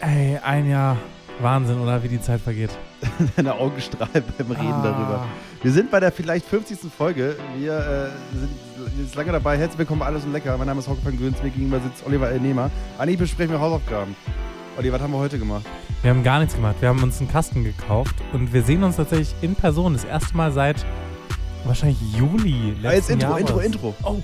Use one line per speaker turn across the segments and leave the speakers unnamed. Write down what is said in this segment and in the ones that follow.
ein Jahr Wahnsinn, oder? Wie die Zeit vergeht.
Deine Augen strahlen beim Reden
Ah.
darüber. Wir sind bei der vielleicht 50. Folge. Wir äh, sind jetzt lange dabei. Herzlich willkommen, bei alles und lecker. Mein Name ist Hauke van Grüns. Mir gegenüber sitzt Oliver L. Nehmer. Eigentlich besprechen wir Hausaufgaben. Olli, was haben wir heute gemacht?
Wir haben gar nichts gemacht. Wir haben uns einen Kasten gekauft und wir sehen uns tatsächlich in Person. Das erste Mal seit wahrscheinlich Juli letzten
Ah, jetzt Intro,
Jahres.
Intro, Intro.
Oh,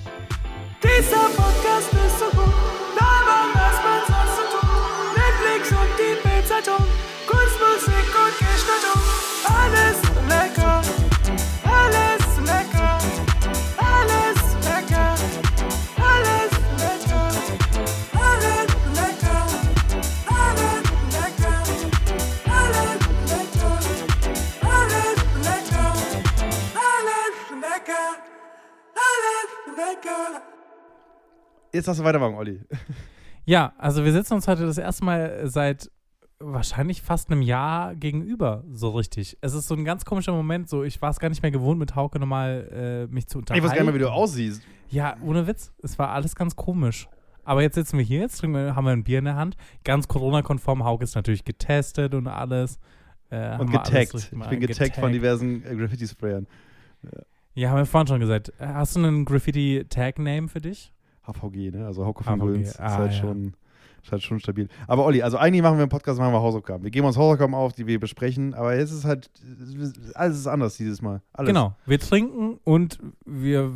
Dieser Podcast ist so gut, daran was man sonst so tut. Netflix und die Bildzeitung, Kunstmusik und Gestaltung. Alles lecker, alles lecker, alles lecker, alles lecker, alles lecker, alles lecker, alles lecker, alles lecker, alles lecker.
Jetzt darfst du weitermachen, Olli.
Ja, also wir sitzen uns heute das erste Mal seit wahrscheinlich fast einem Jahr gegenüber, so richtig. Es ist so ein ganz komischer Moment, so ich war es gar nicht mehr gewohnt, mit Hauke nochmal äh, mich zu
Ich
unterhalten.
weiß gar nicht mehr, wie du aussiehst.
Ja, ohne Witz, es war alles ganz komisch. Aber jetzt sitzen wir hier, jetzt trinken wir, haben wir ein Bier in der Hand, ganz Corona-konform, Hauke ist natürlich getestet und alles. äh, haben
Und
wir alles
getaggt. Ich
richtig mal
bin getaggt von
getaggt.
diversen äh, Graffiti-Sprayern.
Ja, haben wir vorhin schon gesagt. Hast du einen Graffiti-Tag-Name für dich?
HVG, ne? Also Hauke von
HVG,
Grüns. Ist,
ah,
halt
ja.
schon, ist halt schon stabil. Aber Olli, also eigentlich machen wir im Podcast, machen wir Hausaufgaben. Wir geben uns Hausaufgaben auf, die wir besprechen, aber jetzt ist halt, alles ist anders dieses Mal. Alles.
Genau, wir trinken und wir,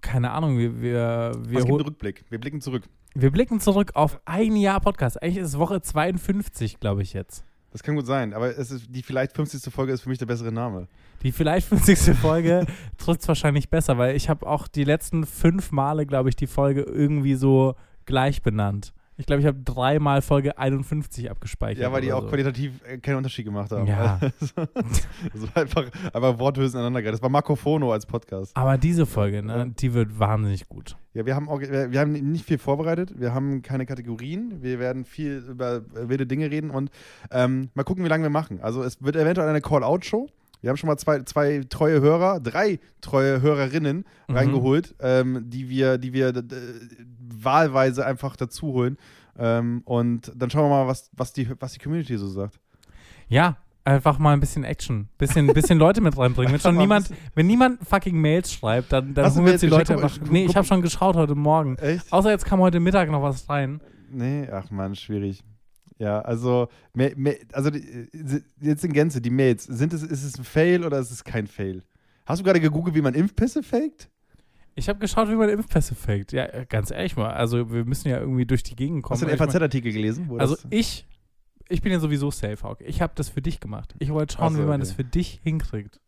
keine Ahnung, wir, wir, wir,
Also, Es gibt
hol-
einen Rückblick. Wir blicken zurück.
wir blicken zurück auf ein Jahr Podcast. Eigentlich ist es Woche 52, glaube ich jetzt.
Das kann gut sein, aber es ist, die vielleicht 50. Folge ist für mich der bessere Name.
Die vielleicht 50. Folge trifft es wahrscheinlich besser, weil ich habe auch die letzten fünf Male, glaube ich, die Folge irgendwie so gleich benannt. Ich glaube, ich habe dreimal Folge 51 abgespeichert.
ja, weil die
oder
auch
so.
qualitativ äh, keinen Unterschied gemacht haben.
Ja.
das war einfach, einfach Worthülsen aneinandergereiht. Das war Makrofono als Podcast.
Aber diese Folge,
Ja.
ne, die wird wahnsinnig gut.
Ja, wir haben, auch, wir, wir haben nicht viel vorbereitet. Wir haben keine Kategorien. Wir werden viel über äh, wilde Dinge reden und ähm, mal gucken, wie lange wir machen. Also, es wird eventuell eine Call-Out-Show. Wir haben schon mal zwei, zwei treue Hörer, drei treue Hörerinnen
Mhm.
reingeholt, ähm, die wir, die wir d- d- wahlweise einfach dazu holen. Ähm, und dann schauen wir mal, was, was, die, was die Community so sagt.
Ja, einfach mal ein bisschen Action. Bisschen, bisschen Leute mit reinbringen. Wenn schon
Einfach mal ein
niemand, wenn niemand fucking Mails schreibt, dann, dann
Hast du
holen
mir
wir uns die
jetzt
Leute
geschickt? Guck mal,
einfach.
ich-
Nee,
guck
ich habe
mal.
schon geschaut heute Morgen.
Echt?
Außer jetzt kam heute Mittag noch was rein.
Nee, ach man, schwierig. Ja, also, mehr, mehr, also die- äh, jetzt in Gänze, die Mails, sind es, ist es ein Fail oder ist es kein Fail? Hast du gerade gegoogelt, wie man Impfpässe faked?
Ich habe geschaut, wie man Impfpässe fängt. Ja, äh, ganz ehrlich mal. Also wir müssen ja irgendwie durch die Gegend kommen.
Hast du den
Ich mein,
FAZ-Artikel gelesen? wo
also
das-
ich, ich bin ja sowieso safe, Hawk. Ich habe das für dich gemacht. Ich wollte
Ach
schauen,
so,
wie man
okay.
das für dich hinkriegt.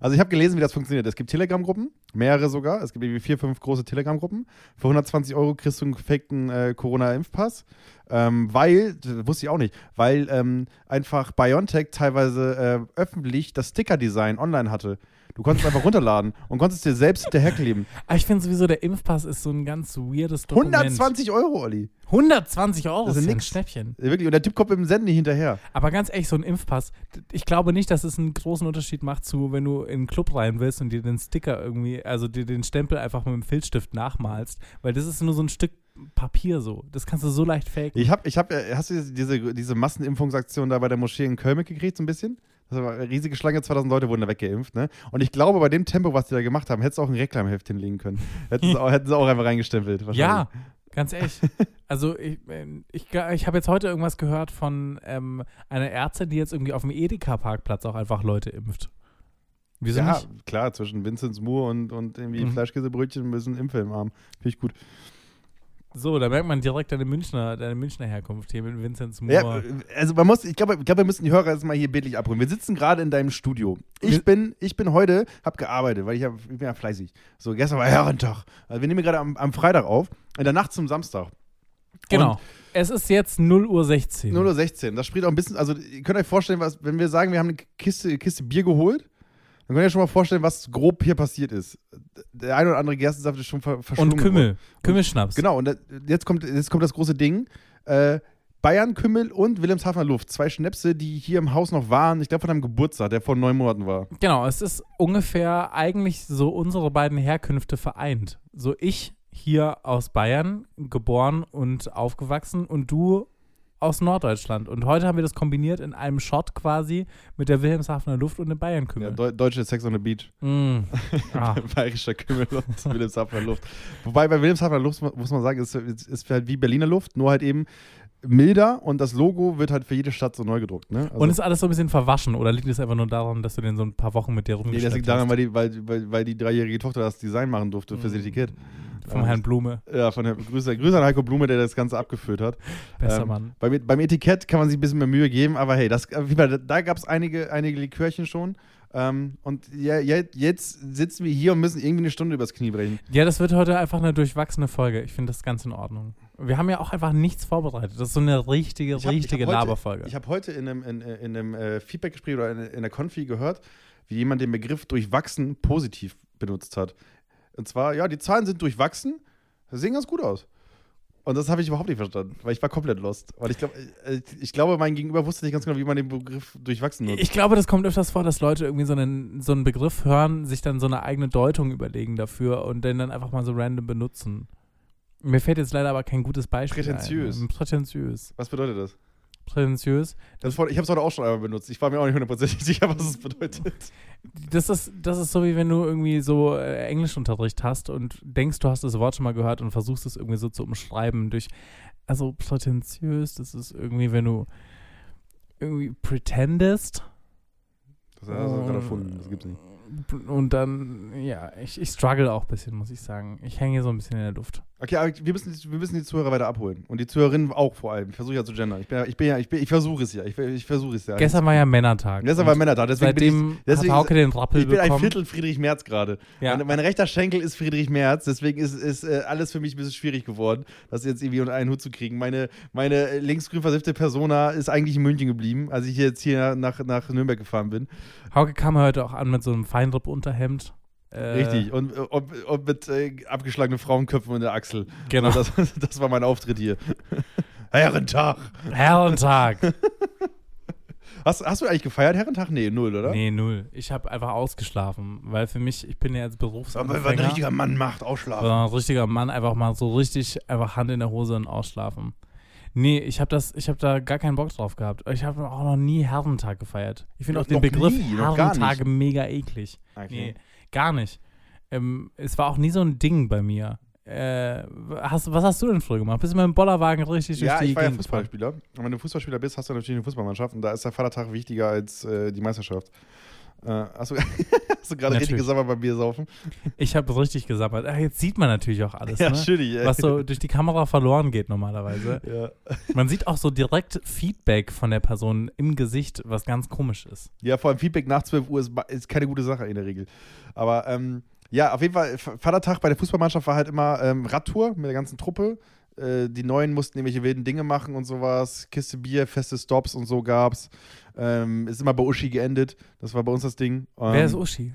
Also ich habe gelesen, wie das funktioniert. Es gibt Telegram-Gruppen, mehrere sogar. Es gibt irgendwie vier, fünf große Telegram-Gruppen. Für 120 Euro kriegst du einen gefakten äh, Corona-Impfpass. Ähm, weil, das wusste ich auch nicht, weil ähm, einfach BioNTech teilweise äh, öffentlich das Sticker-Design online hatte. Du konntest einfach runterladen und konntest dir selbst hinterherkleben.
Aber ich finde sowieso, der Impfpass ist so ein ganz weirdes Dokument.
120 Euro, Olli.
120 Euro
Das
ist
ist
ja ein
nix.
Schnäppchen.
Wirklich, und der Typ kommt mit dem Senden nicht hinterher.
Aber ganz ehrlich, so ein Impfpass, d- ich glaube nicht, dass es einen großen Unterschied macht zu, wenn du in einen Club rein willst und dir den Sticker irgendwie, also dir den Stempel einfach mit dem Filzstift nachmalst, weil das ist nur so ein Stück Papier so. Das kannst du so leicht faken.
Ich hab, ich hab, äh, hast du diese- diese, diese Massenimpfungsaktion da bei der Moschee in Köln mitgekriegt, so ein bisschen? Das war eine riesige Schlange, 2000 Leute wurden da weggeimpft, ne? Und ich glaube, bei dem Tempo, was die da gemacht haben, hättest du auch ein Reklamheft hinlegen können. Hätten sie auch, hätten sie auch einfach reingestempelt, wahrscheinlich.
ja, ganz ehrlich. Also ich, ähm, ich, ga- ich habe jetzt heute irgendwas gehört von ähm, einer Ärztin, die jetzt irgendwie auf dem Edeka-Parkplatz auch einfach Leute impft. Wieso
Ja,
nicht?
klar, zwischen Vinzenz Moore und, und irgendwie
Mhm.
Fleischkäsebrötchen müssen Impfe im Arm. Finde ich gut.
So, da merkt man direkt deine Münchner, deine Münchner Herkunft hier mit Vinzenz Moore.
Ja, also man muss, ich glaube, ich glaube, wir müssen die Hörer jetzt mal hier bildlich abholen. Wir sitzen gerade in deinem Studio. Ich
Wir-
bin, ich bin heute, habe gearbeitet, weil ich, hab, ich bin ja fleißig. So, gestern war Herrentag. Also wir nehmen gerade am, am Freitag auf, in der Nacht zum Samstag.
Genau. es ist jetzt 0 Uhr 16.
0.16 Uhr. Das spielt auch ein bisschen, also ihr könnt euch vorstellen, was, wenn wir sagen, wir haben eine Kiste, Kiste Bier geholt, dann könnt ihr euch schon mal vorstellen, was grob hier passiert ist. Der eine oder andere Gerstensaft ist schon ver verschlungen
Und
worden.
Kümmel. Kümmelschnaps.
Genau, und da- jetzt kommt, jetzt kommt das große Ding. Äh, Bayern Kümmel und Wilhelmshavener Luft. Zwei Schnäpse, die hier im Haus noch waren. Ich glaube, von einem Geburtstag, der vor neun Monaten war.
Genau, es ist ungefähr eigentlich so unsere beiden Herkünfte vereint. So ich hier aus Bayern, geboren und aufgewachsen und du aus Norddeutschland. Und heute haben wir das kombiniert in einem Shot quasi mit der Wilhelmshavener Luft und dem
Ja,
Bayernkümmel.
Deu Also deutsche Sex on the Beach.
mm. ah.
Bayerischer Kümmel und Wilhelmshavener Luft. Wobei bei Wilhelmshavener Luft mu- muss man sagen, ist, ist halt wie Berliner Luft, nur halt eben milder und das Logo wird halt für jede Stadt so neu gedruckt. Ne? Also-
Und ist alles so ein bisschen verwaschen oder liegt es einfach nur daran, dass du den so ein paar Wochen mit dir
Nee, das
rumgeschleppt
liegt
hast?
daran, weil die, weil, weil, weil die dreijährige Tochter das Design machen durfte
Mhm.
für City Kid.
Vom
Ja,
Herrn Blume.
Ja, von der Grüße, Grüße an Heiko Blume, der das Ganze abgeführt hat.
Besser
Ähm,
Mann.
Beim, beim Etikett kann man sich ein bisschen mehr Mühe geben, aber hey, das, wie bei- da gab es einige, einige Likörchen schon. Ähm, und ja, ja, jetzt sitzen wir hier und müssen irgendwie eine Stunde übers Knie brechen.
Ja, das wird heute einfach eine durchwachsene Folge. Ich finde das ganz in Ordnung. Wir haben ja auch einfach nichts vorbereitet. Das ist so eine richtige,
Ich hab- ich
richtige
hab heute-
Laberfolge.
Ich habe heute in einem, in, in einem äh, Feedbackgespräch oder in, in der Konfi gehört, wie jemand den Begriff durchwachsen positiv benutzt hat. Und zwar, ja, die Zahlen sind durchwachsen, sehen ganz gut aus. Und das habe ich überhaupt nicht verstanden, weil ich war komplett lost. Weil ich, glaub, äh, ich glaube, mein Gegenüber wusste nicht ganz genau, wie man den Begriff durchwachsen nutzt.
Ich glaube, das kommt öfters vor, dass Leute irgendwie so einen, so einen Begriff hören, sich dann so eine eigene Deutung überlegen dafür und den dann einfach mal so random benutzen. Mir fällt jetzt leider aber kein gutes Beispiel
Prätentiös.
ein. Prätentiös.
Was bedeutet das?
Prätentiös.
das vor- ich habe es heute auch schon einmal benutzt. Ich war mir auch nicht hundertprozentig sicher, was es bedeutet.
Das ist, das ist so, wie wenn du irgendwie so äh, Englischunterricht hast und denkst, du hast das Wort schon mal gehört und versuchst es irgendwie so zu umschreiben durch, also prätentiös, das ist irgendwie, wenn du irgendwie pretendest.
Das hast du gerade erfunden, das gibt's nicht.
Und dann, ja, ich, ich struggle auch ein bisschen, muss ich sagen. Ich hänge so ein bisschen in der Luft.
Okay, aber wir müssen, wir müssen die Zuhörer weiter abholen. Und die Zuhörerinnen auch vor allem. Ich versuche ja zu gendern. Ich, bin ja, ich, bin ja, ich, bin- ich versuche es ja. Ich, ich versuche es ja.
Gestern war ja Männertag.
Gestern
Und
war Männer da. Deswegen bin
Seitdem
deswegen-
hat Hauke den Rappel
ich, ich bin ein
bekommen.
Viertel Friedrich Merz gerade.
Ja.
Mein, mein rechter Schenkel ist Friedrich Merz. Deswegen ist, ist äh, alles für mich ein bisschen schwierig geworden, das jetzt irgendwie unter einen Hut zu kriegen. Meine, meine äh, linksgrün versiffte Persona ist eigentlich in München geblieben, als ich jetzt hier nach, nach Nürnberg gefahren bin.
Hauke kam heute auch an mit so einem Feinripp-Unterhemd. Äh,
Richtig. Und, äh, und, und mit äh, abgeschlagenen Frauenköpfen in der Achsel.
Genau.
Das, das war mein Auftritt hier. Herrentag.
Herrentag.
Hast, hast du eigentlich gefeiert, Herrentag? Nee, null, oder?
Nee, null. Ich habe einfach ausgeschlafen, weil für mich, ich bin ja jetzt
Aber
Berufsanfänger.
wenn ein richtiger Mann macht, ausschlafen.
Sondern ein richtiger Mann einfach mal so richtig einfach Hand in der Hose und ausschlafen. Nee, ich habe das, ich habe da gar keinen Bock drauf gehabt. Ich habe auch noch nie Herrentag gefeiert. Ich finde
Noch-
auch den
noch
Begriff
nie, noch gar nicht.
Herrentag mega eklig. Nee, gar nicht. Ähm, es war auch nie so ein Ding bei mir. Äh, hast, was hast du denn früher gemacht? Bist du mit dem Bollerwagen richtig
Ja,
durch die
ich war ja
Gegend gefahren?
Fußballspieler. Und wenn du Fußballspieler bist, hast du natürlich eine Fußballmannschaft und da ist der Vatertag wichtiger als äh, die Meisterschaft. Äh, hast du, hast du gerade richtig
Natürlich.
gesammelt beim Bier saufen?
Ich habe richtig gesammelt. Ah, jetzt sieht man natürlich auch alles, ne?
natürlich. ey.
was so durch die Kamera verloren geht normalerweise.
Ja.
Man sieht auch so direkt Feedback von der Person im Gesicht, was ganz komisch ist.
Ja, vor allem Feedback nach 12 Uhr ist, ba- ist keine gute Sache in der Regel. Aber ähm, ja, auf jeden Fall, F- Vatertag bei der Fußballmannschaft war halt immer ähm, Radtour mit der ganzen Truppe. Äh, die Neuen mussten irgendwelche wilden Dinge machen und sowas. Kiste Bier, feste Stops und so gab's. Ähm, ist immer bei Uschi geendet. Das war bei uns das Ding. Ähm,
Wer ist Uschi?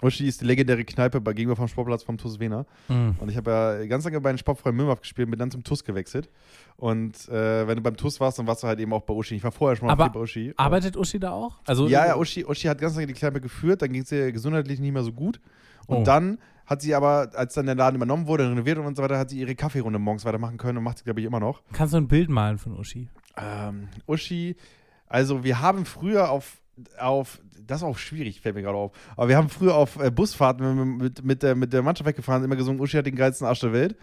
Uschi ist die legendäre Kneipe bei gegenüber vom Sportplatz vom TuS Wiener.
Mhm.
Und ich habe ja ganz lange bei den Sportfreien Müllwaff gespielt, bin dann zum TuS gewechselt. Und äh, wenn du beim TuS warst, dann warst du halt eben auch bei Uschi. Ich war vorher schon mal
Aber
viel bei Uschi.
Arbeitet Uschi da auch? Also,
Ja, ja, Uschi, Uschi hat ganz lange die Kneipe geführt, dann ging es ihr gesundheitlich nicht mehr so gut. Und
Oh.
dann hat sie aber, als dann der Laden übernommen wurde, renoviert und so weiter, hat sie ihre Kaffeerunde morgens weitermachen können und macht sie, glaube ich, immer noch.
kannst du ein Bild malen von Uschi?
Ähm, Uschi, also wir haben früher auf, auf das ist auch schwierig, fällt mir gerade auf, aber wir haben früher auf äh, Busfahrten, wenn wir mit, mit, der, mit der Mannschaft weggefahren sind, immer gesungen, Uschi hat den geilsten Arsch der Welt.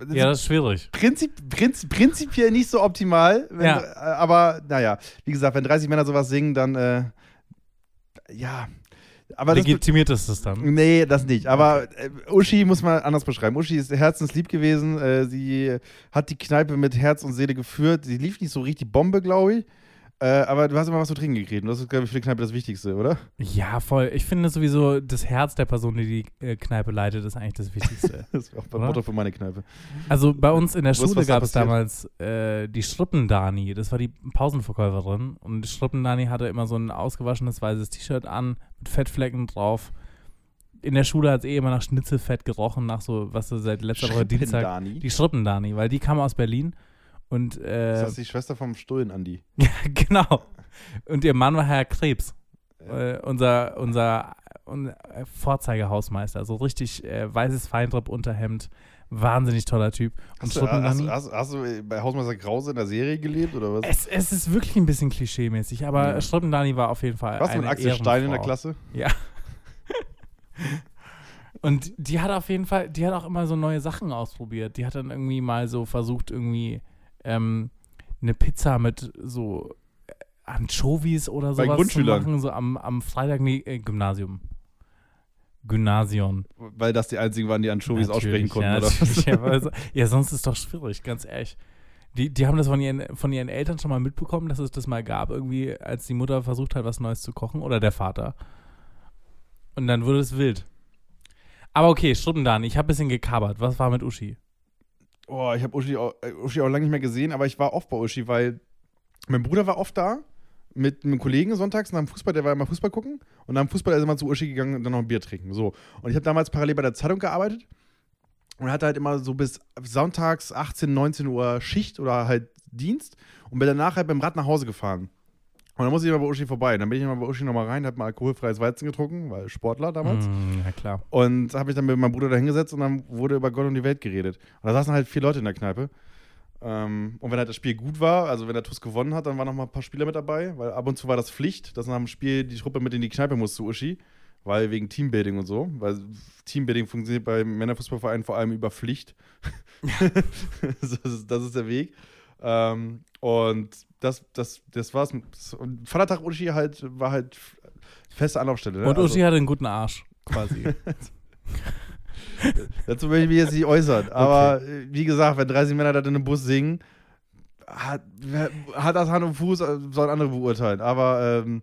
Das
Ja, das ist schwierig.
Prinzip, Prinz, prinzipiell nicht so optimal, wenn,
Ja.
äh, aber naja, wie gesagt, wenn 30 Männer sowas singen, dann äh, ja. Aber das, Mm.
Legitimiert ist es dann.
nee, das nicht. Aber äh, Uschi muss man anders beschreiben. Uschi ist herzenslieb gewesen. Äh, sie äh, hat die Kneipe mit Herz und Seele geführt. Sie lief nicht so richtig Bombe, glaube ich. Äh, aber du hast immer was zu trinken gekriegt. Und das ist, glaube ich, für die Kneipe das Wichtigste, oder?
Ja, voll. Ich finde sowieso, das Herz der Person, die die äh, Kneipe leitet, ist eigentlich das Wichtigste.
Das war auch beim
Oder?
Motto für meine Kneipe.
Also bei uns in der
Wo ist
Schule
was da
gab es
passiert?
damals äh, die Schrippendani, das war die Pausenverkäuferin. Und die Schrippendani hatte immer so ein ausgewaschenes weißes T-Shirt an, mit Fettflecken drauf. In der Schule hat es eh immer nach Schnitzelfett gerochen, nach so, was du seit letzter Woche Dienstag.
Dani.
Die Schrippendani, weil die kam aus Berlin. Und
Ist
äh,
das die Schwester vom Stullen, Andi?
ja, genau. Und ihr Mann war Herr Krebs.
Ja.
Äh, unser Also unser, unser Vorzeigehausmeister, so richtig äh, weißes Feinripp-Unterhemd, äh, Wahnsinnig toller Typ. Und
Hast du,
Stuttgart noch
hast,
nie-
hast, hast du bei Hausmeister Krause in der Serie gelebt oder was?
es, es ist wirklich ein bisschen klischeemäßig, aber
Ja.
Strupp und Dani war auf jeden Fall.
Warst du mit
eine
Axel Stein in der
Ehrenfrau.
Klasse?
Ja. Und die hat auf jeden Fall, die hat auch immer so neue Sachen ausprobiert. Die hat dann irgendwie mal so versucht, irgendwie ähm, eine Pizza mit so äh, Anchovies oder
Bei
sowas
Grundschülern.
zu machen, so am, am Freitag, nee, äh, Gymnasium. Gymnasium.
Weil das die einzigen waren, die Anchovies aussprechen
Natürlich,
konnten,
ja,
oder
natürlich,
was?
ja, weil so- ja, sonst ist doch schwierig, ganz ehrlich. Die, die haben das von ihren, von ihren Eltern schon mal mitbekommen, dass es das mal gab, irgendwie, als die Mutter versucht hat, was Neues zu kochen oder der Vater. Und dann wurde es wild. Aber okay, Struppendan, ich habe ein bisschen gekabert. Was war mit Uschi?
Oh, ich habe Uschi, auch- äh, Uschi auch lange nicht mehr gesehen, aber ich war oft bei Uschi, weil mein Bruder war oft da mit einem Kollegen sonntags nach dem Fußball, der war immer Fußball gucken und nach dem Fußball ist er mal zu Uschi gegangen und dann noch ein Bier trinken. So. Und ich habe damals parallel bei der Zeitung gearbeitet und hatte halt immer so bis sonntags 18, 19 Uhr Schicht oder halt Dienst und bin danach halt beim Rad nach Hause gefahren. Und dann muss ich immer bei Uschi vorbei. Und dann bin ich immer bei Uschi nochmal rein, hab mal alkoholfreies Weizen getrunken, weil Sportler damals.
Mm, ja, klar.
Und habe mich dann mit meinem Bruder da hingesetzt und dann wurde über Gott und die Welt geredet. Und da saßen halt vier Leute in der Kneipe. Ähm, und wenn halt das Spiel gut war, also wenn der TUS gewonnen hat, dann waren noch mal ein paar Spieler mit dabei, weil ab und zu war das Pflicht, dass nach dem Spiel die Truppe mit in die Kneipe muss zu Uschi, weil wegen Teambuilding und so, weil Teambuilding funktioniert bei Männerfußballvereinen vor allem über Pflicht. das, ist, das ist der Weg. Ähm, und das, das, das war's. Und Vatertag Uschi halt, war halt feste Anlaufstelle. Ne?
Und
Also-
Uschi hatte einen guten Arsch, quasi.
Dazu möchte ich mich jetzt nicht äußern. Aber äh, wie gesagt, wenn 30 Männer das in einem Bus singen, hat, wer- hat das Hand und Fuß, äh, sollen andere beurteilen. Aber ähm,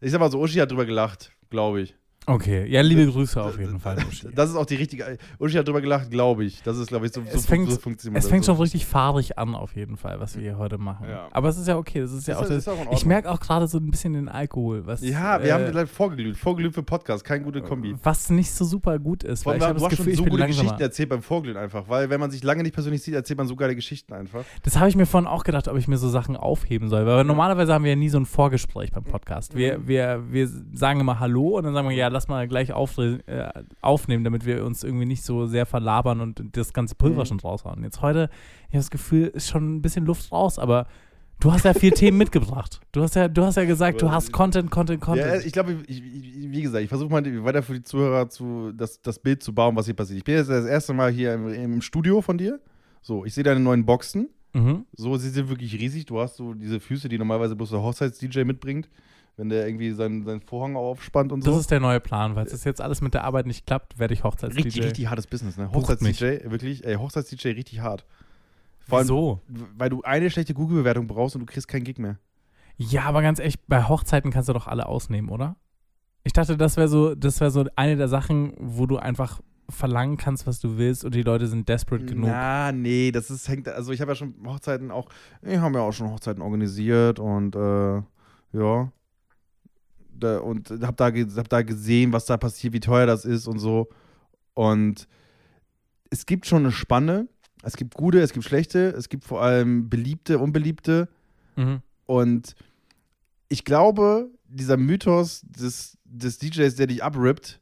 ich sag mal so, Uschi hat drüber gelacht, glaube ich.
okay, ja, liebe Grüße auf jeden Fall, Uschi.
Das ist auch die richtige. Uschi hat drüber gelacht, glaube ich. Das ist, glaube ich, so,
Es
so,
fängt-
so funktioniert
Es fängt
das.
schon richtig fahrig an, auf jeden Fall, was wir hier heute machen.
Ja.
Aber es ist ja okay, das ist ja
Ist
auch
ja-
das,
ist auch in Ordnung.
Ich merke auch gerade so ein bisschen den Alkohol, was
Ja, wir
äh,
haben gleich vorgelügt. Vorgelügt für Podcast, keine gute Kombi.
was nicht so super gut ist,
Vor
weil
allem,
ich habe
du
das
hast schon
Gefühl, ich
so
bin
gute Geschichten
langsamer.
erzählt beim Vorglühen einfach, weil wenn man sich lange nicht persönlich sieht, erzählt man so geile Geschichten einfach.
Das habe ich mir vorhin auch gedacht, ob ich mir so Sachen aufheben soll, weil normalerweise haben wir ja nie so ein Vorgespräch beim Podcast. Wir, wir, wir sagen immer Hallo und dann sagen wir, ja, lass mal gleich aufre- äh, aufnehmen, damit wir uns irgendwie nicht so sehr verlabern und das ganze Pulver
Mhm.
schon raushauen. Jetzt heute, ich habe das Gefühl, ist schon ein bisschen Luft raus, aber du hast ja viel Themen mitgebracht. Du hast ja, du hast ja gesagt, du hast Content, Content,
Ja,
Content.
ich glaube, ich, ich, wie gesagt, ich versuche mal weiter für die Zuhörer zu, das, das Bild zu bauen, was hier passiert. Ich bin jetzt das erste Mal hier im, im Studio von dir. So, ich sehe deine neuen Boxen.
mhm.
So, sie sind wirklich riesig. Du hast so diese Füße, die normalerweise bloß der Hochzeits-DJ mitbringt, wenn der irgendwie seinen, seinen Vorhang aufspannt und so.
Das ist der neue Plan, weil es jetzt alles mit der Arbeit nicht klappt, werde ich Hochzeits-DJ.
richtig, richtig hartes Business, ne?
Bucht mich.
Hochzeits-DJ, wirklich, ey, Hochzeits-DJ richtig hart. Vor allem,
Wieso?
weil du eine schlechte Google-Bewertung brauchst und du kriegst keinen Gig mehr.
Ja, aber ganz ehrlich, bei Hochzeiten kannst du doch alle ausnehmen, oder? Ich dachte, das wäre so, das wäre so eine der Sachen, wo du einfach verlangen kannst, was du willst und die Leute sind desperate genug.
Na, nee, das ist, hängt, also ich habe ja schon Hochzeiten auch, ich habe ja auch schon Hochzeiten organisiert und äh, ja. Da, und habe da, ge- hab da gesehen, was da passiert, wie teuer das ist und so. Und es gibt schon eine Spanne. Es gibt gute, es gibt schlechte, es gibt vor allem beliebte, unbeliebte.
Mhm.
Und ich glaube, dieser Mythos des, des DJs, der dich abrippt,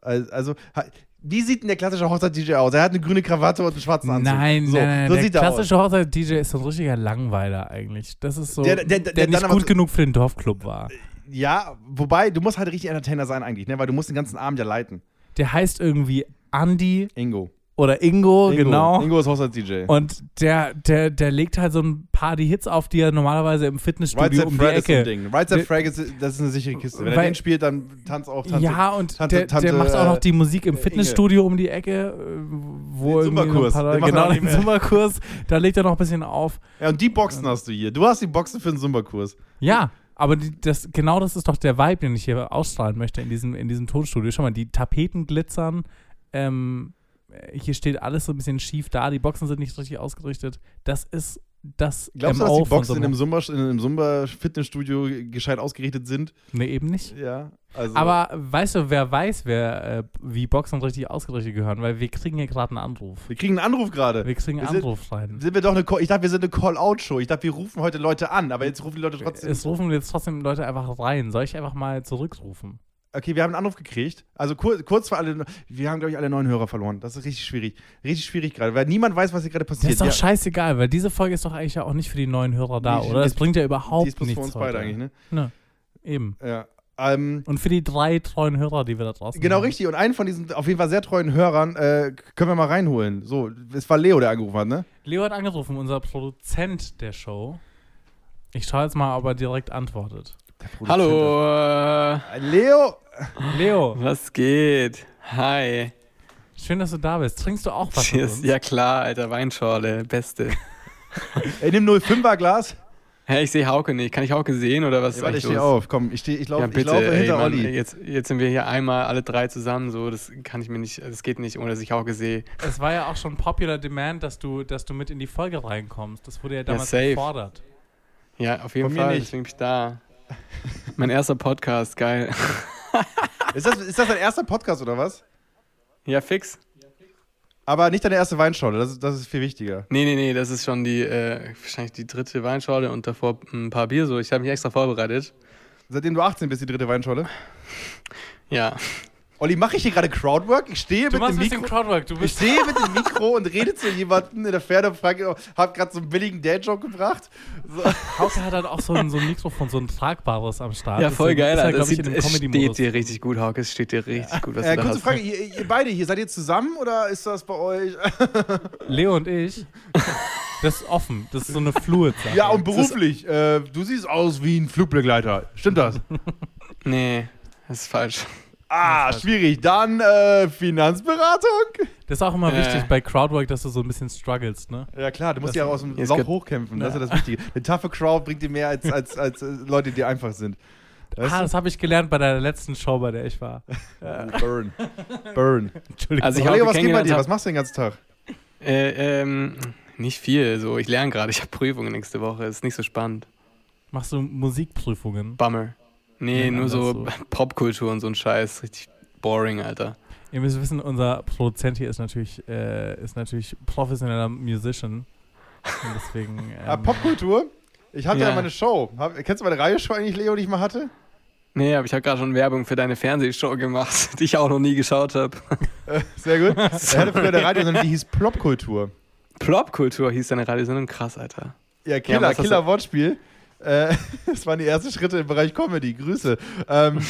al- also, ha- wie sieht denn der klassische Hochzeit-DJ aus? Er hat eine grüne Krawatte und einen schwarzen
Nein,
Anzug.
nein,
so,
nein,
so
der
sieht er aus.
klassische Hochzeit-DJ ist so ein richtiger Langweiler eigentlich. Das ist so,
Der-
der,
der- der- der dann
nicht
aber
gut
so-
genug für den Dorfclub war.
Ja, wobei, du musst halt richtig Entertainer sein eigentlich, ne? weil du musst den ganzen Abend ja leiten.
Der heißt irgendwie Andy
Ingo.
oder Ingo,
Ingo.
genau.
Ingo ist Hochzeits-DJ.
Und der, der, der legt halt so ein paar die Hits auf, die er normalerweise im
Rides
Fitnessstudio
at
um die
Frag ist so ein
Ecke.
Ding. Rides at
Der-
Frag ist, das ist eine sichere Kiste. Wenn er
Weil-
den spielt, dann tanz auf, tanz
Ja, und
Tante-
der,
Tante,
der macht auch noch
äh,
die Musik im
Inge.
Fitnessstudio um die Ecke, äh, wo
Den
irgendwie noch ein
Zumba-Kurs,
paar
den macht er
genau
auch nicht
den
mehr.
Zumba-Kurs, da legt er noch ein bisschen auf.
Ja, und die Boxen hast du hier. Du hast die Boxen für den Zumba-Kurs.
Ja, aber die, das, genau das ist doch der Vibe, den ich hier ausstrahlen möchte in diesem, in diesem Tonstudio. Schau mal, die Tapeten glitzern, ähm, äh, hier steht alles so ein bisschen schief da, die Boxen sind nicht richtig ausgerichtet. Das ist das
Glaubst du, dass
MO
die
von
Boxen
so
in
einem-
einem Zumba- in einem Zumba-Fitnessstudio gescheit ausgerichtet sind?
Nee, eben nicht.
Ja, also.
Aber weißt du, wer weiß, wer äh, wie Boxen richtig ausgerichtet gehören, weil wir kriegen hier gerade einen Anruf.
wir kriegen einen Anruf gerade.
Wir kriegen einen
Wir sind-
Anruf rein.
Sind wir doch eine Call ich dachte, wir sind eine Call-Out-Show. Ich dachte, wir rufen heute Leute an, aber jetzt Äh, rufen die Leute trotzdem.
Es rufen jetzt trotzdem Leute einfach rein. Soll ich einfach mal zurückrufen?
Okay, wir haben einen Anruf gekriegt. Also kur kurz vor alle. Wir haben, glaube ich, alle neun Hörer verloren. Das ist richtig schwierig. Richtig schwierig gerade, weil niemand weiß, was hier gerade
Das
passiert.
ist doch
Ja,
scheißegal, weil diese Folge ist doch eigentlich ja auch nicht für die neuen Hörer da,
Nee,
oder? Das
die-
bringt ja
die
überhaupt
ist bloß
nichts.
für uns
heute.
beide eigentlich, ne?
Ne, eben.
Ja. Ähm,
Und für die drei treuen Hörer, die wir da draußen
genau
haben.
richtig. Und einen von diesen auf jeden Fall sehr treuen Hörern äh, können wir mal reinholen. So, es war Leo, der angerufen hat, ne?
Leo hat angerufen, unser Produzent der Show. Ich schaue jetzt mal, ob er direkt antwortet.
Hallo, äh,
Leo!
Leo,
was geht? Hi.
schön, dass du da bist. Trinkst du auch was mit
Cheers.
uns?
Ja klar, alter Weinschorle, beste.
Ey, nimm 05er Glas.
Hä, ich sehe Hauke nicht. Kann ich Hauke sehen oder was?
Ey,
ist
warte,
eigentlich
ich steh
los?
auf. Komm, ich, steh, ich, lauf,
Ja,
ich
bitte,
laufe
ey,
hinter
Mann,
Olli.
Jetzt, jetzt sind wir hier einmal alle drei zusammen, so das kann ich mir nicht, das geht nicht, ohne dass ich Hauke sehe.
Es war ja auch schon Popular Demand, dass du, dass du mit in die Folge reinkommst. Das wurde ja damals
safe.
gefordert.
Ja, auf jeden
Von mir
Fall,
nicht.
deswegen bin ich da. mein erster Podcast, geil.
Ist das, ist das dein erster Podcast oder was?
ja, fix.
Aber nicht deine erste Weinschorle, das, ist- das ist viel wichtiger.
Nee, nee, nee, das ist schon die, äh, wahrscheinlich die dritte Weinschorle und davor ein paar Bier so. Ich habe mich extra vorbereitet.
Seitdem du 18 bist, die dritte Weinschorle.
Ja.
Olli, mache ich hier gerade Crowdwork? Ich stehe
Du
mit
machst
dem
ein bisschen
Mikro.
Crowdwork. Du
Ich
bist
stehe mit dem Mikro und rede zu jemandem in der Ferne und frage, hab gerade so einen billigen Dad-Joke gebracht. So. Äh,
Hauke hat halt auch so ein, so ein Mikrofon, so ein tragbares am Start.
Ja, voll
Deswegen
geil,
ist er,
Alter.
glaub
Das
ich,
sieht,
in dem
es steht
Comedy-Modus.
dir richtig gut, Hauke. Es steht dir richtig gut, was
Äh,
du da
kurze
hast.
Frage, ihr, ihr beide hier, seid ihr zusammen oder ist das bei euch?
Leo und ich, das ist offen. Das ist so eine fluid -Sache.
Ja, und beruflich. Äh, du siehst aus wie ein Flugbegleiter. Stimmt das?
Nee, das ist falsch.
Ah, schwierig. Dann äh, Finanzberatung.
Das ist auch immer
Äh.
wichtig bei Crowdwork, dass du so ein bisschen strugglest, ne?
Ja klar, du musst
Das-
ja auch aus dem
Jetzt
Loch
geht-
hochkämpfen. Das ist ja das Wichtige. Eine taffe Crowd bringt dir mehr als, als, als äh, Leute, die einfach sind. Weißt
ah,
du?
das habe ich gelernt bei der letzten Show, bei der ich war.
Burn. Burn.
Entschuldigung.
Also ich
Kollege, was geht
habe
bei
kennengelernt.
dir? Was
Hab,
machst du den ganzen Tag?
äh, ähm, nicht viel. So, ich lerne gerade. Ich habe Prüfungen nächste Woche. Ist nicht so spannend.
Machst du Musikprüfungen?
Bummer. Nee,
Ja,
nur so,
anders
Popkultur und so ein Scheiß. Richtig boring, Alter.
Ihr müsst wissen, unser Produzent hier ist natürlich, äh, ist natürlich professioneller Musician. Und deswegen. Ähm,
Ah, Popkultur? Ich hatte ja,
Ja.
meine Show. Hab, kennst du meine Radioshow eigentlich, Leo, die ich mal hatte?
Nee, aber ich habe gerade schon Werbung für deine Fernsehshow gemacht, die ich auch noch nie geschaut habe.
Sehr gut. Er hatte früher eine Radiosendung, die hieß Plopkultur.
Plopkultur hieß deine Radiosendung. Krass, Alter.
Ja,
Ja,
Killer,
was hast
Killer
du-
Wortspiel. Äh, das waren die ersten Schritte im Bereich Comedy. Grüße. Ähm,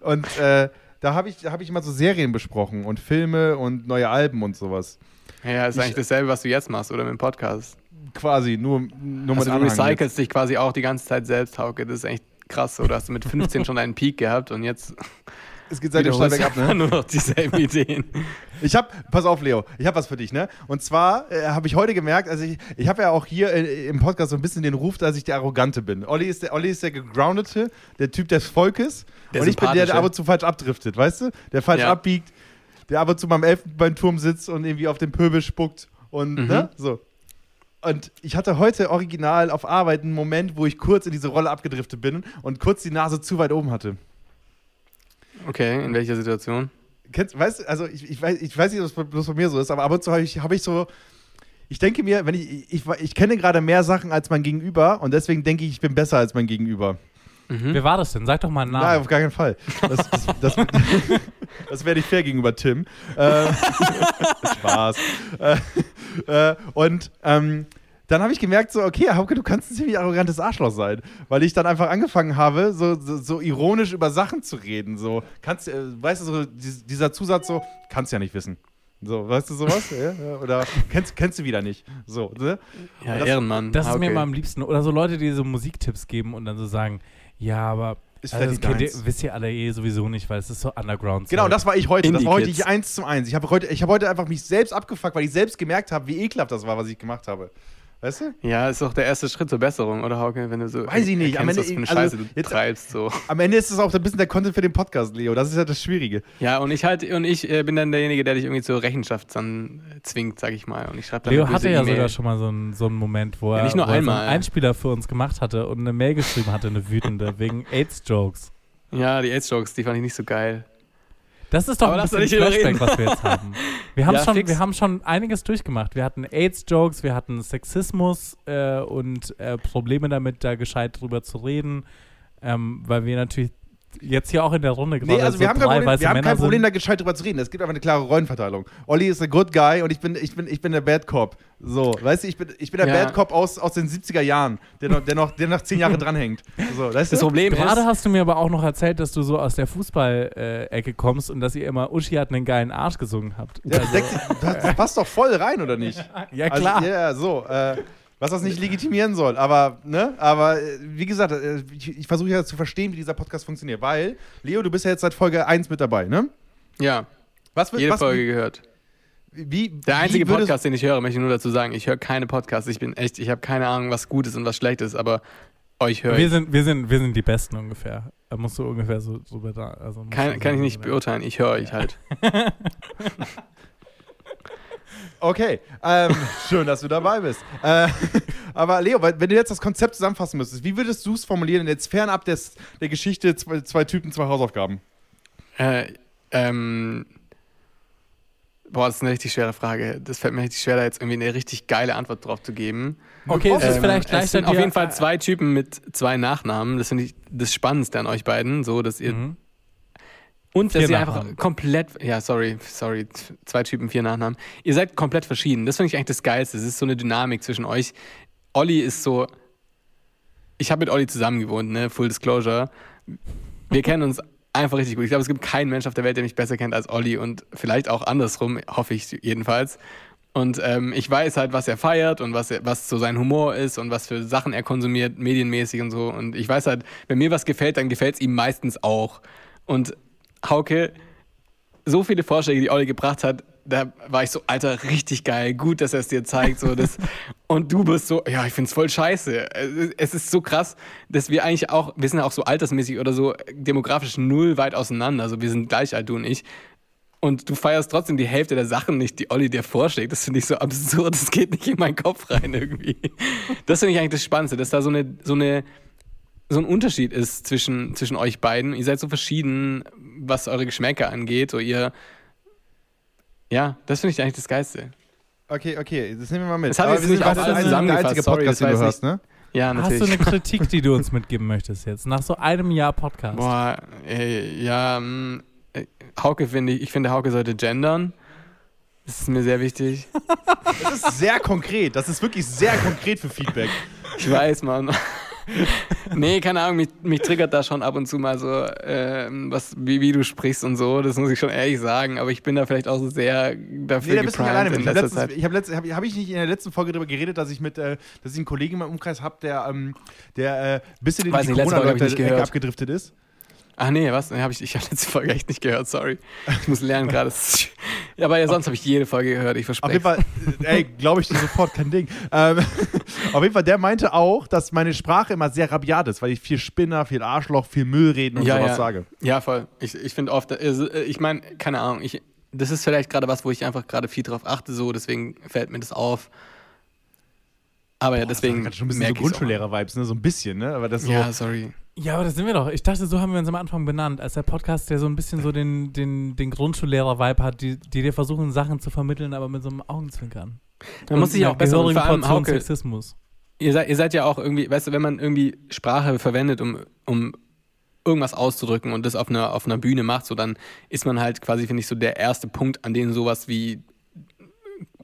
und äh, da habe ich, da hab ich immer so Serien besprochen und Filme und neue Alben und sowas.
Ja, ist
Ich-
eigentlich dasselbe, was du jetzt machst oder mit dem Podcast.
Quasi, nur, nur
Also
mit
du
Anhang jetzt.
recycelst dich quasi auch die ganze Zeit selbst, Hauke. Das ist echt krass. Oder hast du mit 15 schon einen Peak gehabt und jetzt
Es geht seitdem steil
wiederholst du
bergab, ne?
einfach nur noch dieselben Ideen.
Ich hab, pass auf, Leo, ich hab was für dich, ne? Und zwar äh, habe ich heute gemerkt, also ich, ich habe ja auch hier äh, im Podcast so ein bisschen den Ruf, dass ich der Arrogante bin. Olli ist der, Olli ist der gegroundete, der Typ des Volkes.
Der
und ich bin der, der
Sympathische.
ab und zu falsch abdriftet, weißt du? Der falsch
Ja.
abbiegt, der ab und zu beim Elfenbeinturm sitzt und irgendwie auf den Pöbel spuckt und,
Mhm.
ne? So. Und ich hatte heute original auf Arbeit einen Moment, wo ich kurz in diese Rolle abgedriftet bin und kurz die Nase zu weit oben hatte.
Okay, in welcher Situation?
Kennst, weißt du, also ich, ich, weiß, ich weiß nicht, ob es bloß bei mir so ist, aber ab und zu habe ich, hab ich so. Ich denke mir, wenn ich, ich, ich kenne gerade mehr Sachen als mein Gegenüber und deswegen denke ich, ich bin besser als mein Gegenüber.
ähm, Wer war das denn? Sag doch mal einen Namen.
Nein, auf gar keinen Fall. Das, das, das, das wäre nicht fair gegenüber Tim. Ähm, Spaß. Äh, äh, und ähm, dann habe ich gemerkt, so, okay, Hauke, du kannst ein ziemlich arrogantes Arschloch sein, weil ich dann einfach angefangen habe, so, so, so ironisch über Sachen zu reden. So, kannst, äh, weißt du, so, dies- dieser Zusatz so, kannst ja nicht wissen. So, weißt du sowas? ja, ja, oder kennst, kennst du wieder nicht. So, ne?
Ja,
Das-
Ehrenmann.
Das
Ah,
ist mir
okay.
immer am liebsten. Oder so Leute, die so Musiktipps geben und dann so sagen, ja, aber
Ist
also das
vielleicht
kennt
nicht
ihr, wisst ihr alle eh sowieso nicht, weil es ist so underground.
Genau,
Zeug.
das war ich heute. Das
Indie
war heute
Kids.
ich eins zum eins. Ich habe heute, ich hab heute einfach mich selbst abgefuckt, weil ich selbst gemerkt habe, wie ekelhaft das war, was ich gemacht habe. Weißt du?
Ja, ist doch der erste Schritt zur Besserung, oder Hauke? Wenn du so
Weiß ich nicht, am
erkennst,
Ende-
was für eine
also,
Scheiße du
jetzt-
treibst. So.
Am Ende ist es auch ein bisschen der Content für den Podcast, Leo. Das ist ja das Schwierige.
Ja, und ich halt, und ich äh, bin dann derjenige, der dich irgendwie zur Rechenschaft dann äh, zwingt, sag ich mal. Und ich schreibe dann
Leo
eine böse
hatte ja
E-Mail.
sogar schon mal so einen, so einen Moment, wo er,
Ja, nicht nur
wo er so
einmal.
einen Einspieler für uns gemacht hatte und eine Mail geschrieben hatte, eine wütende, wegen AIDS-Jokes.
Ja, die AIDS-Jokes, die fand ich nicht so geil.
Das ist doch
Aber
ein
lass doch
bisschen
nicht drüber
Flashback,
reden.
was wir jetzt haben. Wir haben,
Ja,
schon,
fix.
wir haben schon einiges durchgemacht. Wir hatten AIDS-Jokes, wir hatten Sexismus äh, und äh, Probleme damit, da gescheit drüber zu reden, ähm, weil wir natürlich Jetzt hier auch in der Runde gerade.
Nee, also wir
so
haben
drei
kein Problem,
weiße
wir haben
Männer
kein Problem
sind.
da gescheit drüber zu reden. Es gibt einfach eine klare Rollenverteilung. Olli ist der Good Guy und ich bin, ich bin, ich bin der Bad Cop. So, weißt du, ich bin, ich bin der
Ja.
Bad Cop aus, aus den 70er Jahren, der noch, der noch, der noch zehn Jahre dranhängt. So, weißt
Das
du?
Problem
Gerade
ist,
hast du mir aber auch noch erzählt, dass du so aus der Fußball-Ecke kommst und dass ihr immer Uschi hat einen geilen Arsch gesungen habt. Also,
Ja, sechs- das, das passt doch voll rein, oder nicht?
Ja,
Also,
klar.
Ja, ja, so. Äh, was das nicht legitimieren soll. Aber, ne? Aber äh, wie gesagt, äh, ich, ich versuche ja zu verstehen, wie dieser Podcast funktioniert. Weil, Leo, du bist ja jetzt seit Folge 1 mit dabei, ne?
ja,
Was, wür-
jede
was,
Folge gehört.
Wie,
Der einzige
wie würdest-
Podcast, den ich höre, möchte ich nur dazu sagen, ich höre keine Podcasts. Ich bin echt, ich habe keine Ahnung, was gut ist und was schlecht ist, aber euch höre
Wir
ich.
sind, wir, sind, wir sind die Besten ungefähr. Da musst du ungefähr so drüber da. Also musst
Kann,
du
kann ich
so
nicht
drüber-
beurteilen, ich höre euch halt.
Okay, ähm, schön, dass du dabei bist. Äh, aber Leo, weil- wenn du jetzt das Konzept zusammenfassen müsstest, wie würdest du es formulieren, jetzt fernab des, der Geschichte zwei, zwei Typen, zwei Hausaufgaben?
Äh, ähm, boah, das ist eine richtig schwere Frage. Das fällt mir richtig schwer, da jetzt irgendwie eine richtig geile Antwort drauf zu geben.
Okay, es ist
Ähm,
vielleicht
es
leichter.
sind auf
dir-
jeden Fall zwei Typen mit zwei Nachnamen. Das finde ich das Spannendste an euch beiden, so dass ihr
Mhm.
und dass
Vier
ihr
Nachnamen.
einfach komplett, ja sorry, sorry, z- zwei Typen, vier Nachnamen. Ihr seid komplett verschieden. Das finde ich eigentlich das Geilste. Es ist so eine Dynamik zwischen euch. Olli ist so, ich habe mit Olli zusammen gewohnt, ne? Full Disclosure. Wir kennen uns einfach richtig gut. Ich glaube, es gibt keinen Mensch auf der Welt, der mich besser kennt als Olli und vielleicht auch andersrum, hoffe ich jedenfalls. Und ähm, ich weiß halt, was er feiert und was, er, was so sein Humor ist und was für Sachen er konsumiert, medienmäßig und so. Und ich weiß halt, wenn mir was gefällt, dann gefällt es ihm meistens auch. Und Hauke, so viele Vorschläge, die Olli gebracht hat, da war ich so, Alter, richtig geil, gut, dass er es dir zeigt. So, das, und du bist so, ja, ich find's voll scheiße. Es ist- Es ist so krass, dass wir eigentlich auch, wir sind ja auch so altersmäßig oder so äh, demografisch null weit auseinander. Also wir sind gleich alt, du und ich. Und du feierst trotzdem die Hälfte der Sachen nicht, die Olli dir vorschlägt. Das finde ich so absurd, das geht nicht in meinen Kopf rein irgendwie. Das finde ich eigentlich das Spannendste, dass da so eine, so eine so ein Unterschied ist zwischen, zwischen euch beiden. Ihr seid so verschieden, was eure Geschmäcker angeht. So ihr, ja, das finde ich eigentlich das Geilste.
Okay, okay, das nehmen wir mal mit.
Das hat
Aber
jetzt
wir
nicht
sind
auf
weiter-
alle
wir sind der
zusammengefasst,
einzige
sorry,
Podcast,
das
den du
war
hörst,
jetzt
ne?
Ja,
Hast du eine
natürlich.
Kritik, die du uns mitgeben möchtest jetzt? Nach so einem Jahr Podcast.
Boah, ey, ja, mm, äh, Hauke finde ich, ich finde, Hauke sollte gendern. Das ist mir sehr wichtig.
Das ist sehr konkret, das ist wirklich sehr konkret für Feedback.
Ich weiß, Mann. nee, keine Ahnung, mich, mich triggert da schon ab und zu mal so, ähm, was, wie, wie du sprichst und so. Das muss ich schon ehrlich sagen. Aber ich bin da vielleicht auch so sehr dafür
Nee, da bist du nicht
geprimed
alleine mit.
in
Ich habe
letzter
letztens-
Zeit.
ich hab letzt, hab, hab ich nicht in der letzten Folge darüber geredet, dass ich mit, äh, dass ich einen Kollegen in meinem Umkreis habe, der, ähm, der äh, bisschen in
Weiß
die
nicht, letzte Folge hab ich nicht
Corona-Leute äh,
gehört.
abgedriftet ist?
Ach Ah, nee, was? Nee, hab ich ich habe letzte Folge echt nicht gehört, sorry. Ich muss lernen gerade. Ja, aber ja, sonst habe ich jede Folge gehört, ich
Auf jeden
verspreche.
Fall, äh, ey, glaube ich dir sofort, kein Ding. Ähm, auf jeden Fall, der meinte auch, dass meine Sprache immer sehr rabiat ist, weil ich viel Spinner, viel Arschloch, viel Müll reden und
Ja,
sowas
ja.
sage.
Ja, voll. Ich, ich finde oft, äh, ich meine, keine Ahnung, ich, das ist vielleicht gerade was, wo ich einfach gerade viel drauf achte, so, deswegen fällt mir das auf. Aber ja, deswegen.
Hat schon ein bisschen so
merk ich's auch.
Grundschullehrer-Vibes, ne? So ein bisschen, ne? Aber das so.
Ja, sorry.
Ja, aber das sind wir doch. Ich dachte, so haben wir uns am Anfang benannt, als der Podcast, der so ein bisschen so den, den, den Grundschullehrer-Vibe hat, die, die dir versuchen, Sachen zu vermitteln, aber mit so einem Augenzwinkern.
Man muss
Und
sich
einer
auch besser und
gehörigen
vor allem
Portion
Hauke,
Sexismus.
ihr seid, ihr seid ja auch irgendwie, weißt du, wenn man irgendwie Sprache verwendet, um, um irgendwas auszudrücken und das auf einer, auf einer Bühne macht, so dann ist man halt quasi, finde ich, so der erste Punkt, an dem sowas wie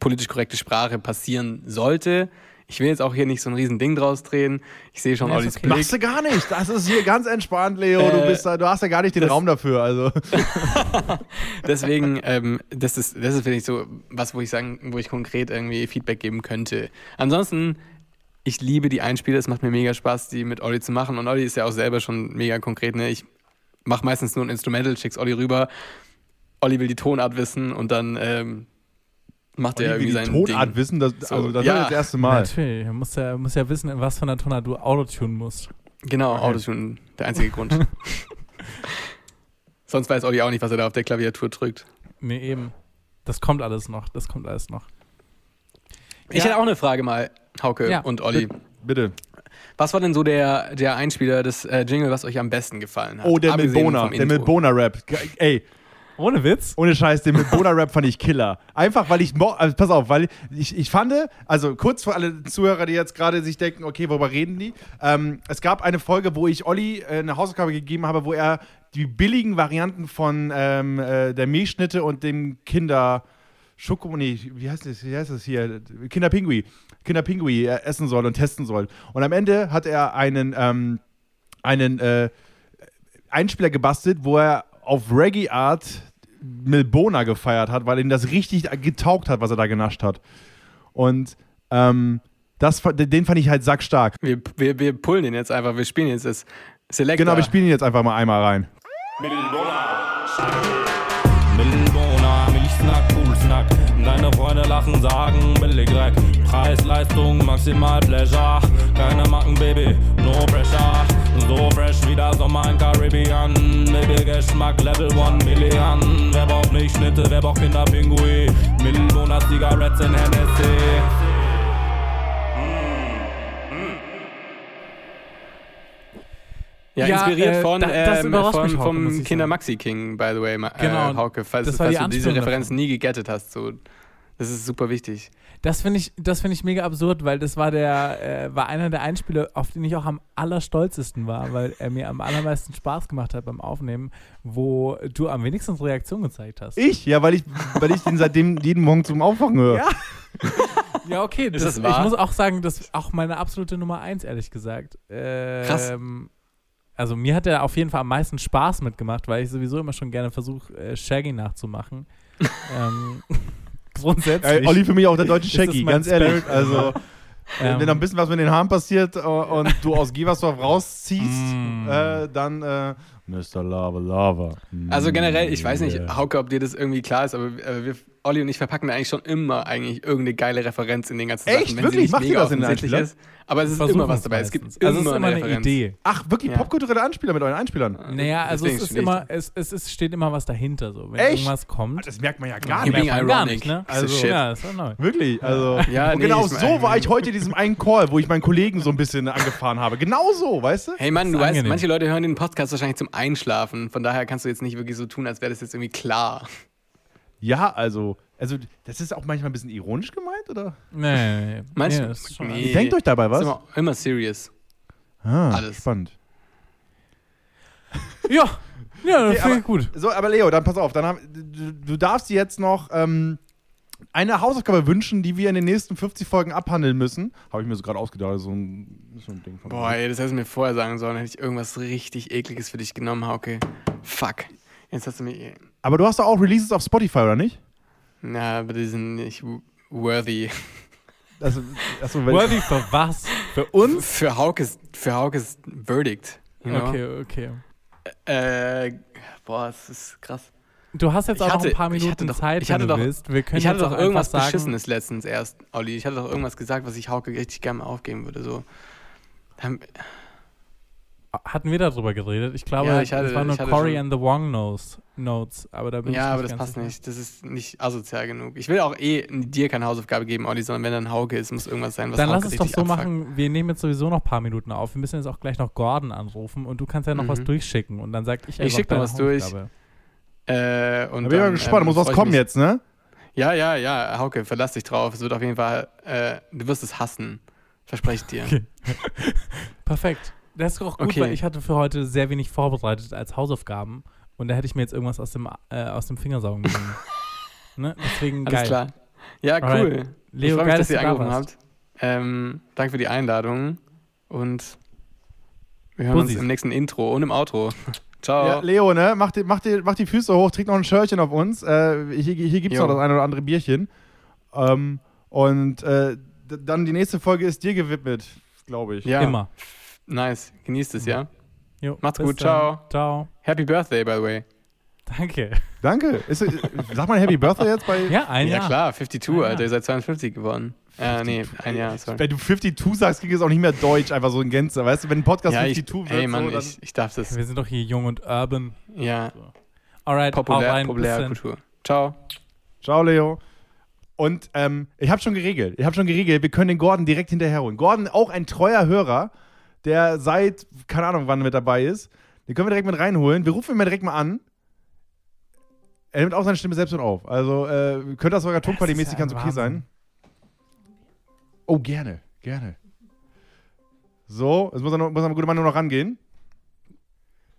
politisch korrekte Sprache passieren sollte. Ich will jetzt auch hier nicht so ein riesen Ding draus drehen. Ich sehe schon
Ja, ist
Ollis
okay.
Blick.
Machst du gar nicht. Das ist hier ganz entspannt, Leo. du,
Äh,
bist da, du hast ja gar nicht den
das-
Raum dafür. Also.
Deswegen, ähm, das ist, das ist, finde ich, so was, wo ich sagen, wo ich konkret irgendwie Feedback geben könnte. Ansonsten, ich liebe die Einspiele, es macht mir mega Spaß, die mit Olli zu machen. Und Olli ist ja auch selber schon mega konkret, ne? Ich mache meistens nur ein Instrumental, schick's Olli rüber. Olli will die Tonart wissen und dann ähm, macht er
Wie
irgendwie
die
sein
Tonart
Ding.
wissen, das,
So,
also, das
ja.
war das erste Mal.
Natürlich, du musst ja, musst ja wissen, in was für einer Tonart du Autotune musst.
Genau, Autotune, der einzige Grund. Sonst weiß Olli auch nicht, was er da auf der Klaviatur drückt.
Nee, eben. Das kommt alles noch, das kommt alles noch.
Ich
Ja.
hätte auch eine Frage mal, Hauke
Ja.
und Olli.
Bitte.
Was war denn so der, der Einspieler, das äh, Jingle, was euch am besten gefallen hat?
Oh, der
Abgesehen
Milbona.
vom
Der
Intro.
Milbona-Rap. Ge- Ey,
Ohne Witz?
Ohne Scheiß, den mit Boda Rap fand ich Killer. Einfach, weil ich, mo also pass auf, weil ich, ich fand, also kurz für alle Zuhörer, die jetzt gerade sich denken, okay, worüber reden die? Ähm, es gab eine Folge, wo ich Olli äh, eine Hausaufgabe gegeben habe, wo er die billigen Varianten von ähm, äh, der Milchschnitte und dem Kinder Schoko, nee, wie heißt das, wie heißt das hier? Kinderpingui. Kinderpingui äh, essen soll und testen soll. Und am Ende hat er einen, ähm, einen äh, Einspieler gebastelt, wo er auf Reggae-Art Milbona gefeiert hat, weil ihm das richtig getaugt hat, was er da genascht hat. Und ähm, das, fa- den fand ich halt sackstark.
Wir, wir, wir pullen den jetzt einfach, wir spielen jetzt das Selector.
Genau, wir spielen ihn jetzt einfach mal einmal rein.
Milchbohner, Milchsnack, Poolsnack. Deine Freunde lachen, sagen Milligreck. Preis, Leistung, maximal Pleasure. Keine Macken, Baby, no pressure. So fresh wie der Sommer in Caribbean. Baby, Geschmack, Level 1 Million. Wer braucht Milchschnitte, wer braucht Kinderpingui? Milchbohner, Zigaretten, Hennessy.
Ja,
Ja,
inspiriert
äh,
von,
da- das
ähm,
überrascht mich,
vom,
Hauke, muss ich
vom
sagen.
Kinder Maxi King, by the way, Ma-
Genau,
äh, Hauke, falls,
das war
falls
die
du diese
Anspielung
Referenz
davon.
nie gegettet hast. So. Das ist super wichtig.
Das finde ich, das finde ich mega absurd, weil das war der, äh, war einer der Einspieler, auf den ich auch am allerstolzesten war, weil er mir am allermeisten Spaß gemacht hat beim Aufnehmen, wo du am wenigsten Reaktion gezeigt hast.
Ich? Ja, weil ich, weil ich den seitdem jeden Morgen zum Aufwachen höre.
Ja. Ja, okay. Das,
das wahr?
Ich muss auch sagen, das ist auch meine absolute Nummer eins, ehrlich gesagt. Ähm,
Krass.
Also mir hat er auf jeden Fall am meisten Spaß mitgemacht, weil ich sowieso immer schon gerne versuche, äh, Shaggy nachzumachen. ähm, grundsätzlich.
Äh, Olli für mich auch der deutsche
ist
Shaggy,
mein
ganz ehrlich.
Spirit.
Also,
Ähm,
wenn da ein bisschen was mit den Haaren passiert äh, und du aus Geversdorf rausziehst,
Mm.
äh, dann äh, Mr. Lava Lava. Mm,
Also generell, ich weiß nicht, Hauke, ob dir das irgendwie klar ist, aber äh, wir, Olli und ich verpacken da eigentlich schon immer eigentlich irgendeine geile Referenz in den ganzen
Echt?
Sachen. wenn sie
Wirklich?
nicht
Macht ihr
mega
das ne? in den
offensichtlich
Einspielern?
ist. Aber es ist
versuchen
immer was
es
dabei. Es gibt
meistens. also es ist
immer
immer eine,
Referenz.
Idee.
Ach, wirklich
Ja.
popkulturelle Anspieler mit euren Einspielern?
Äh,
Naja, also
Deswegen
es ist
stehe ich Also
immer, es, es, es steht immer was dahinter so. Wenn
Echt?
irgendwas kommt,
Das merkt man ja gar
You
merkt
nicht.
being
man gar
ironic.
nicht, ne?
Also,
Also,
shit.
ja, das war neu.
Wirklich, also.
Ja,
und
nee,
genau
ich mein-
so war ich heute in diesem einen Call, wo ich meinen Kollegen so ein bisschen angefahren habe. Genau so, weißt du?
Hey Mann, du
ist
weißt,
angenehm.
manche Leute hören den Podcast wahrscheinlich zum Einschlafen. Von daher kannst du jetzt nicht wirklich so tun, als wäre das jetzt irgendwie klar.
Ja, also. Also, das ist auch manchmal ein bisschen ironisch gemeint, oder?
Nee, nee, nee.
Meinst
nee,
du?
das ist schon
Nee.
alles-
Ihr Denkt euch dabei
Ist
was?
Immer, immer serious.
Ah,
Alles.
Spannend.
Ja, ja,
Nee,
das finde
aber-
ich gut.
So, aber Leo, dann pass auf. Dann haben, du, du darfst dir jetzt noch ähm, eine Hausaufgabe wünschen, die wir in den nächsten 50 Folgen abhandeln müssen. Habe ich mir so gerade ausgedacht. So ein, so ein Ding von
Boah, ey, das hättest du mir vorher sagen sollen. Hätte ich irgendwas richtig Ekliges für dich genommen, Hauke. Fuck. Jetzt hast du mir.
Aber du hast doch auch Releases auf Spotify, oder nicht?
Na, aber die sind nicht worthy.
Also, achso, wenn-
Worthy für was? Für
Und? Für Haukes, für Haukes Verdict. You know?
Okay, okay.
Äh, boah, das ist krass.
Du hast jetzt
Ich
auch noch
hatte-
ein paar
ich hatte
Minuten
doch-
Zeit,
ich
wenn
hatte
du
doch-
willst. Wir können
Ich hatte
jetzt
doch
auch
irgendwas
einfach sagen,
Beschissenes letztens erst, Olli. Ich hatte doch irgendwas gesagt, was ich Hauke richtig gerne mal aufgeben würde. So. Dann-
Hatten wir darüber geredet? Ich glaube,
Ja, ich hatte-
es war nur
ich hatte
Corey
schon-
and the Wong Nose, Notes. Aber da bin ich
Ja, aber
nicht
das
ganz
passt
sicher.
nicht. Das ist nicht asozial genug. Ich will auch eh dir keine Hausaufgabe geben, Olli, sondern wenn dann Hauke ist, muss irgendwas sein, was
Dann
Hauke
lass es doch
richtig
so
abfuckt.
machen, wir nehmen jetzt sowieso noch ein paar Minuten auf. Wir müssen jetzt auch gleich noch Gordon anrufen und du kannst ja noch was
Mhm.
durchschicken. Und dann sag ich
Ich schick noch
deine
was durch.
Hausaufgabe.
Äh, und
da bin ich mal
dann,
gespannt.
ähm,
muss was
freu ich
kommen
mich-
jetzt, ne?
Ja, ja, ja, Hauke, verlass dich drauf. Es wird auf jeden Fall, äh, du wirst es hassen. Verspreche ich dir.
Okay. Perfekt. Das ist auch gut,
Okay.
weil ich hatte für heute sehr wenig vorbereitet als Hausaufgaben. Und da hätte ich mir jetzt irgendwas aus dem, äh, aus dem Finger saugen müssen. ne? Deswegen
Alles
geil.
klar. Ja,
Alright.
cool. ich
Leo,
freue mich,
geil,
dass
dass
ihr
du da
angerufen
warst.
habt. Ähm, danke für die Einladung und wir hören
Bussis.
uns im nächsten Intro und im Outro. Ciao.
Ja, Leo, ne? Mach die, mach, die, mach die Füße hoch, trink noch ein Schörchen auf uns. Äh, hier hier gibt es
Jo.
noch das eine oder andere Bierchen. Ähm, und äh, d- dann die nächste Folge ist dir gewidmet, glaube ich.
Ja,
Immer.
Nice. Genießt es,
Mhm.
ja?
Jo,
Macht's
bis
gut,
dann.
ciao.
Ciao.
Happy Birthday, by the way.
Danke.
Danke. Ist, äh, sag mal Happy Birthday jetzt bei.
Ja, ein
Ja,
Jahr.
klar, 52,
Ein Jahr.
Alter, ihr seid 52 geworden. Ja, nee, ein Jahr, sorry.
Wenn du 52 sagst, klingt es auch nicht mehr deutsch, einfach so in Gänze. Weißt du, wenn ein Podcast
Ja, ich,
52 wird,
ey, Mann,
so, dann,
ich, ich darf das.
Wir sind doch hier jung und urban.
Ja,
Alright, hau
populär,
rein, bis
populär
dann.
Kultur. Ciao.
ciao Leo. Und ähm, ich habe schon geregelt. Ich habe schon geregelt. Wir können den Gordon direkt hinterherholen. Gordon, auch ein treuer Hörer, der seit keine Ahnung wann mit dabei ist. Den können wir direkt mit reinholen. Wir rufen ihn mal direkt mal an. Er nimmt auch seine Stimme selbst mit auf. Also äh, könnte das sogar tonqualitätmäßig
ja
ganz okay
Wahnsinn.
sein. Oh, gerne, gerne. So, jetzt muss er, noch, muss er gute Mann nur noch rangehen.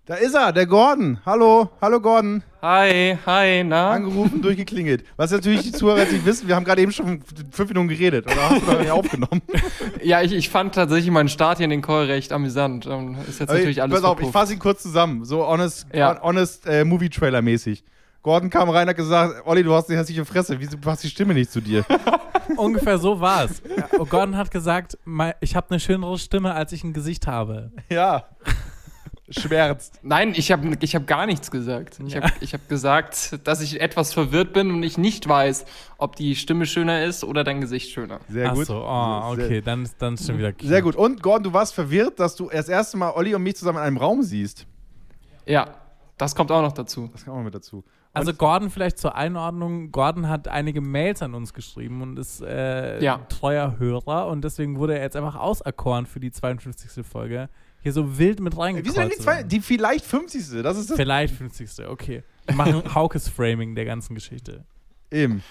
Da ist er, der Gordon. Hallo, hallo Gordon.
Hi, hi, na?
Angerufen, durchgeklingelt. Was natürlich die Zuhörer jetzt nicht wissen, wir haben gerade eben schon fünf Minuten geredet. Oder hast du noch nicht aufgenommen?
Ja, ich, ich fand tatsächlich meinen Start hier in den Call recht amüsant. Ähm, Ist jetzt
Aber
natürlich alles
Pass auf, ich
verpufft.
fasse ihn kurz zusammen. So honest,
Ja.
honest äh, Movie-Trailer-mäßig. Gordon kam rein und hat gesagt, Olli, du hast eine hässliche Fresse. Wieso passt die Stimme nicht zu dir?
Ungefähr so war es. Und Gordon hat gesagt, "Mei- ich habe eine schönere Stimme, als ich ein Gesicht habe.
ja. Schmerz.
Nein, ich habe ich hab gar nichts gesagt. Ich habe ich hab gesagt, dass ich etwas verwirrt bin und ich nicht weiß, ob die Stimme schöner ist oder dein Gesicht schöner.
Sehr
Ach
gut.
so, oh,
Sehr-
okay, dann, ist- dann ist schon wieder
Sehr gut. Und Gordon, du warst verwirrt, dass du das erste Mal Olli und mich zusammen in einem Raum siehst.
Ja, das kommt auch noch dazu.
Das kam auch mit dazu.
Also Gordon vielleicht zur Einordnung. Gordon hat einige Mails an uns geschrieben und ist äh,
Ja.
treuer Hörer und deswegen wurde er jetzt einfach auserkoren für die 52. Folge. Hier so wild mit
Äh, Wieso denn
reingekommen.
die, zwei, die vielleicht 50. Das ist das
Vielleicht 50. Okay. Wir machen Haukes Framing der ganzen Geschichte.
eben.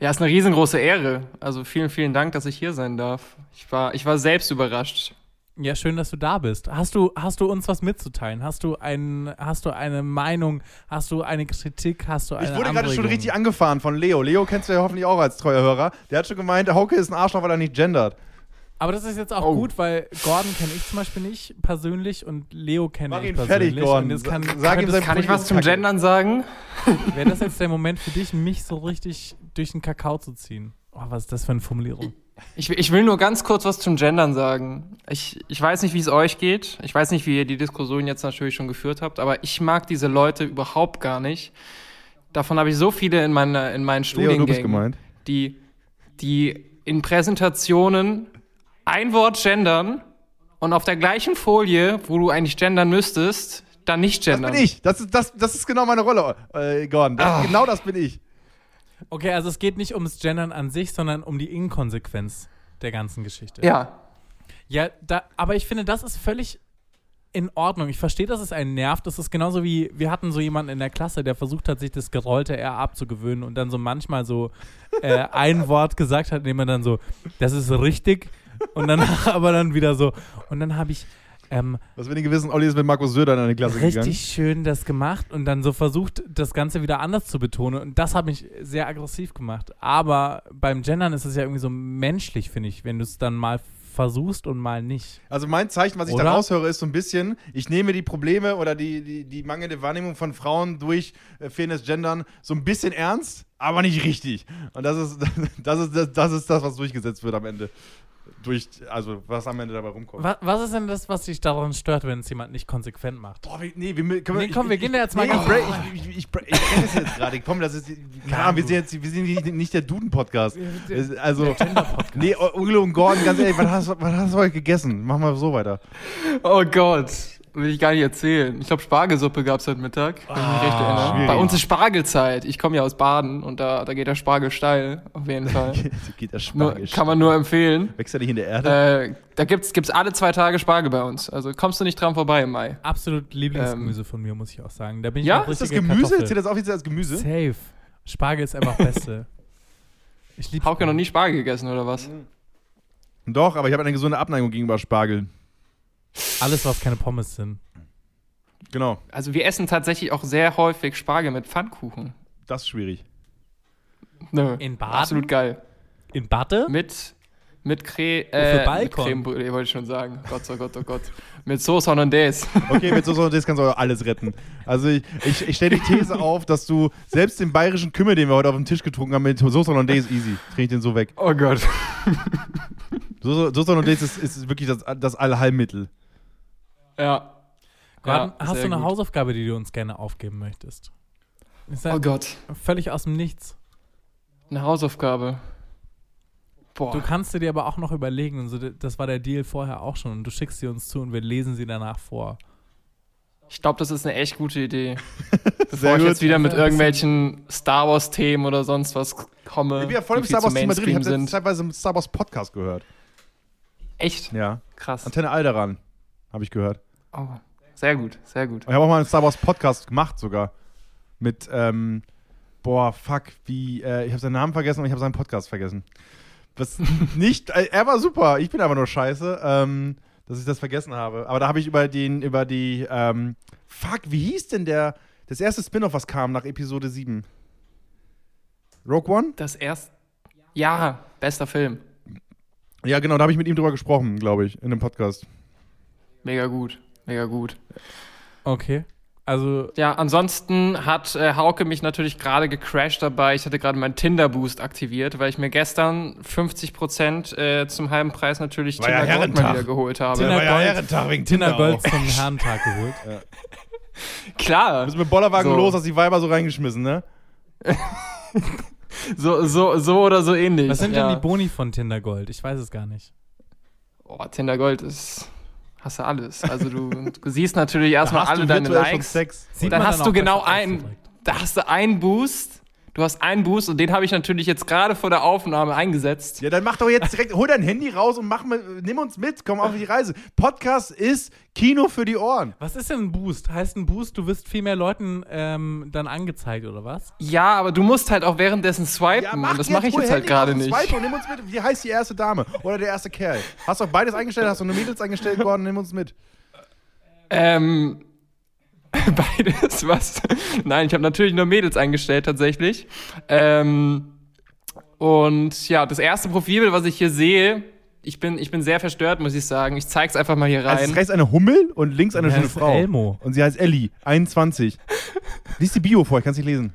Ja, ist eine riesengroße Ehre. Also vielen, vielen Dank, dass ich hier sein darf. Ich war, ich war selbst überrascht.
Ja, schön, dass du da bist. Hast du, hast du uns was mitzuteilen? Hast du, ein, hast du eine Meinung? Hast du eine Kritik? Hast du eine
Ich wurde gerade schon
Anregung?
richtig angefahren von Leo. Leo kennst du ja hoffentlich auch als treuer Hörer. Der hat schon gemeint, Hauke ist ein Arschloch, weil er nicht gendert.
Aber das ist jetzt auch
Oh.
gut, weil Gordon kenne ich zum Beispiel nicht persönlich und Leo kenne
Mach
ich
ihn
persönlich.
fertig, Gordon.
Und jetzt kann,
Sag ihm sein
Kann ich was zum
Kacke.
Gendern sagen?
Wäre das jetzt der Moment für dich, mich so richtig durch den Kakao zu ziehen? Oh, was ist das für eine Formulierung?
Ich, will- ich will nur ganz kurz was zum Gendern sagen. Ich, ich weiß nicht, wie es euch geht. Ich weiß nicht, wie ihr die Diskussion jetzt natürlich schon geführt habt, aber ich mag diese Leute überhaupt gar nicht. Davon habe ich so viele in, meiner in meinen
Leo, du bist
Studiengängen,
gemeint.
die, die in Präsentationen ein Wort gendern und auf der gleichen Folie, wo du eigentlich gendern müsstest, dann nicht
Das
gendern.
bin ich. Das ist, das, das ist genau meine Rolle, äh, Gordon.
Ah.
Das, genau das bin ich.
Okay, also es geht nicht ums Gendern an sich, sondern um die Inkonsequenz der ganzen Geschichte.
Ja,
Ja, da, aber ich finde, das ist völlig in Ordnung. Ich verstehe, dass es einen nervt. Das ist genauso wie, wir hatten so jemanden in der Klasse, der versucht hat, sich das gerollte R abzugewöhnen und dann so manchmal so äh, ein Wort gesagt hat, indem man dann so, das ist richtig. Und dann aber dann wieder so, und dann habe ich ähm,
Was wenige wissen, Olli ist mit Markus Söder in eine Klasse
richtig
Also gegangen.
schön das gemacht und dann so versucht, das Ganze wieder anders zu betonen. Und das hat mich sehr aggressiv gemacht. Aber beim Gendern ist es ja irgendwie so menschlich, finde ich, wenn du es dann mal versuchst und mal nicht.
Also mein Zeichen, was ich da
Oder?
raushöre, ist so ein bisschen, ich nehme die Probleme oder die, die, die mangelnde Wahrnehmung von Frauen durch äh, Fairness Gendern so ein bisschen ernst, aber nicht richtig. Und das ist das, ist, das, das, ist das was durchgesetzt wird am Ende. Durch, also was am Ende dabei rumkommt.
Was, was ist denn das, was dich daran stört, wenn es jemand nicht konsequent macht?
Boah, wir, nee, wir, mü- können
Nee, komm, wir gehen da jetzt mal
ich,
ganz-
break- ich, ich, ich, break- ich kenn das jetzt gerade. Komm, das ist. Keine Ahnung, wir sind jetzt wir sind nicht, nicht der Duden-Podcast. Es- Also. Nee, Ugle und Gordon, ganz ehrlich, was hast, du- was hast du heute gegessen? Mach mal so weiter.
Oh Gott, will ich gar nicht erzählen. Ich glaube, Spargelsuppe gab es heute Mittag. wenn ich mich recht erinnere.
schwierig.
Bei uns ist Spargelzeit. Ich komme ja aus Baden und da, da geht der Spargel steil, auf jeden Fall.
So geht der
nur,
Spargel.
kann man nur empfehlen.
Wächst er nicht in der Erde?
Äh, da gibt's, gibt's alle zwei Tage Spargel bei uns. Also kommst du nicht dran vorbei im Mai.
Absolut Lieblingsgemüse von mir, muss ich auch sagen. Da bin ich
Ähm. Ja?
auch
ist das
richtige
Gemüse? Zählt
Kartoffel.
das offiziell als Gemüse?
Safe. Spargel ist einfach Beste. Ich liebe
Hauke noch nie Spargel gegessen, oder was?
Doch, aber ich habe eine gesunde Abneigung gegenüber Spargel.
alles, was keine Pommes sind.
Genau,
Also wir essen tatsächlich auch sehr häufig Spargel mit Pfannkuchen.
das ist schwierig.
Nö.
In Baden?
Absolut geil.
In Batte?
Mit, mit, Cre
Für
äh, mit
Balkon.
Creme Brûlée, wollte ich schon sagen. Gott, oh Gott, oh Gott. Mit Sauce Hollandaise.
Okay, mit so so das kannst du auch alles retten. Also ich, ich, ich stelle die These auf, dass du selbst den bayerischen Kümmel, den wir heute auf dem Tisch getrunken haben, mit Soße Hollandaise easy. Trinke ich den so weg.
Oh Gott.
Soße Soße Hollandaise ist, ist wirklich das, das Allheilmittel.
Ja.
Gordon,
Ja,
hast du
sehr
eine
gut.
Hausaufgabe, die du uns gerne aufgeben möchtest? Ist ja
Oh Gott,
völlig aus dem Nichts.
eine Hausaufgabe. Boah.
Du kannst sie dir aber auch noch überlegen. Und so, das war der Deal vorher auch schon. Und du schickst sie uns zu und wir lesen sie danach vor.
ich glaube, das ist eine echt gute Idee.
Sehr
Bevor ich jetzt wieder mit
Ja, ein
irgendwelchen Star Wars-Themen oder sonst was komme,
Ich bin ja voll im
die
Star
viel zu
Wars-Thema drin. Ich
Mainstream
habe
sind.
teilweise im Star Wars Podcast gehört.
Echt
Ja.
krass.
Antenne Alderan habe ich gehört.
Oh. Sehr gut, sehr gut.
Ich habe auch mal einen Star Wars Podcast gemacht sogar. Mit, ähm, boah, fuck, wie, äh, ich habe seinen Namen vergessen und ich habe seinen Podcast vergessen. Was nicht, äh, er war super, ich bin aber nur scheiße, ähm, dass ich das vergessen habe. Aber da habe ich über den, über die ähm, Fuck, wie hieß denn der, das erste Spin-off, was kam nach Episode 7? Rogue One?
Das erste. Ja, bester Film.
Ja, genau, da habe ich mit ihm drüber gesprochen, glaube ich, in einem Podcast.
Mega gut. Mega gut.
Okay. Also,
Ja, ansonsten hat äh, Hauke mich natürlich gerade gecrashed dabei. Ich hatte gerade meinen Tinder-Boost aktiviert, weil ich mir gestern 50% äh, zum halben Preis natürlich
War ja
Tinder Gold mal
Herrentag.
wieder geholt habe.
Tinder-
war ja
Gold.
Herrentag wegen
Tinder
auch.
Gold zum Herrentag geholt.
Klar.
Bist mit Bollerwagen
So.
los, hast die Weiber so reingeschmissen, ne?
So, so, so oder so ähnlich.
Was sind
ja.
denn die Boni von Tinder Gold? Ich weiß es gar nicht.
Oh, Tinder Gold ist. Hast du alles. Also du, du siehst natürlich erstmal
Hast
alle
du
deine
virtuell schon
Likes.
Sex?
Sieht
Dann
man
hast du
auch
genau
besser aus
einen-
direkt.
Da hast du einen Boost. Du hast einen Boost und den habe ich natürlich jetzt gerade vor der Aufnahme eingesetzt.
Ja, dann mach doch jetzt direkt, hol dein Handy raus und mach mit, nimm uns mit, komm auf die Reise. Podcast ist Kino für die Ohren.
Was ist denn ein Boost? Heißt ein Boost, du wirst viel mehr Leuten ähm, dann angezeigt oder was?
Ja, aber du musst halt auch währenddessen swipen. und das mache ich
hol
jetzt halt
Handy raus
gerade
und
nicht.
swipe Und nimm uns mit. Wie heißt die erste Dame? Oder der erste Kerl? Hast du auf beides eingestellt? Hast du nur Mädels eingestellt worden? Nimm uns mit.
Ähm, beides, was? Nein, ich habe natürlich nur Mädels eingestellt, tatsächlich. Ähm, und ja, das erste Profilbild, was ich hier sehe, ich bin, ich bin sehr verstört, muss ich sagen. Ich zeig's einfach mal hier
Also es
rein.
ist rechts eine Hummel und links eine
Ja,
schöne
das ist
Frau.
Elmo.
Und sie heißt Elli, 21. Lies die Bio vor, ich kann es nicht lesen.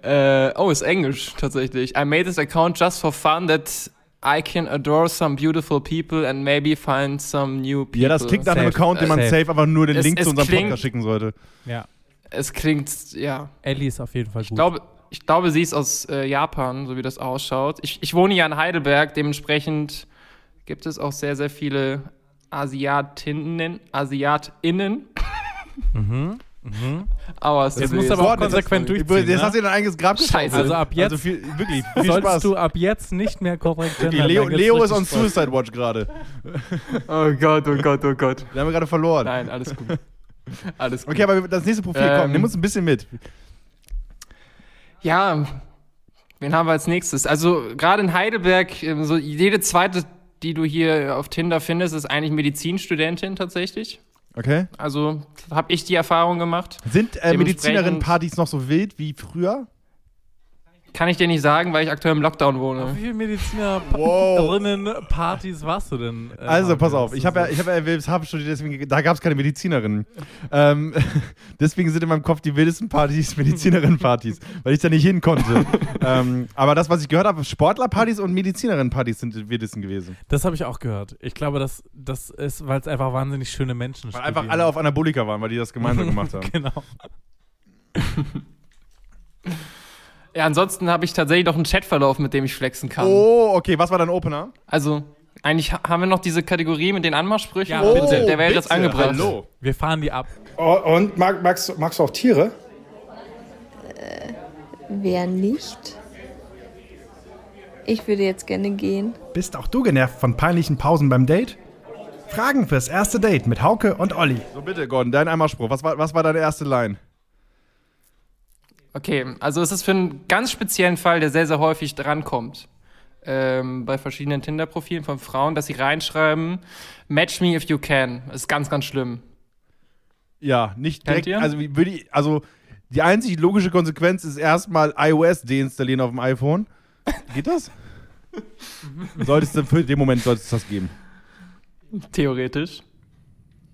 Äh, oh, ist Englisch tatsächlich. I made this account just for fun that I can adore some beautiful people and maybe find some new people.
Ja, das klingt nach einem
Safe.
Account, den man
Safe.
safe einfach nur den
Es-
Link
es
zu unserem
klingt-
Podcast schicken sollte.
Ja.
Es klingt, ja.
Ellie ist auf jeden Fall gut.
Ich glaube, ich glaube, sie ist aus äh, Japan, so wie das ausschaut. Ich, ich wohne ja in Heidelberg, dementsprechend gibt es auch sehr, sehr viele Asiatinnen, AsiatInnen. Mhm, Aber es
Jetzt
ist
musst du aber auch konsequent durchziehen.
Jetzt
ne?
hast du dein eigenes Grab geschaffen.
Scheiße. Also
ab jetzt-
Also viel, wirklich, viel
Solltest
Spaß.
du ab jetzt nicht mehr korrekt
Die
gendern,
Leo,
dann gibt's
Leo ist
richtig
on
Stress.
Suicide Watch gerade.
Oh Gott, oh Gott, oh Gott.
Wir haben gerade verloren.
Nein, alles gut. Alles gut.
Okay, aber das nächste Profil,
Ähm.
komm, nimm uns ein bisschen mit.
Ja, wen haben wir als nächstes? Also gerade in Heidelberg, ähm, so jede zweite, die du hier auf Tinder findest, ist eigentlich Medizinstudentin tatsächlich.
Okay.
Also habe ich die Erfahrung gemacht.
Sind äh,
Dementsprechend-
Medizinerinnen-Partys noch so wild wie früher?
Kann ich dir nicht sagen, weil ich aktuell im Lockdown
Auf
wohne.
Wie viele Medizinerinnen-Partys warst du denn? äh,
Also,
Marco?
pass auf,
Das
ich
ist
habe ja,
so-
ich hab ja Wilhelmshaven studiert, deswegen, da gab es keine Medizinerinnen. Ähm, deswegen sind in meinem Kopf die wildesten Partys Medizinerinnen-Partys, weil ich da nicht hin konnte. ähm, aber das, was ich gehört habe, Sportler-Partys und Medizinerinnen-Partys sind die wildesten gewesen.
Das habe ich auch gehört. Ich glaube, das, das ist, weil es einfach wahnsinnig schöne Menschen
Weil einfach
studieren.
alle auf Anabolika waren, weil die das gemeinsam gemacht haben.
Genau.
Ja, ansonsten habe ich tatsächlich noch einen Chatverlauf, mit dem ich flexen kann.
Oh, okay, was war dein Opener?
Also, eigentlich ha- haben wir noch diese Kategorie mit den Anmachsprüchen.
Ja,
und
bitte.
Der wäre jetzt angebracht.
Oh, Hallo.
Wir fahren die ab.
Oh, Und mag, magst, magst du auch Tiere?
Wer nicht? Ich würde jetzt gerne gehen.
Bist auch du genervt von peinlichen Pausen beim Date? Fragen fürs erste Date mit Hauke und Olli.
So, bitte, Gordon, dein Einmalspruch. Was war, was war deine erste Line?
Okay, also es ist für einen ganz speziellen Fall, der sehr, sehr häufig drankommt. Ähm, bei verschiedenen Tinder-Profilen von Frauen, dass sie reinschreiben, match me if you can. Ist ganz, ganz schlimm.
Ja, nicht direkt.
Kennt ihr?
Also, wie würde ich, also die einzige logische Konsequenz ist erstmal iOS deinstallieren auf dem iPhone. Geht das? solltest du für den Moment solltest du das geben.
Theoretisch.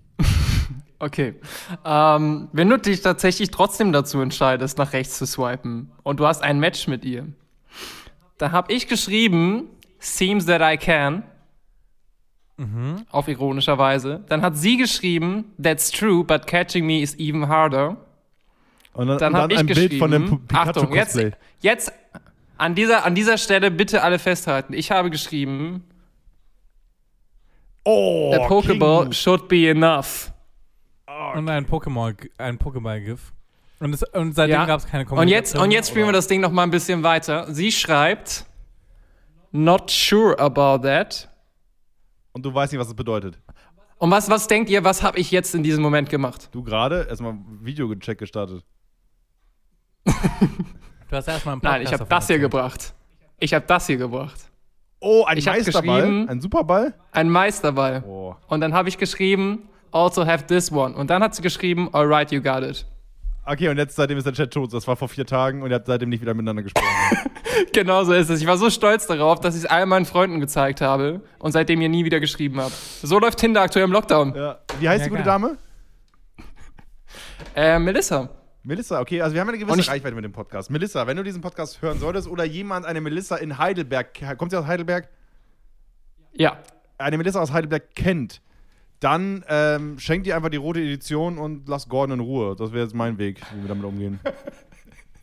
okay. Ähm, wenn du dich tatsächlich trotzdem dazu entscheidest, nach rechts zu swipen und du hast ein Match mit ihr, da habe ich geschrieben, seems that I can.
Mhm.
Auf ironischer Weise. Dann hat sie geschrieben, that's true, but catching me is even harder.
Und dann,
Dann
und
habe ich
ein
geschrieben.
Bild von dem P-
Achtung, jetzt,
Pikachu-Cosplay.
jetzt an, dieser, an dieser Stelle bitte alle festhalten. Ich habe geschrieben,
Oh,
a Pokeball
King.
should be enough.
Und ein Pokémon, ein Pokémon-GIF. Und, es- und seitdem
Ja.
gab es keine
Und jetzt,
Kommunikation.
und jetzt spielen wir
oder-
das Ding noch mal ein bisschen weiter. Sie schreibt, not sure about that.
Und du weißt nicht, was das bedeutet.
Und was, was denkt ihr, was habe ich jetzt in diesem Moment gemacht?
Du gerade erstmal Videocheck gestartet.
Du hast erstmal einen
Nein, ich habe
davon
das hier
erzählt.
gebracht. Ich habe das hier gebracht.
Oh, ein
Ich hab
Meisterball,
geschrieben-
ein Superball.
Ein Meisterball.
Oh.
Und dann habe ich geschrieben, also have this one. Und dann hat sie geschrieben, alright, you got it.
Okay, und jetzt seitdem ist der Chat tot. Das war vor vier Tagen und ihr habt seitdem nicht wieder miteinander gesprochen.
Genau so ist es. Ich war so stolz darauf, dass ich es all meinen Freunden gezeigt habe und seitdem ihr nie wieder geschrieben habt. So läuft Tinder aktuell im Lockdown.
ja. Äh, Wie heißt die gute
geil.
Dame?
Äh, Melissa.
Melissa, okay, also wir haben eine gewisse
Und ich-
Reichweite mit dem Podcast. Melissa, wenn du diesen Podcast hören solltest oder jemand eine Melissa in Heidelberg, ke- kommt sie aus Heidelberg?
Ja.
Eine Melissa aus Heidelberg kennt, dann ähm, schenkt ihr einfach die rote Edition und lasst Gordon in Ruhe. Das wäre jetzt mein Weg, wie wir damit umgehen.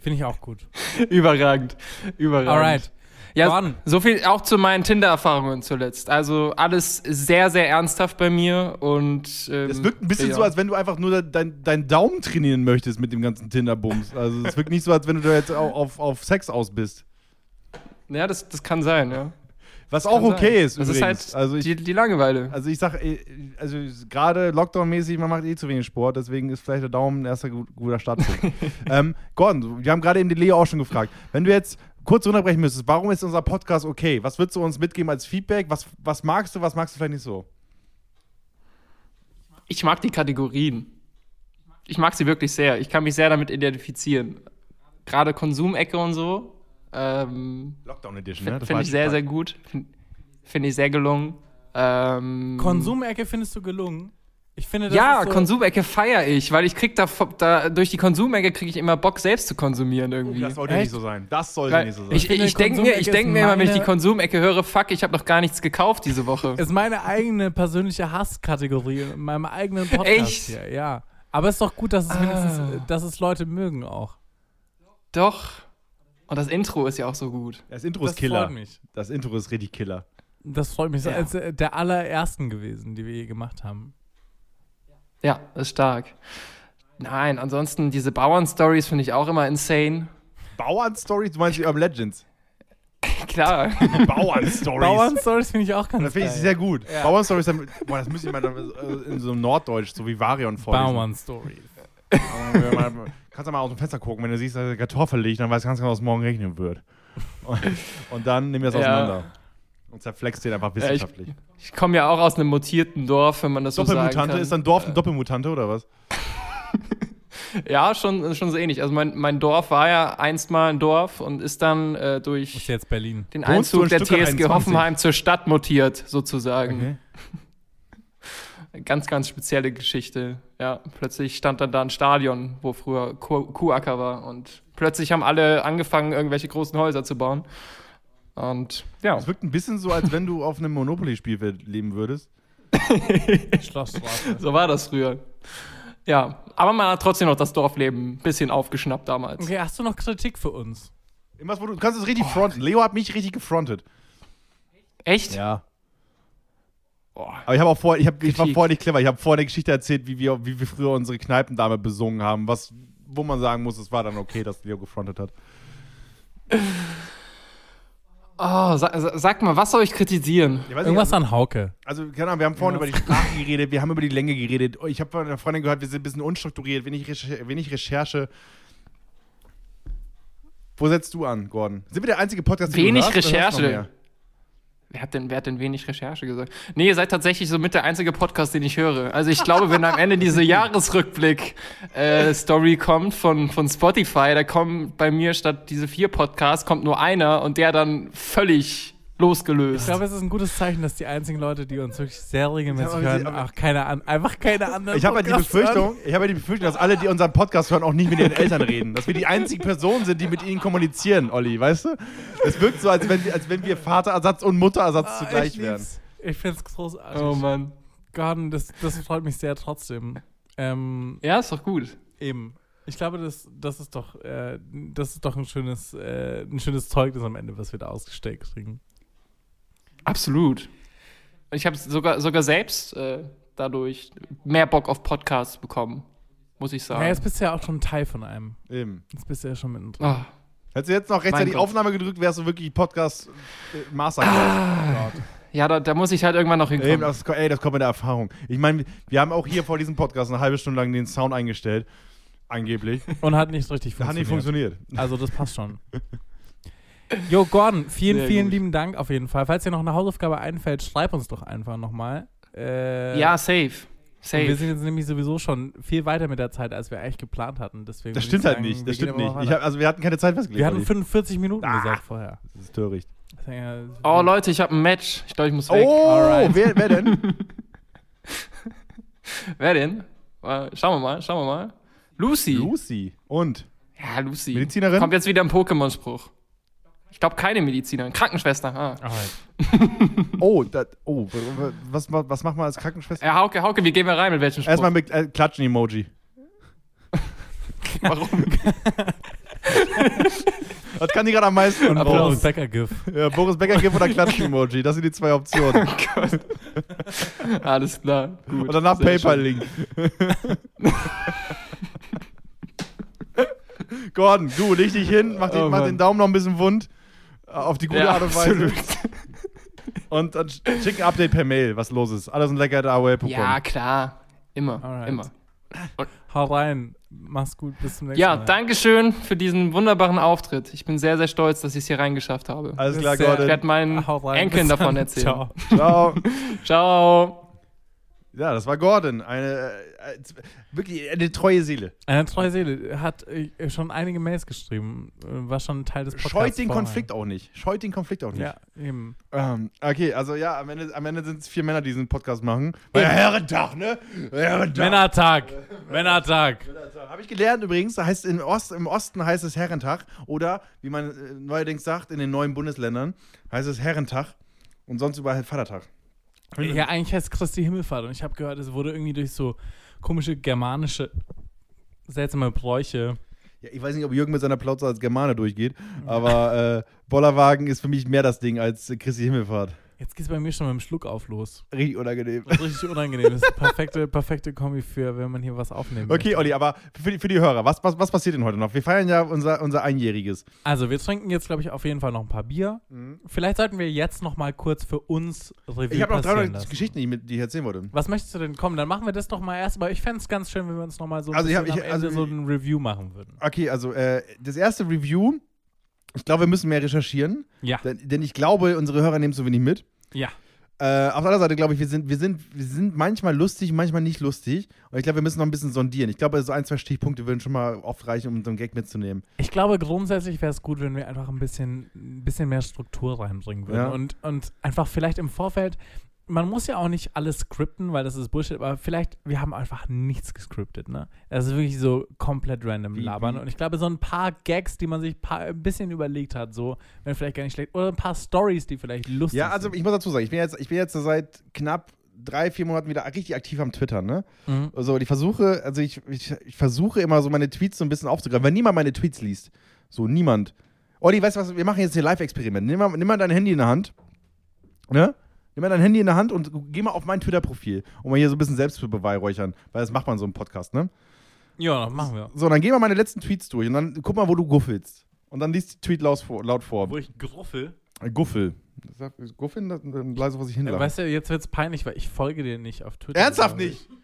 Finde ich auch gut.
Überragend. Überragend.
Alright.
Ja,
Gordon.
so viel auch zu meinen Tinder-Erfahrungen zuletzt. Also alles sehr, sehr ernsthaft bei mir und ähm,
Es wirkt ein bisschen
ja.
so, als wenn du einfach nur deinen dein Daumen trainieren möchtest mit dem ganzen Tinder-Bums. Also es wirkt nicht so, als wenn du da jetzt au- auf, auf Sex aus bist.
Ja, das, das kann sein, ja.
Was auch
Kann
okay
sein.
ist
Das
übrigens.
ist halt
also ich
die, die Langeweile.
Also ich sag, eh, also gerade Lockdown-mäßig, man macht eh zu wenig Sport, deswegen ist vielleicht der Daumen ein erster gut- guter Startpunkt. ähm, Gordon, wir haben gerade eben den Leo auch schon gefragt. Wenn du jetzt kurz runterbrechen müsstest, warum ist unser Podcast okay? Was würdest du uns mitgeben als Feedback? Was, was magst du, was magst du vielleicht nicht so?
Ich mag die Kategorien. Ich mag sie wirklich sehr. Ich kann mich sehr damit identifizieren. Gerade Konsumecke und so. Ähm,
Lockdown Edition, ne?
Finde find ich sehr, sehr gut. Finde find ich sehr gelungen. Ähm,
Konsumecke findest du gelungen? Ich finde das
Ja,
ist so,
Konsumecke feiere ich, weil ich krieg da, da durch die Konsumecke kriege ich immer Bock selbst zu konsumieren irgendwie.
Oh, Das sollte
Echt?
nicht so sein. Das sollte
Weil
nicht so sein.
ich
finde,
ich denke mir,
Konsumecke
ich
ist
denk mir immer, wenn ich die
meine-
Konsumecke höre, fuck, ich habe noch gar nichts gekauft diese Woche.
ist meine eigene persönliche Hasskategorie in meinem eigenen Podcast
Echt? Ah.
hier. Ja. Aber es ist doch gut, dass es wenigstens, dass es Leute mögen auch.
Doch. Und das Intro ist ja auch so gut.
das Intro ist
das
Killer.
freut mich.
Das Intro ist richtig Killer.
Das freut mich. Das ist eines der allerersten gewesen, die wir je gemacht haben.
Ja, ist stark. Nein, ansonsten diese Bauern-Stories finde ich auch immer insane.
Bauern-Stories? Du meinst die Urban Legends?
Klar.
Bauern-Stories.
Bauern-Stories finde ich auch ganz
das finde ich
geil.
sehr gut. Bauern-Stories, damit- boah, das müsste ich mal äh, in so einem Norddeutsch, so wie Varion vorlesen.
Bauern-Stories.
Wenn man- kannst du mal aus dem Fenster gucken, wenn du siehst, dass eine Kartoffel liegt, dann weißt du ganz genau, dass es morgen regnen wird. Und, und dann nimm das
Ja.
auseinander. Und zerflext den einfach
ich-
wissenschaftlich.
Ich komme ja auch aus einem mutierten Dorf, wenn man das so sagen kann.
Doppelmutante, ist dein Dorf eine Doppelmutante oder was?
Ja, schon, schon so ähnlich. Also mein, mein Dorf war ja einst mal ein Dorf und ist dann äh,
Ist
durch
jetzt Berlin.
den
Wohnst du
Einzug
in
der TSG
Stuttgart 21?
Hoffenheim zur Stadt mutiert,
Mhm.
sozusagen. Ganz, ganz spezielle Geschichte. Ja, plötzlich stand dann da ein Stadion, wo früher Ku- Kuhacker war und plötzlich haben alle angefangen, irgendwelche großen Häuser zu bauen. Und ja,
Es wirkt ein bisschen so, als wenn du auf einem Monopoly-Spielfeld leben würdest.
Schlossstraße.
so war das früher. Ja, aber man hat trotzdem noch das Dorfleben ein bisschen aufgeschnappt damals.
Okay, hast du noch Kritik für uns?
Irgendwas, wo du, du kannst es
Oh.
richtig fronten. Leo hat mich richtig gefrontet.
Echt?
Ja. Aber ich habe auch vorher, ich, hab, ich war
Kritik.
vorher nicht clever. Ich habe vorher eine Geschichte erzählt, wie wir, wie wir früher unsere Kneipendame besungen haben, was, wo man sagen muss, es war dann okay, dass Leo gefrontet hat.
Oh, sa sa- sag mal, was soll ich kritisieren?
Ich weiß nicht,
Irgendwas an Hauke.
Also, keine Ahnung, wir haben vorhin über die Sprache geredet, wir haben über die Länge geredet. Ich habe von einer Freundin gehört, wir sind ein bisschen unstrukturiert, wenig, Recher wenig Recherche. Wo setzt du an, Gordon? Sind wir der einzige Podcast, den
Wenig
du hörst, oder hörst du noch
Recherche. Wer hat, denn, wer hat denn wenig Recherche gesagt? Nee, ihr seid tatsächlich so mit der einzige Podcast, den ich höre. Also ich glaube, wenn am Ende diese Jahresrückblick-Story kommt von, von Spotify, da kommen bei mir statt diese vier Podcasts, kommt nur einer und der dann völlig
Ich
losgelöst.
glaube, es ist ein gutes Zeichen, dass die einzigen Leute, die uns wirklich sehr
Ich hab
regelmäßig
aber-
hören, auch keine an, einfach keine anderen
Ich habe ja die
Podcasts hören.
Befürchtung, ich habe ja die Befürchtung, dass alle, die unseren Podcast hören, auch nicht mit ihren Eltern reden. Dass wir die einzige Person sind, die mit ihnen kommunizieren, Olli, weißt du? Es wirkt so, als wenn, wir- als wenn wir Vaterersatz und Mutterersatz
Ah,
zugleich
ich
wären.
lieb's. Ich finde es großartig.
Oh Mann.
Gordon, das, das freut mich sehr trotzdem. Ähm,
Ja, ist doch gut.
eben. Ich glaube, das, das ist doch, äh, das ist doch ein schönes, äh, ein schönes Zeugnis am Ende, was wir da ausgestellt kriegen.
Absolut. Ich habe sogar, sogar selbst äh, dadurch mehr Bock auf Podcasts bekommen, muss ich sagen.
Ja, jetzt bist du ja auch schon Teil von einem.
Eben.
Jetzt bist du ja schon mittendrin.
Ah.
Hättest du jetzt noch rechtzeitig die
Gott.
Aufnahme gedrückt, wärst du wirklich Podcast-Master geworden.
Ja, da, da muss ich halt irgendwann noch
Ey,
hinkommen.
das, ey, das kommt mit der Erfahrung. Ich meine, wir haben auch hier vor diesem Podcast eine halbe Stunde lang den Sound eingestellt. Angeblich.
Und hat nicht richtig funktioniert.
Hat nicht funktioniert.
Also das passt schon. Jo, Gordon, vielen,
Sehr
vielen
gut.
lieben Dank auf jeden Fall. Falls dir noch eine Hausaufgabe einfällt, schreib uns doch einfach nochmal. Äh,
ja, safe.
Und Wir
Safe.
sind jetzt nämlich sowieso schon viel weiter mit der Zeit, als wir eigentlich geplant hatten. Deswegen
Das
würde
stimmt
ich
halt
sagen,
nicht.
wir
Das
gehen
stimmt
aber
nicht.
mal
Ich hab, Ah.
weiter.
also wir hatten keine Zeit festgelegt.
wir hatten
Olli.
45 Minuten gesagt vorher.
das ist töricht.
Ja,
Oh, Leute, ich habe ein Match. Ich glaube, ich muss weg.
Oh, wer, wer denn?
Wer denn? Äh, Schauen wir mal, schauen wir mal. Lucy.
Lucy. Und?
ja, Lucy.
Medizinerin?
Kommt jetzt wieder ein Pokémon-Spruch. Ich glaube, keine Medizinerin. Krankenschwester. Ah.
Oh, das, oh w- w- was, ma- was macht man als Krankenschwester?
Ja, Hauke, Hauke, wie gehen wir rein? Mit welchem Spruch?
Erstmal mit äh, Klatschen-Emoji.
Warum?
Was kann die gerade am meisten?
Und
Boris,
Boris Becker GIF.
ja, Boris Becker gibt oder Klatschen-Emoji. Das sind die zwei Optionen.
Oh Alles klar. Gut.
Und danach
Sehr schön.
PayPal-Link. Gordon, du, leg dich hin, mach den,
Oh,
mach
Mann.
den Daumen noch ein bisschen wund. äh, Auf die gute
Ja,
Art und Weise. Und dann sch- schick ein Update per Mail, was los ist. Alles und lecker at AOL.com.
Ja, klar. Immer.
Alright.
Immer.
Hau rein. Mach's gut. Bis zum nächsten
Ja,
Mal.
danke schön für diesen wunderbaren Auftritt. Ich bin sehr, sehr stolz, dass ich es hier reingeschafft habe.
Alles klar,
Sehr-
ich
Gordon.
werde meinen
Hau Ah, rein.
Enkeln
Bis
davon
dann.
erzählen.
Ciao.
Ciao.
Ciao.
Ja, das war Gordon. Eine, äh, äh, wirklich eine treue Seele.
Eine treue Äh, Seele hat äh, schon einige Mails geschrieben, äh, war schon Teil des Podcasts.
Scheut den
vorher.
Konflikt auch nicht. Scheut den Konflikt auch nicht.
Ja, eben.
Ähm, okay, also ja, am Ende, am Ende sind es vier Männer, die diesen Podcast machen. War ja Herrentag, ne? Herrentag.
Männertag. Männertag.
Habe Also, ich gelernt übrigens, da heißt in Ost, im Osten heißt es Herrentag oder wie man äh, neuerdings sagt, in den neuen Bundesländern heißt es Herrentag und sonst überall Vatertag.
Ja, eigentlich heißt es Christi Himmelfahrt und ich habe gehört, es wurde irgendwie durch so komische germanische, seltsame Bräuche.
Ja, ich weiß nicht, ob Jürgen mit seiner Plauze als Germane durchgeht, aber äh, Bollerwagen ist für mich mehr das Ding als äh, Christi Himmelfahrt.
Jetzt geht's bei mir schon mit dem Schluck auf los.
Richtig unangenehm.
Das ist richtig unangenehm. Das ist perfekte, perfekte Kombi für, wenn man hier was aufnehmen will.
Okay, Olli, aber für die, für die Hörer, was, was, was passiert denn heute noch? Wir feiern ja unser, unser Einjähriges.
Also, wir trinken jetzt, glaube ich, auf jeden Fall noch ein paar Bier. Vielleicht sollten wir jetzt noch mal kurz für uns Revue
Mhm. Ich habe noch
passieren
300
lassen.
Geschichten, die ich, mit, die ich erzählen wollte.
Was möchtest du denn? Komm, dann machen wir das doch mal erstmal. Ich fände es ganz schön, wenn wir uns nochmal so, ein
Also ich hab-
bisschen
ich-
am
also
Ende so
ich-
ein Review machen würden.
Okay, also äh, das erste Review, ich glaube, wir müssen mehr recherchieren,
Ja,
denn, denn ich glaube, unsere Hörer nehmen es so wenig mit.
ja.
Äh, auf der anderen Seite glaube ich, wir sind, wir, sind, wir sind manchmal lustig, manchmal nicht lustig. Und ich glaube, wir müssen noch ein bisschen sondieren. Ich glaube, so ein, zwei Stichpunkte würden schon mal oft reichen, um so einen Gag mitzunehmen.
Ich glaube, grundsätzlich wäre es gut, wenn wir einfach ein bisschen, ein bisschen mehr Struktur reinbringen würden.
Ja.
Und, und einfach vielleicht im Vorfeld, man muss ja auch nicht alles skripten, weil das ist Bullshit, aber vielleicht, wir haben einfach nichts gescriptet, ne? Das ist wirklich so komplett random
Wie-
labern. Und ich glaube, so ein paar Gags, die man sich paar, ein bisschen überlegt hat, so, wären vielleicht gar nicht schlecht. Oder ein paar Stories, die vielleicht lustig
Ja, also ich muss dazu sagen, ich bin jetzt, ich bin jetzt seit knapp drei, vier Monaten wieder richtig aktiv am Twitter, ne?
Mhm.
Also und ich versuche, also ich, ich, ich versuche immer so meine Tweets so ein bisschen aufzugreifen, weil niemand meine Tweets liest. So, niemand. Olli, weißt du was, wir machen jetzt hier ein Live-Experiment. Nimm, mal- nimm mal dein Handy in der Hand. Ne? Nimm mal dein Handy in der Hand und geh mal auf mein Twitter-Profil, um mal hier so ein bisschen selbst zu beweihräuchern, weil das macht man so im Podcast, ne?
sind. Ja, machen wir.
So, dann geh mal meine letzten Tweets durch und dann guck mal, wo du guffelst. Und dann liest die Tweet laut vor. Laut vor.
Wo ich gruffel.
Guffel. Sag- Guffeln, dann- dann leise vor sich hin. labern.
Äh, Weißt du, jetzt wird's peinlich, weil ich folge dir nicht auf Twitter.
Ernsthaft
glaub ich.
nicht?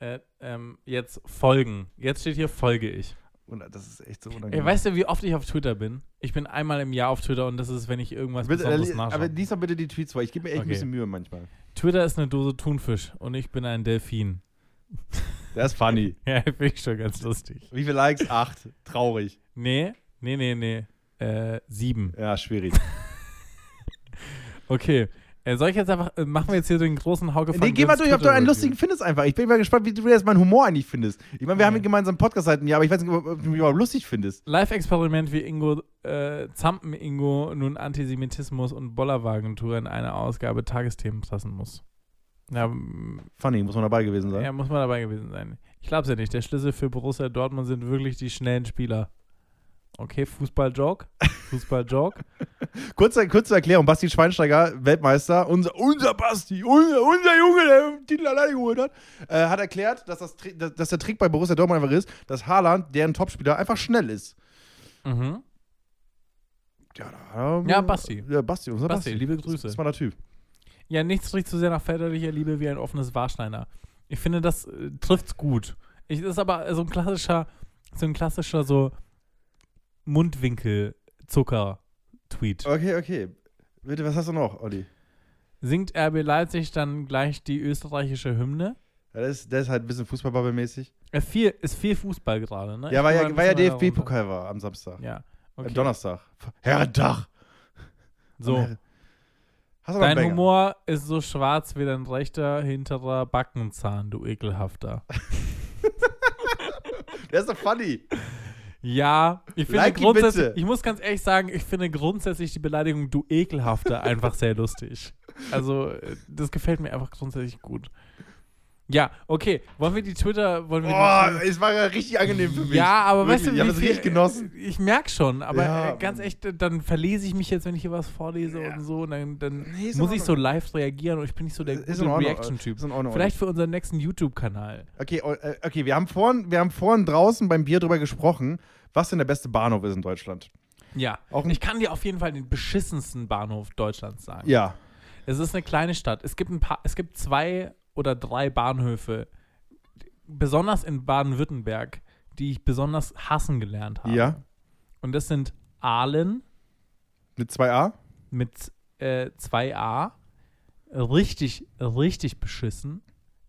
Äh, ähm, jetzt folgen. Jetzt steht hier folge ich.
Und Das ist echt so
Ey,
unangenehm.
weißt du, wie oft ich auf Twitter bin? Ich bin einmal im Jahr auf Twitter und das ist, wenn ich irgendwas
bitte,
Besonderes
äh, aber
nachschaue.
diesmal bitte die Tweets vor. Ich gebe mir echt ein
Okay.
bisschen Mühe manchmal.
Twitter ist eine Dose Thunfisch und ich bin ein Delfin.
Das ist funny.
Ja, finde ich schon ganz lustig.
Wie viele Likes? Acht. Traurig.
Nee, nee, nee, nee. Äh, sieben.
Ja, schwierig.
Okay. Äh, soll ich jetzt einfach, äh, machen wir jetzt hier den großen Hauke von
nee, geh mal
Grims
durch, ob du
Twitter-Review.
einen lustigen findest einfach. Ich bin mal gespannt, wie du jetzt meinen Humor eigentlich findest. Ich meine, wir haben gemeinsam einen Podcast seit einem Jahr, aber ich weiß nicht, ob du mich überhaupt lustig findest.
Live-Experiment wie Ingo, äh, Zampen Ingo nun Antisemitismus und Bollerwagentour in einer Ausgabe Tagesthemen fassen muss. Ja, m-
Funny, muss man dabei gewesen sein.
ja, muss man dabei gewesen sein. Ich glaub's ja nicht. Der Schlüssel für Borussia Dortmund sind wirklich die schnellen Spieler. Okay, Fußball-Joke. Fußball-Joke.
Kurze, kurze Erklärung: Basti Schweinsteiger, Weltmeister, unser, unser Basti, unser, unser Junge, der den Titel alleine geholt hat, äh, hat erklärt, dass, das, Tri- dass dass der Trick bei Borussia Dortmund einfach ist, dass Haaland, deren Topspieler, einfach schnell ist.
mhm.
Ja, da, ähm,
Ja, Basti.
Ja, Basti, unser
Basti,
Basti.
liebe
Das
Grüße.
ist mal der Typ.
Ja, nichts riecht so sehr nach väterlicher Liebe wie ein offenes Warsteiner. Ich finde, das äh, trifft's gut. Ich, das ist aber äh, so ein klassischer, so ein klassischer so Mundwinkel-Zucker-Tweet.
Okay, okay. Bitte, was hast du noch, Olli?
Singt RB Leipzig dann gleich die österreichische Hymne?
Ja, das, ist, das ist halt ein bisschen Fußballbubble-mäßig.
Äh, viel, ist viel Fußball gerade, ne?
Ja,
Ich bin
weil
mal
ja,
ein
weil ja
bisschen weiter runter.
DFB-Pokal war am Samstag.
Ja.
Am
Okay.
Donnerstag. Herrentag.
So.
Hast du noch einen
Dein
Banger?
Humor ist so schwarz wie dein rechter hinterer Backenzahn, du ekelhafter.
Der ist doch funny.
Ja, ich finde
Like ihn
grundsätzlich,
bitte.
ich muss ganz ehrlich sagen, ich finde grundsätzlich die Beleidigung du ekelhafter einfach sehr lustig. Also, äh, das gefällt mir einfach grundsätzlich gut. Ja, okay, wollen wir die Twitter, wollen wir die
Boah, es war ja richtig angenehm für mich.
Ja, aber weißt
Wirklich,
du,
ich habe es
viel-
richtig genossen.
Ich merke schon, aber
Ja.
äh, ganz echt, dann verlese ich mich jetzt, wenn ich hier was vorlese und so, und dann, dann
Nee, ist in
muss ich so
Ordnung.
live reagieren und ich bin nicht so der
Ist in
gute
Ordnung,
Reaction-Typ.
ist in Ordnung.
Vielleicht für unseren nächsten YouTube-Kanal.
Okay, oh, äh, okay wir, haben vorhin, wir haben vorhin draußen beim Bier drüber gesprochen, was denn der beste Bahnhof ist in Deutschland.
Ja,
Auch ein-
ich kann dir auf jeden Fall den beschissensten Bahnhof Deutschlands sagen.
Ja.
Es ist eine kleine Stadt. Es gibt ein paar, es gibt zwei oder drei Bahnhöfe, besonders in Baden-Württemberg, die ich besonders hassen gelernt habe.
Ja.
Und das sind Aalen
Mit 2a?
mit äh, 2a, richtig, richtig beschissen.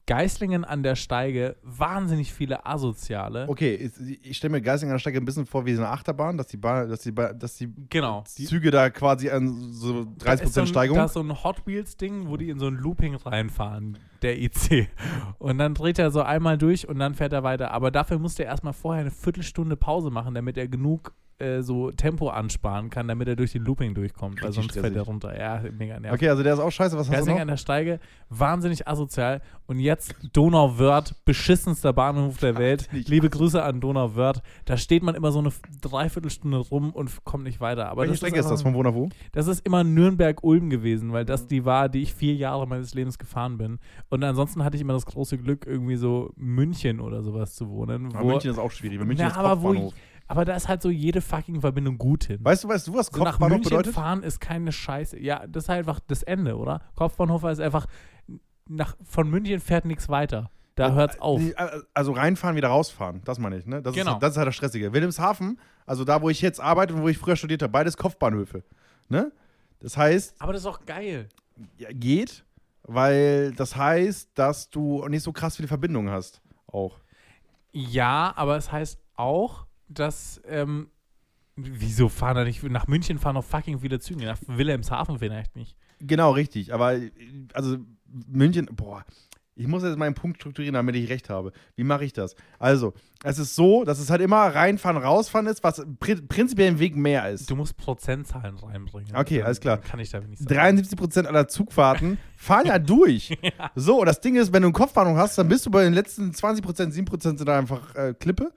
Geislingen an der Steige, wahnsinnig viele Asoziale.
Okay, ich, ich stelle mir Geisinger an der Strecke ein bisschen vor wie so eine Achterbahn, dass die, Bahn, dass die, Bahn, dass die
Genau.
Züge da quasi an so 30%
ist so ein,
Steigung.
Da ist so ein Hot Wheels-Ding, wo die in so ein Looping reinfahren, der IC. Und dann dreht er so einmal durch und dann fährt er weiter. Aber dafür musste er erstmal vorher eine Viertelstunde Pause machen, damit er genug äh, so Tempo ansparen kann, damit er durch den Looping durchkommt. Weil
Richtig
sonst fällt er
stressig.
runter. Ja, mega nervig.
Okay, also der ist auch scheiße. Was hast du
Gersing
noch?
an der Steige, wahnsinnig asozial. Und jetzt Donauwörth, beschissenster Bahnhof der Welt.
Wahnsinnig
Liebe Grüße an Donauwörth. Da steht man immer so eine F- Dreiviertelstunde rum und f- kommt nicht weiter. Aber
Welche
das
Strecke ist
einfach-
das? Mhm. Von wo nach wo?
das ist immer Nürnberg-Ulm gewesen, weil das die war, die ich vier Jahre meines Lebens gefahren bin. Und ansonsten hatte ich immer das große Glück, irgendwie so München oder sowas zu wohnen. Wo,
Aber München ist auch schwierig. weil München
na,
ist
aber, wo,
Kopfbahnhof.
aber da ist halt so jede fucking Verbindung gut hin.
Weißt du, weißt du, was
so nach
Kopfbahnhof
München
bedeutet?
fahren ist keine Scheiße. Ja, das ist halt einfach das Ende, oder? Kopfbahnhof ist einfach, nach, von München fährt nichts weiter. Da hört's auf.
äh, Nee, Also reinfahren, wieder rausfahren. Das meine ich, ne? Das,
Genau.
ist, das ist halt das Stressige. Wilhelmshaven, also da, wo ich jetzt arbeite und wo ich früher studiert habe, beides Kopfbahnhöfe. Ne? Das heißt,
Aber das ist auch geil.
ja, geht, weil das heißt, dass du nicht so krass viele Verbindungen hast. Auch.
Ja, aber es heißt auch, dass. Ähm, wieso fahren da nicht. Nach München fahren noch fucking viele Züge. Nach Wilhelmshaven vielleicht nicht.
Genau, richtig. Aber äh, also München, boah, ich muss jetzt meinen Punkt strukturieren, damit ich recht habe. Wie mache ich das? Also, es ist so, dass es halt immer reinfahren, rausfahren ist, was pri prinzipiell im Weg mehr ist.
Du musst Prozentzahlen reinbringen.
Okay,
Dann-
alles klar.
dann Kann ich da wenigstens.
73% aller Zugfahrten fahren ja durch. So, und das Ding ist, wenn du eine Kopfwarnung hast, dann bist du bei den letzten 20%, 7% sind da einfach äh, Klippe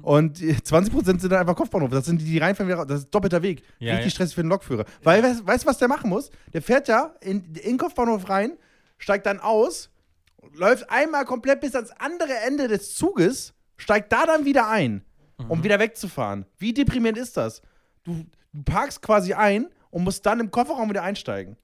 und die 20% sind dann einfach Kopfbahnhof. Das sind die, die reinfahren, wieder raus. das ist doppelter Weg.
Ja,
Richtig
ja.
stressig für den Lokführer. Weil, weißt weißt du, was der machen muss? Der fährt ja in, in den Kopfbahnhof rein, steigt dann aus, läuft einmal komplett bis ans andere Ende des Zuges, steigt da dann wieder ein,
Mhm.
um wieder wegzufahren. Wie deprimierend ist das? Du, du parkst quasi ein und musst dann im Kofferraum wieder einsteigen.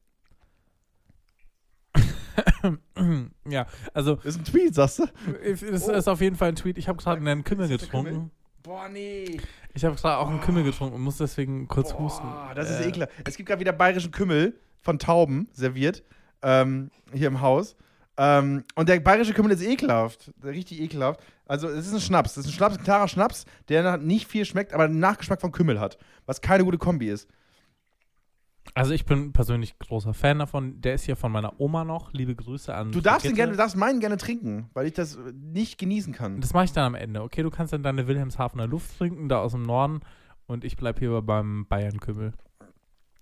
Ja, also,
Das ist ein Tweet, sagst du?
es ist, ist auf jeden Fall ein Tweet. Ich habe gerade einen Kümmel getrunken.
Boah, nee.
Ich habe gerade auch einen Kümmel getrunken und muss deswegen kurz husten.
Boah, Ah, das ist
Äh,
ekelhaft. Es gibt gerade wieder bayerischen Kümmel von Tauben serviert ähm, hier im Haus. Ähm, und der bayerische Kümmel ist ekelhaft. Richtig ekelhaft. Also, es ist ein Schnaps. Das ist ein Schnaps, ein klarer Schnaps, der nach- nicht viel schmeckt, aber einen Nachgeschmack von Kümmel hat. Was keine gute Kombi ist.
Also, ich bin persönlich großer Fan davon. Der ist hier von meiner Oma noch. Liebe Grüße an.
Du darfst, ihn
Brigitte.
gerne, du darfst meinen gerne trinken, weil ich das äh, nicht genießen kann.
Das mache ich dann am Ende. Okay, du kannst dann deine Wilhelmshavener Luft trinken, da aus dem Norden. Und ich bleibe hier beim Bayern-Kümmel.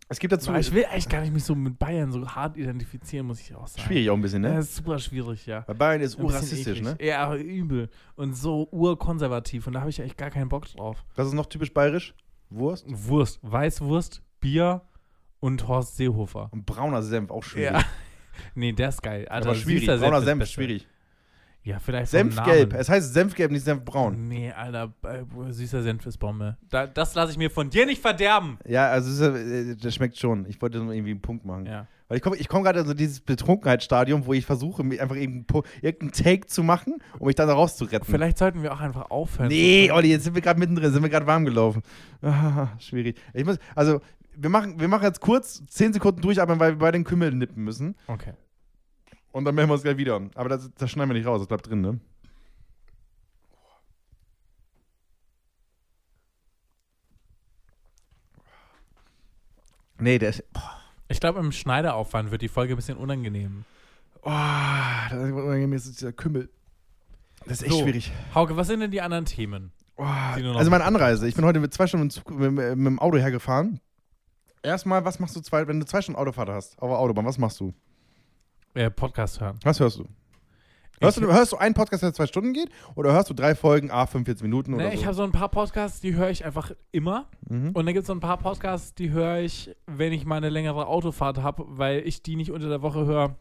Es gibt dazu.
Aber Ich will eigentlich gar nicht mich so mit Bayern so hart identifizieren, muss ich auch sagen.
Schwierig auch ein bisschen,
Ja,
ne?
ist super schwierig, ja.
Weil Bayern ist
Ein bisschen
urrassistisch, ne?
eklig. Ja, aber übel. Und so urkonservativ. Und da habe ich eigentlich gar keinen Bock drauf.
Was ist noch typisch bayerisch? Wurst
Wurst, Weißwurst, Bier und Horst Seehofer.
und brauner Senf, auch schwierig.
Ja. nee, der ist geil. Alter,
aber schwierig.
süßer
Brauner
ist
Senf,
besser.
schwierig.
Ja, vielleicht vom
Senfgelb.
Namen.
Es heißt Senfgelb, nicht Senfbraun.
Nee, Alter, äh, süßer Senf ist Bombe. Da, das lasse ich mir von dir nicht verderben.
Ja, also es ist, äh, das schmeckt schon. Ich wollte nur irgendwie einen Punkt machen.
Ja.
Weil ich komme ich komm gerade in so dieses Betrunkenheitsstadium, wo ich versuche, mir einfach irgendeinen, Pu- irgendeinen Take zu machen, um mich dann da rauszuretten.
Vielleicht sollten wir auch einfach aufhören.
Nee, Olli, jetzt sind wir gerade mittendrin, sind wir gerade warm gelaufen. Ah, schwierig. Ich muss, also, wir machen, wir machen jetzt kurz 10 Sekunden durchatmen, weil wir bei den Kümmel nippen müssen.
Okay.
Und dann melden wir uns gleich wieder. Aber das, das schneiden wir nicht raus, das bleibt drin, ne? Nee, der ist.
Ich glaube, im Schneideraufwand wird die Folge ein bisschen unangenehm.
Oh, das ist unangenehm, das ist dieser Kümmel. Das ist echt
So.
schwierig.
Hauke, was sind denn die anderen Themen?
Oh,
Die nur noch-
also meine Anreise. Ich bin heute mit zwei Stunden mit, Zug, mit, mit dem Auto hergefahren. Erstmal, was machst du, zwei, wenn du zwei Stunden Autofahrt hast auf der Autobahn? Was machst du?
Äh, Podcast hören.
Was hörst du? Hörst du, hörst du einen Podcast, der zwei Stunden geht? Oder hörst du drei Folgen, ah, 45 Minuten oder
Ne, ich
so?
habe so ein paar Podcasts, die höre ich einfach immer.
Mhm.
Und dann gibt es so ein paar Podcasts, die höre ich, wenn ich mal eine längere Autofahrt habe, weil ich die nicht unter der Woche höre.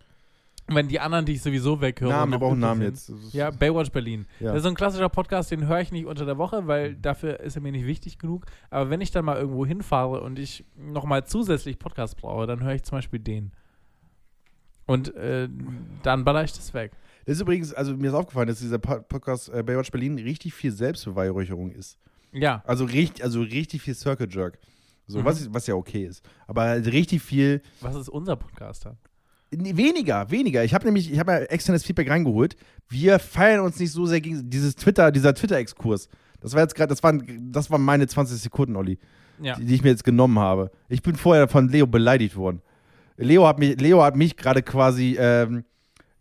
Wenn die anderen, die ich sowieso weghöre.
Namen, wir
noch
brauchen
übrig
Namen
sind.
jetzt. Das ist-
Ja, Baywatch Berlin.
Ja.
Das ist so ein klassischer Podcast, den höre ich nicht unter der Woche, weil dafür ist er mir nicht wichtig genug. Aber wenn ich dann mal irgendwo hinfahre und ich nochmal zusätzlich Podcast brauche, dann höre ich zum Beispiel den. Und äh, dann baller ich das weg.
Das ist übrigens, also mir ist aufgefallen, dass dieser Pa- Podcast äh, Baywatch Berlin richtig viel Selbstbeweihräucherung ist.
Ja.
Also richtig, also richtig viel Circle Jerk.
Mhm.
So, was, ist, was ja okay ist. Aber halt richtig viel.
Was ist unser Podcast dann?
Nee, weniger, weniger. Ich habe nämlich, ich habe ja externes Feedback reingeholt. Wir feiern uns nicht so sehr gegen dieses Twitter, dieser Twitter-Exkurs. Das war jetzt gerade, das waren, das waren meine 20 Sekunden, Olli.
Ja.
die, die ich mir jetzt genommen habe. Ich bin vorher von Leo beleidigt worden. Leo hat mich, Leo hat mich gerade quasi ähm,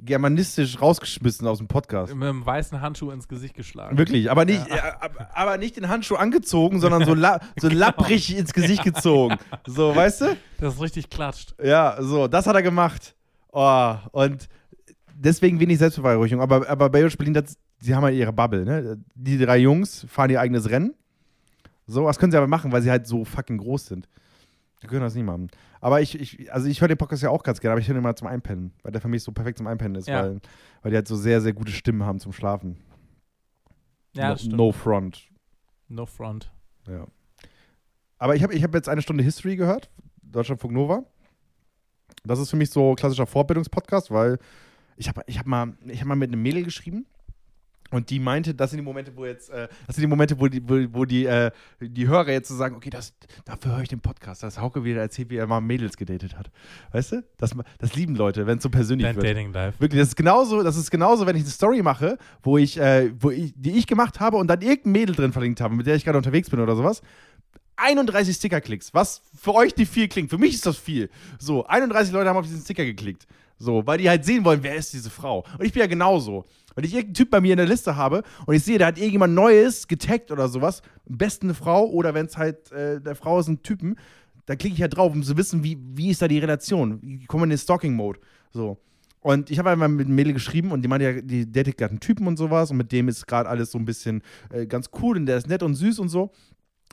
germanistisch rausgeschmissen aus dem Podcast.
Mit einem weißen Handschuh ins Gesicht geschlagen.
Wirklich, aber nicht, äh, ab- aber nicht den Handschuh angezogen, sondern so, la so lapprig ins Gesicht gezogen. So, weißt du?
Das ist richtig klatscht.
Ja, so, das hat er gemacht. Oh, und deswegen wenig Selbstbeweihräuchung. Aber, aber Baywatch Berlin, das, sie haben halt ihre Bubble, ne? Die drei Jungs fahren ihr eigenes Rennen. So, was können sie aber machen, weil sie halt so fucking groß sind. Die können das nicht machen. Aber ich, ich also ich höre den Podcast ja auch ganz gerne, aber ich höre den immer zum Einpennen, weil der für mich so perfekt zum Einpennen ist,
Ja.
weil, weil die halt so sehr, sehr gute Stimmen haben zum Schlafen.
Ja,
no,
das stimmt.
no front.
No front.
Ja. Aber ich habe ich hab jetzt eine Stunde History gehört, Deutschlandfunk Nova. Das ist für mich so klassischer Vorbildungspodcast, weil ich habe ich hab mal, ich hab mal mit einem Mädel geschrieben und die meinte, das sind die Momente, wo jetzt, äh, das sind die Momente, wo die, wo, wo die, äh, die Hörer jetzt so sagen, okay, das, dafür höre ich den Podcast, dass Hauke wieder erzählt, wie er mal Mädels gedatet hat. Weißt du? Das, das lieben Leute, wenn es so persönlich
Dein
wird.
Dating Life.
Wirklich, das ist genauso, das ist genauso, wenn ich eine Story mache, wo ich, äh, wo ich, die ich gemacht habe und dann irgendein Mädel drin verlinkt habe, mit der ich gerade unterwegs bin oder sowas. 31 Sticker-Klicks, was für euch nicht viel klingt. Für mich ist das viel. So, 31 Leute haben auf diesen Sticker geklickt. So, weil die halt sehen wollen, wer ist diese Frau. Und ich bin ja genauso. Wenn ich irgendeinen Typ bei mir in der Liste habe und ich sehe, da hat irgendjemand Neues getaggt oder sowas, am besten eine Frau oder wenn es halt äh, der Frau ist, ein Typen, da klicke ich ja drauf, um zu wissen, wie, wie ist da die Relation. Wie kommen wir in den Stalking-Mode? So. Und ich habe einmal mit einem Mädel geschrieben und die meinte ja, die datet gerade einen Typen und sowas und mit dem ist gerade alles so ein bisschen äh, ganz cool und der ist nett und süß und so.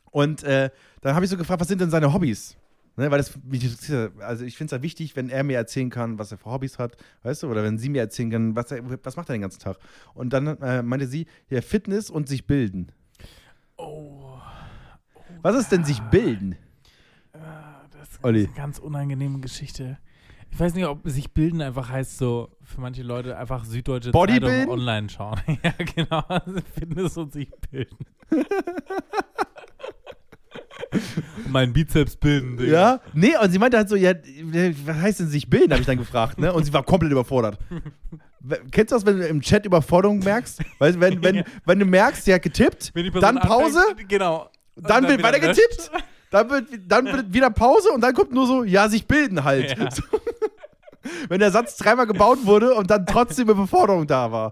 Und äh, dann habe ich so gefragt, was sind denn seine Hobbys? Ne, weil das, mich interessiert ja- also ich finde es ja wichtig, wenn er mir erzählen kann, was er für Hobbys hat, weißt du, oder wenn sie mir erzählen kann, was, er, was macht er den ganzen Tag. Und dann äh, meinte sie, ja, Fitness und sich bilden. Oh. Was ist denn sich bilden?
Das
Olli.
ist eine ganz unangenehme Geschichte. Ich weiß nicht, ob sich bilden einfach heißt, so für manche Leute einfach süddeutsche
Bodybilden?
Zeitungen online schauen. ja, genau. Also Fitness und sich bilden. Und meinen Bizeps bilden, Digga.
Ja, nee, und sie meinte halt so, ja, was heißt denn sich bilden, habe ich dann gefragt, ne? Und sie war komplett überfordert. W- Kennst du das, wenn du im Chat Überforderung merkst? Weißt du, wenn, wenn, wenn du merkst, sie hat getippt,
Wenn die Person
dann Pause,
anfängt, genau. Und
dann, wird
wieder
weiter
löscht.
getippt, dann wird, dann wird wieder Pause und dann kommt nur so, ja, sich bilden halt.
Ja.
So. Wenn der Satz dreimal gebaut wurde und dann trotzdem Überforderung da war.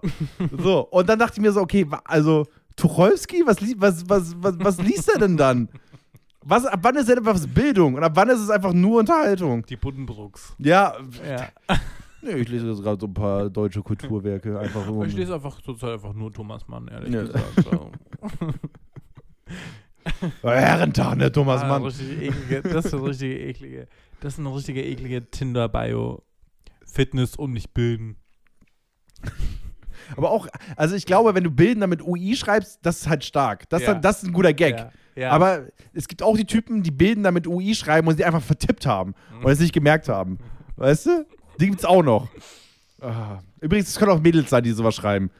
So, und dann dachte ich mir so, okay, wa- also Tucholsky, was, li- was, was, was, was liest er denn dann? Was, ab wann ist denn etwas Bildung und ab wann ist es einfach nur Unterhaltung?
Die Buddenbrooks.
Ja,
Ja.
nee, ich lese jetzt gerade so ein paar deutsche Kulturwerke einfach um.
Ich lese einfach zurzeit einfach nur Thomas Mann, ehrlich
Ja.
gesagt. So.
Herrentag, ne, Thomas
Ah,
Mann.
richtig eklige- das ist eine richtige eklige. Das ist eine richtige eklige Tinder-Bio. Fitness und nicht bilden.
Aber auch, also ich glaube, wenn du Bilden dann mit UI schreibst, das ist halt stark. Das, ist
Ja.
dann, das ist ein guter Gag.
Ja, ja.
Aber es gibt auch die Typen, die Bilden dann mit UI schreiben und sie einfach vertippt haben
Mhm.
und es nicht gemerkt haben. Weißt du? Die gibt's auch noch. Ah. Übrigens, es können auch Mädels sein, die sowas schreiben.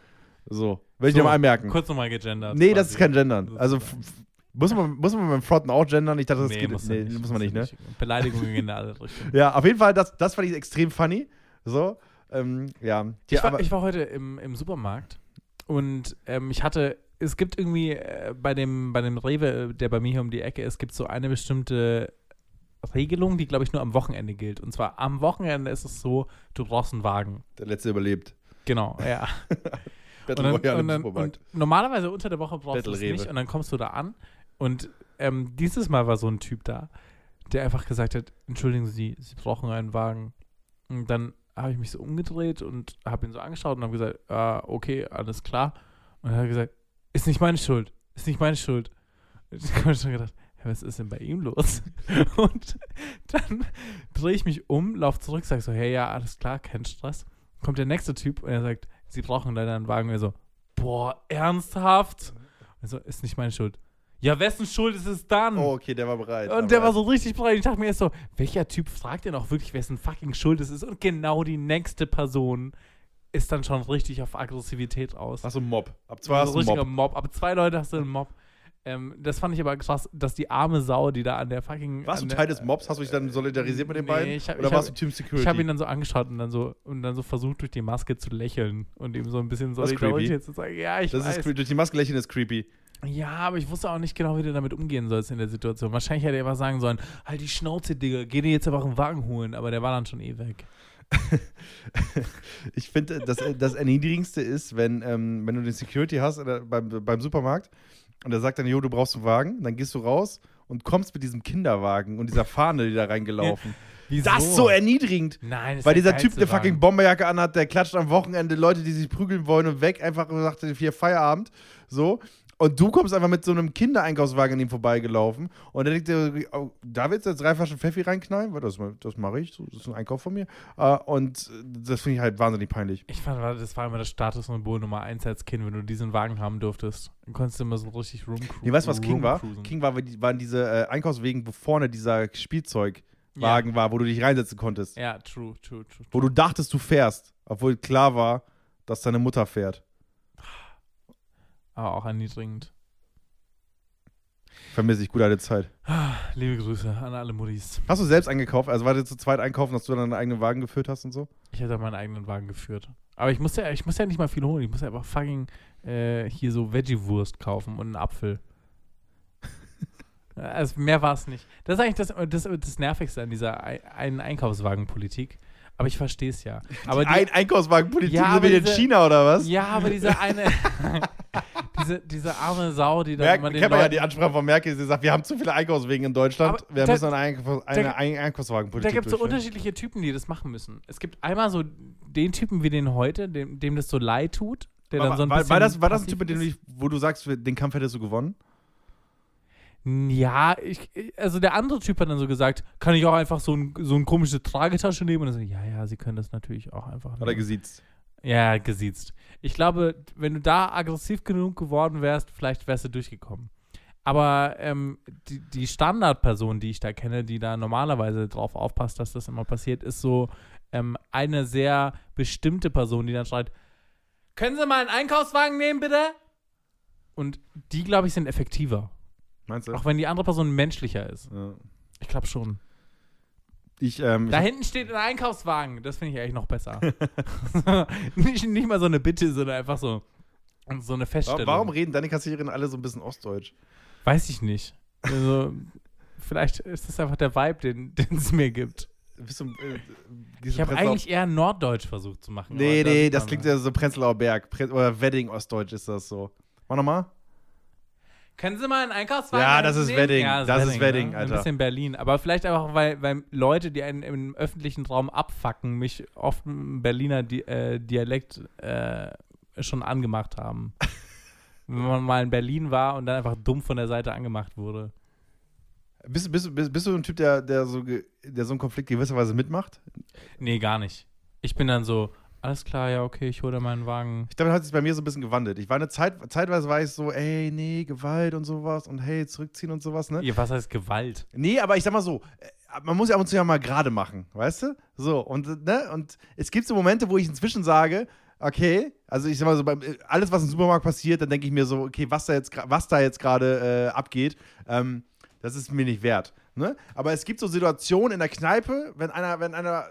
So, will ich dir
So,
mal anmerken.
Kurz nochmal gegendert.
Hm. nee, das
quasi.
ist kein Gendern. Also f- f- muss man, muss man beim Frotten auch gendern? Ich dachte, das
Nee,
geht.
muss,
nee, muss man nicht, ne?
Beleidigungen gehen in alle Richtungen.
Ja, auf jeden Fall, das, das fand ich extrem funny. So. Ähm, ja.
Ich,
ja
war, ich war heute im, im Supermarkt und ähm, ich hatte, es gibt irgendwie äh, bei dem, bei dem Rewe, der bei mir hier um die Ecke ist, gibt es so eine bestimmte Regelung, die, glaube ich, nur am Wochenende gilt. Und zwar am Wochenende ist es so, du brauchst einen Wagen.
der letzte überlebt.
Genau, ja.
Battle
Und dann,
Royale
und
im
dann,
Supermarkt.
und normalerweise unter der Woche brauchst du
Battle
es
Rewe.
nicht und dann kommst du da an und ähm, dieses Mal war so ein Typ da, der einfach gesagt hat, entschuldigen Sie, Sie brauchen einen Wagen. Und dann habe ich mich so umgedreht und habe ihn so angeschaut und habe gesagt, ah, okay, alles klar. Und er hat gesagt, ist nicht meine Schuld, ist nicht meine Schuld. Und ich habe schon gedacht, "Hä, was ist denn bei ihm los? Und dann drehe ich mich um, laufe zurück, sage so, hey, ja, alles klar, kein Stress. Kommt der nächste Typ und er sagt, Sie brauchen leider einen Wagen. Und er so, boah, ernsthaft? Und er so, ist nicht meine Schuld. Ja, wessen Schuld ist es dann?
Oh, okay, der war bereit.
Und der
Aber-
war so richtig breit. Ich dachte mir erst so, welcher Typ fragt denn auch wirklich, wessen fucking Schuld es ist? Und genau die nächste Person ist dann schon richtig auf Aggressivität aus.
Hast du einen Mob? Ab zwei
war
hast
so
du
ein
einen
richtiger
Mob.
Mob. Aber zwei Leute hast du einen Mob. Ähm, das fand ich aber krass, dass die arme Sau, die da an der fucking.
Warst du
an der-
Teil des Mobs? Hast du dich dann solidarisiert mit den
ne, äh, Nee,
beiden?
ich hab-
Oder
ich
warst
hab-
du Team Security?
Ich habe ihn dann so angeschaut und dann so und dann so versucht, durch die Maske zu lächeln und ihm so ein bisschen
Das ist creepy.
Solidarität zu sagen. Ja, ich
das
weiß.
ist creepy. Durch die Maske lächeln ist creepy.
Ja, aber ich wusste auch nicht genau, wie du damit umgehen sollst in der Situation. Wahrscheinlich hätte er was sagen sollen, halt die Schnauze, Digga, geh dir jetzt einfach einen Wagen holen, aber der war dann schon eh weg.
Ich finde, das, äh, das Erniedrigendste ist, wenn, ähm, wenn du den Security hast oder beim, beim Supermarkt und der sagt dann, jo, du brauchst einen Wagen, dann gehst du raus und kommst mit diesem Kinderwagen und dieser Fahne, die da reingelaufen.
Wieso?
Das ist so erniedrigend.
Nein, das
Weil
ist der
dieser Typ
geilste
eine fucking
Wagen.
Bomberjacke anhat, der klatscht am Wochenende Leute, die sich prügeln wollen und weg, einfach und sagt, hier Feierabend. So. Und du kommst einfach mit so einem Kindereinkaufswagen an ihm vorbeigelaufen und der denkt dir, oh, da willst du jetzt drei Flaschen Pfeffi reinknallen, weil das, das mache ich, so, das ist ein Einkauf von mir. Äh, Und das finde ich halt wahnsinnig peinlich.
Ich fand, das war immer das Statussymbol Nummer 1 als Kind, wenn du diesen Wagen haben durftest. Dann konntest du immer so richtig rumcruisen.
Nee, weißt du, was King war? King war, waren diese äh, Einkaufswegen, wo vorne dieser Spielzeugwagen war, wo du dich reinsetzen konntest.
Ja, true, true, true.
Wo du dachtest, du fährst, obwohl klar war, dass deine Mutter fährt.
Aber auch erniedrigend.
Vermisse ich gut alte Zeit.
Liebe Grüße an alle Muttis.
Hast du selbst eingekauft? Also war dir zu zweit einkaufen, dass du dann deinen eigenen Wagen gefüllt hast und so?
Ich hätte meinen eigenen Wagen geführt. Aber ich musste, ja- ich musste ja nicht mal viel holen. Ich musste einfach fucking äh, hier so Veggie-Wurst kaufen und einen Apfel. also mehr war es nicht. Das ist eigentlich das, das, das Nervigste an dieser ei- einen Einkaufswagen-Politik. Aber ich verstehe es ja. Aber die,
Ein Einkaufswagenpolitik,
Ja,
so wie
aber
in
diese-
China oder was?
ja, aber diese eine, diese, diese arme Sau, die dann
Merkel,
immer den
kennt man ja
Leuten
die Ansprache von Merkel, sie sagt, wir haben zu viele Einkaufswegen in Deutschland,
Aber
wir
da-
müssen eine, Einkauf, eine,
da-
Ein- Einkaufswagenpolitik
Da gibt es so
durchführen.
unterschiedliche Typen, die das machen müssen. Es gibt einmal so den Typen wie den heute, dem, dem das so leid tut. Der dann so ein
war, war,
bisschen
war das, war das ein
passiv
Typ, mit dem du
ist.
dich, wo du sagst, den Kampf hättest du gewonnen?
Ja, ich, also der andere Typ hat dann so gesagt, kann ich auch einfach so, ein, so eine komische Tragetasche nehmen? Und dann so, ja, ja, sie können das natürlich auch einfach
Hat er
nehmen.
gesiezt?
Ja, gesiezt. Ich glaube, wenn du da aggressiv genug geworden wärst, vielleicht wärst du durchgekommen. Aber ähm, die, die Standardperson, die ich da kenne, die da normalerweise drauf aufpasst, dass das immer passiert, ist so ähm, eine sehr bestimmte Person, die dann schreit, können Sie mal einen Einkaufswagen nehmen, bitte? Und die, glaube ich, sind effektiver.
Meinst du?
Auch wenn die andere Person menschlicher ist.
Ja.
Ich glaube schon.
Ich, ähm,
Da hinten steht ein Einkaufswagen. Das finde ich eigentlich noch besser. nicht, nicht mal so eine Bitte, sondern einfach so, so eine
warum,
Feststellung.
warum reden deine Kassiererinnen alle so ein bisschen Ostdeutsch?
Weiß ich nicht. Also, vielleicht ist das einfach der Vibe, den den es mir gibt.
Bist du, äh,
Ich habe eigentlich Oh, eher Norddeutsch versucht zu machen.
Nee,
aber
nee,
ist
das
dann-
klingt ja so Prenzlauer Berg. Pre oder Wedding Ostdeutsch ist das so. Mach nochmal.
Können Sie mal einen Einkaufswagen?
Ja, das ist
nehmen?
Wedding. Das ist Wedding,
ne?
Alter.
Ein bisschen Berlin. Aber vielleicht einfach, weil, weil Leute, die einen im öffentlichen Raum abfacken, mich oft im Berliner Di äh, Dialekt äh, schon angemacht haben. Wenn man mal in Berlin war und dann einfach dumm von der Seite angemacht wurde.
Bist, bist, bist, bist du ein Typ, der, der, so, ge- der so einen Konflikt gewisserweise mitmacht?
Nee, gar nicht. Ich bin dann so, alles klar, ja, okay, ich hole meinen Wagen.
Ich glaube, das hat sich bei mir so ein bisschen gewandelt. Ich war eine Zeit, zeitweise war ich so, ey, nee, Gewalt und sowas und hey, zurückziehen und sowas, ne?
Ihr, was heißt Gewalt?
Nee, aber ich sag mal so, äh, man muss ja ab und zu ja mal gerade machen, weißt du? So, und, äh, ne? und es gibt so Momente, wo ich inzwischen sage, okay, also ich sag mal so, beim, äh, alles, was im Supermarkt passiert, dann denke ich mir so, okay, was da jetzt, gra- was da jetzt gerade äh, abgeht, ähm, das ist mir nicht wert. Ne? Aber es gibt so Situationen in der Kneipe, wenn einer, wenn einer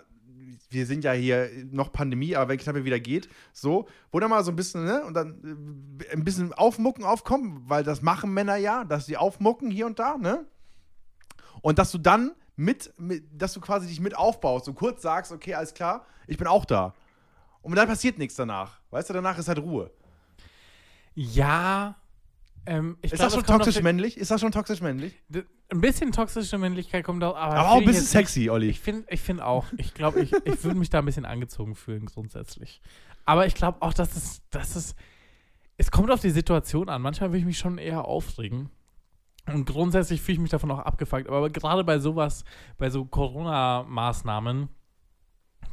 wir sind ja hier noch Pandemie, aber wenn Knappe wieder geht, so, wo dann mal so ein bisschen, ne, und dann äh, ein bisschen aufmucken, aufkommen, weil das machen Männer ja, dass sie aufmucken hier und da, ne? Und dass du dann mit, mit dass du quasi dich mit aufbaust und kurz sagst, okay, alles klar, ich bin auch da. Und dann passiert nichts danach. Weißt du, danach ist halt Ruhe.
Ja. Ähm, ich
Ist
glaub,
das schon
kommt auf
toxisch
den-
männlich? Ist das schon toxisch männlich?
D- Ein bisschen toxische Männlichkeit kommt auch, aber,
Aber auch ein
find ich
bisschen
jetzt nicht-
sexy, Olli.
Ich finde ich find auch, ich glaube, ich, ich würde mich da ein bisschen angezogen fühlen grundsätzlich. Aber ich glaube auch, dass es, dass es, es kommt auf die Situation an. Manchmal will ich mich schon eher aufregen. Und grundsätzlich fühle ich mich davon auch abgefuckt. Aber gerade bei sowas, bei so Corona-Maßnahmen,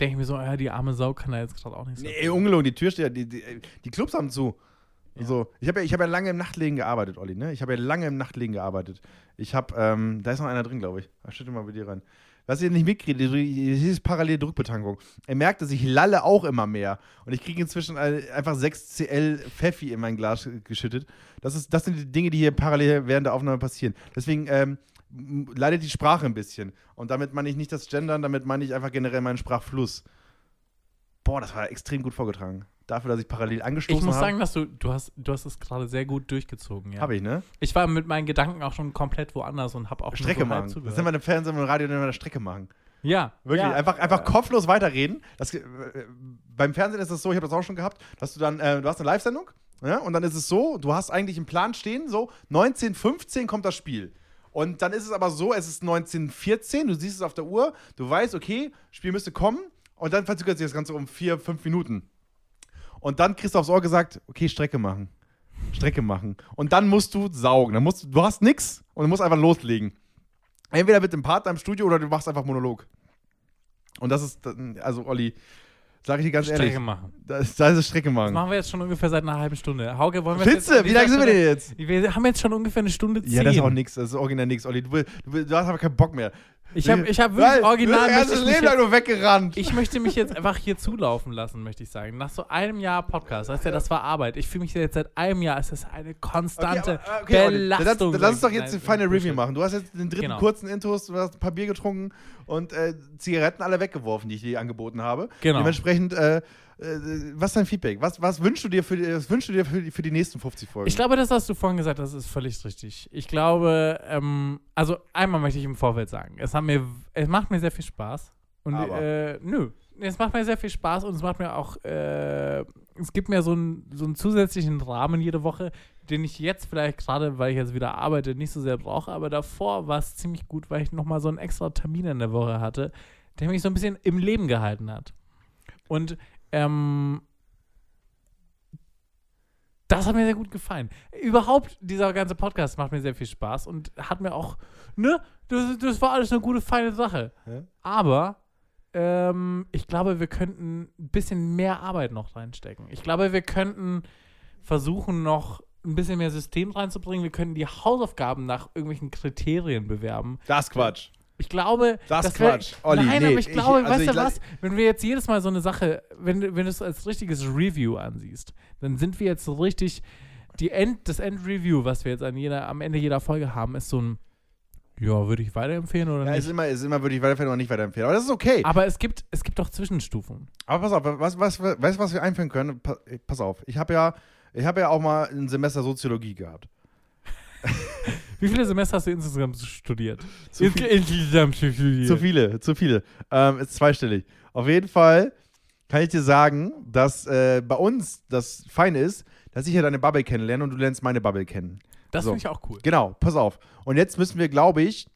denke ich mir so, ah ja, die arme Sau kann da jetzt gerade auch nichts
Nee,
dafür.
ungelogen, die Tür steht ja, die, die, die Clubs haben zu. So, ich habe ja, ich hab ja lange im Nachtlegen gearbeitet, Olli, ne? Ich habe ja lange im Nachtlegen gearbeitet. Ich habe, ähm, da ist noch einer drin, glaube ich. Ach, Schütte mal bei dir rein. Was ihr nicht mitkriegt, das ist parallele Druckbetankung. Er merkt, dass ich lalle auch immer mehr. Und ich kriege inzwischen ein- einfach 6cl Pfeffi in mein Glas geschüttet. Das, ist, das sind die Dinge, die hier parallel während der Aufnahme passieren. Deswegen ähm, m- leidet die Sprache ein bisschen. Und damit meine ich nicht das Gendern, damit meine ich einfach generell meinen Sprachfluss. Boah, das war extrem gut vorgetragen. Dafür, dass ich parallel angestoßen
Ich muss
habe.
sagen, dass du, du hast, du hast es gerade sehr gut durchgezogen, ja.
Habe ich, ne?
Ich war mit meinen Gedanken auch schon komplett woanders und habe auch nur so
Strecke
halb
machen. Das
zugehört.
sind wir im Fernsehen und im Radio, wenn wir Strecke machen.
Ja,
Wirklich,
ja.
einfach, einfach kopflos weiterreden. Das, äh, beim Fernsehen ist es so, ich habe das auch schon gehabt, dass du dann, äh, du hast eine Live-Sendung ja, und dann ist es so, du hast eigentlich einen Plan stehen, so 19.15 kommt das Spiel. Und dann ist es aber so, es ist 19.14, du siehst es auf der Uhr, du weißt, okay, Spiel müsste kommen und dann verzögert sich das Ganze um vier, fünf Minuten. Und dann kriegst du aufs Ohr gesagt, okay, Strecke machen. Strecke machen. Und dann musst du saugen. Dann musst, du- du hast nix und du musst einfach loslegen. Entweder mit dem Partner im Studio oder du machst einfach Monolog. Und das ist, also Olli, sag ich dir ganz
Strecke
ehrlich,
machen.
da ist, da ist es Strecke
Das
machen.
machen wir jetzt schon ungefähr seit einer halben Stunde. Hauke, wollen wir es jetzt
Spitze,
an
wie lange
dieser
sind wir denn jetzt?
Stelle- Wir haben jetzt schon ungefähr eine Stunde zehn.
Ja, das ist auch nix, das ist original nix, Olli. Du, will- du, will- du hast aber keinen Bock mehr.
Ich habe ich hab wirklich
Nein,
original...
Du
Möchte
hast
ich,
das
mich
Leben lang
jetzt,
nur weggerannt.
ich möchte mich jetzt einfach hier zulaufen lassen, möchte ich sagen. Nach so einem Jahr Podcast, weißt du, das war Arbeit. Ich fühle mich jetzt seit einem Jahr, es ist eine konstante
aber- äh, okay, Olli, dann lass-
Belastung.
Dann lass uns doch jetzt
Nein,
den Final Review
Bullshit.
machen. Du hast jetzt den dritten
Genau.
kurzen Intus, du hast ein paar Bier getrunken und äh, Zigaretten alle weggeworfen, die ich dir angeboten habe.
Genau.
Dementsprechend, äh, äh, was ist dein Feedback? Was, was wünschst du dir, für, die- was wünschst du dir für, die- für die nächsten 50 Folgen?
Ich glaube, das, was du vorhin gesagt hast, ist völlig richtig. Ich glaube, ähm, also einmal möchte ich im Vorfeld sagen, es, hat mir, es macht mir sehr viel Spaß. Und
Aber.
äh, nö, es macht mir sehr viel Spaß und es macht mir auch, äh, es gibt mir so einen, so einen zusätzlichen Rahmen jede Woche, den ich jetzt vielleicht gerade, weil ich jetzt wieder arbeite, nicht so sehr brauche, aber davor war es ziemlich gut, weil ich nochmal so einen extra Termin in der Woche hatte, der mich so ein bisschen im Leben gehalten hat. Und ähm, das hat mir sehr gut gefallen. Überhaupt, dieser ganze Podcast macht mir sehr viel Spaß und hat mir auch, ne, das, das war alles eine gute, feine Sache.
Ja.
Aber ähm, ich glaube, wir könnten ein bisschen mehr Arbeit noch reinstecken. Ich glaube, wir könnten versuchen, noch ein bisschen mehr System reinzubringen. Wir könnten die Hausaufgaben nach irgendwelchen Kriterien bewerben.
das ist Quatsch.
Ich glaube,
Das
dass
Quatsch.
Wir,
Olli,
nein,
nee,
aber ich
ich-
glaube,
also
weißt
ich
du
lass-
was? Wenn wir jetzt jedes Mal so eine Sache, wenn, du- wenn du es als richtiges Review ansiehst, dann sind wir jetzt so richtig, die End, das End-Review, was wir jetzt an jeder, am Ende jeder Folge haben, ist so ein, ja, würde ich weiterempfehlen oder
Ja, also-
nicht?
ist immer, ist immer würde ich weiterempfehlen oder nicht weiterempfehlen. Aber das ist okay.
aber es gibt, es gibt doch Zwischenstufen.
Aber pass auf, was, was, was, weißt du, was wir einführen können? Pa pass auf, ich habe ja, ich habe ja auch mal ein Semester Soziologie gehabt.
Wie viele Semester hast du insgesamt studiert?
Zu
Insge- Insgesamt studiert.
Zu viele, zu viele. Ähm, ist zweistellig. Auf jeden Fall kann ich dir sagen, dass äh, bei uns das Feine ist, dass ich ja deine Bubble kennenlerne und du lernst meine Bubble kennen.
Das
So.
finde ich auch cool.
Genau, pass auf. Und jetzt müssen wir, glaube ich,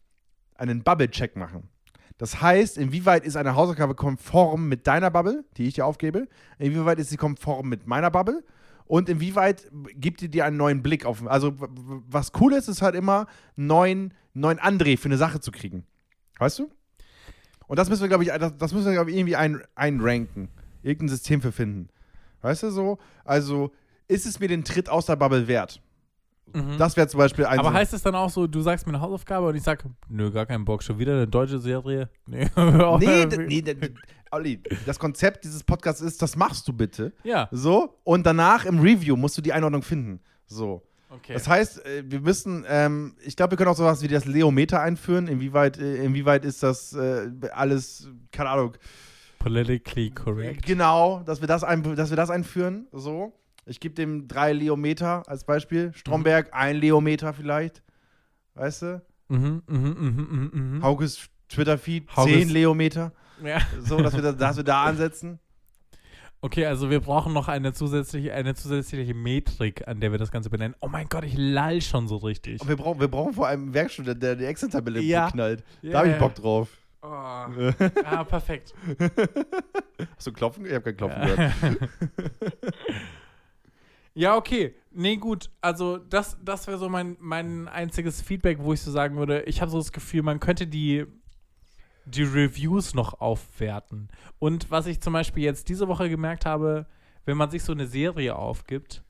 einen Bubble-Check machen. Das heißt, inwieweit ist eine Hausaufgabe konform mit deiner Bubble, die ich dir aufgebe? Inwieweit ist sie konform mit meiner Bubble? Und inwieweit gibt die dir einen neuen Blick auf? Also, w- w- was cool ist, ist halt immer, einen neuen, neuen André für eine Sache zu kriegen. Weißt du? Und das müssen wir, glaube ich, das, das müssen wir, glaube ich, irgendwie ein, einranken. Irgendein System für finden. Weißt du so? Also, ist es mir den Tritt aus der Bubble wert?
Mhm.
Das wäre zum Beispiel ein
Aber
Sinn.
heißt es dann auch so, du sagst mir eine Hausaufgabe und ich sag, nö, gar keinen Bock, schon wieder eine deutsche Serie? Nee, hör auf.
Nee, d- nee, d- d- Olli, das Konzept dieses Podcasts ist, das machst du bitte.
Ja,
So, und danach im Review musst du die Einordnung finden. So.
okay.
Das heißt, äh, wir müssen, ähm, ich glaube, wir können auch sowas wie das Leometer einführen. Inwieweit, äh, inwieweit ist das äh, alles, keine Ahnung,
politically correct.
Genau, dass wir das, ein, dass wir das einführen. So. Ich gebe dem drei Leometer als Beispiel. Stromberg, ein Leometer vielleicht. Weißt du?
Mhm, mhm, mhm, mhm, mhm.
Haukes Twitter-Feed,
Hauges-
10 Leometer.
Ja.
So, dass wir, da, dass wir da ansetzen.
Okay, also wir brauchen noch eine zusätzliche, eine zusätzliche Metrik, an der wir das Ganze benennen. Oh mein Gott, ich lall schon so richtig.
Und wir brauchen, wir brauchen vor allem einen Werkstudent, der die Excel-Tabelle
Ja.
knallt.
Ja,
Da habe
ja.
ich Bock drauf.
Oh. Ah, perfekt.
Hast du Klopfen? Ich habe kein Klopfen gehört.
ja, okay. Nee, gut. Also, das, das wäre so mein, mein einziges Feedback, wo ich so sagen würde, ich habe so das Gefühl, man könnte die, die Reviews noch aufwerten. Und was ich zum Beispiel jetzt diese Woche gemerkt habe, wenn man sich so eine Serie aufgibt,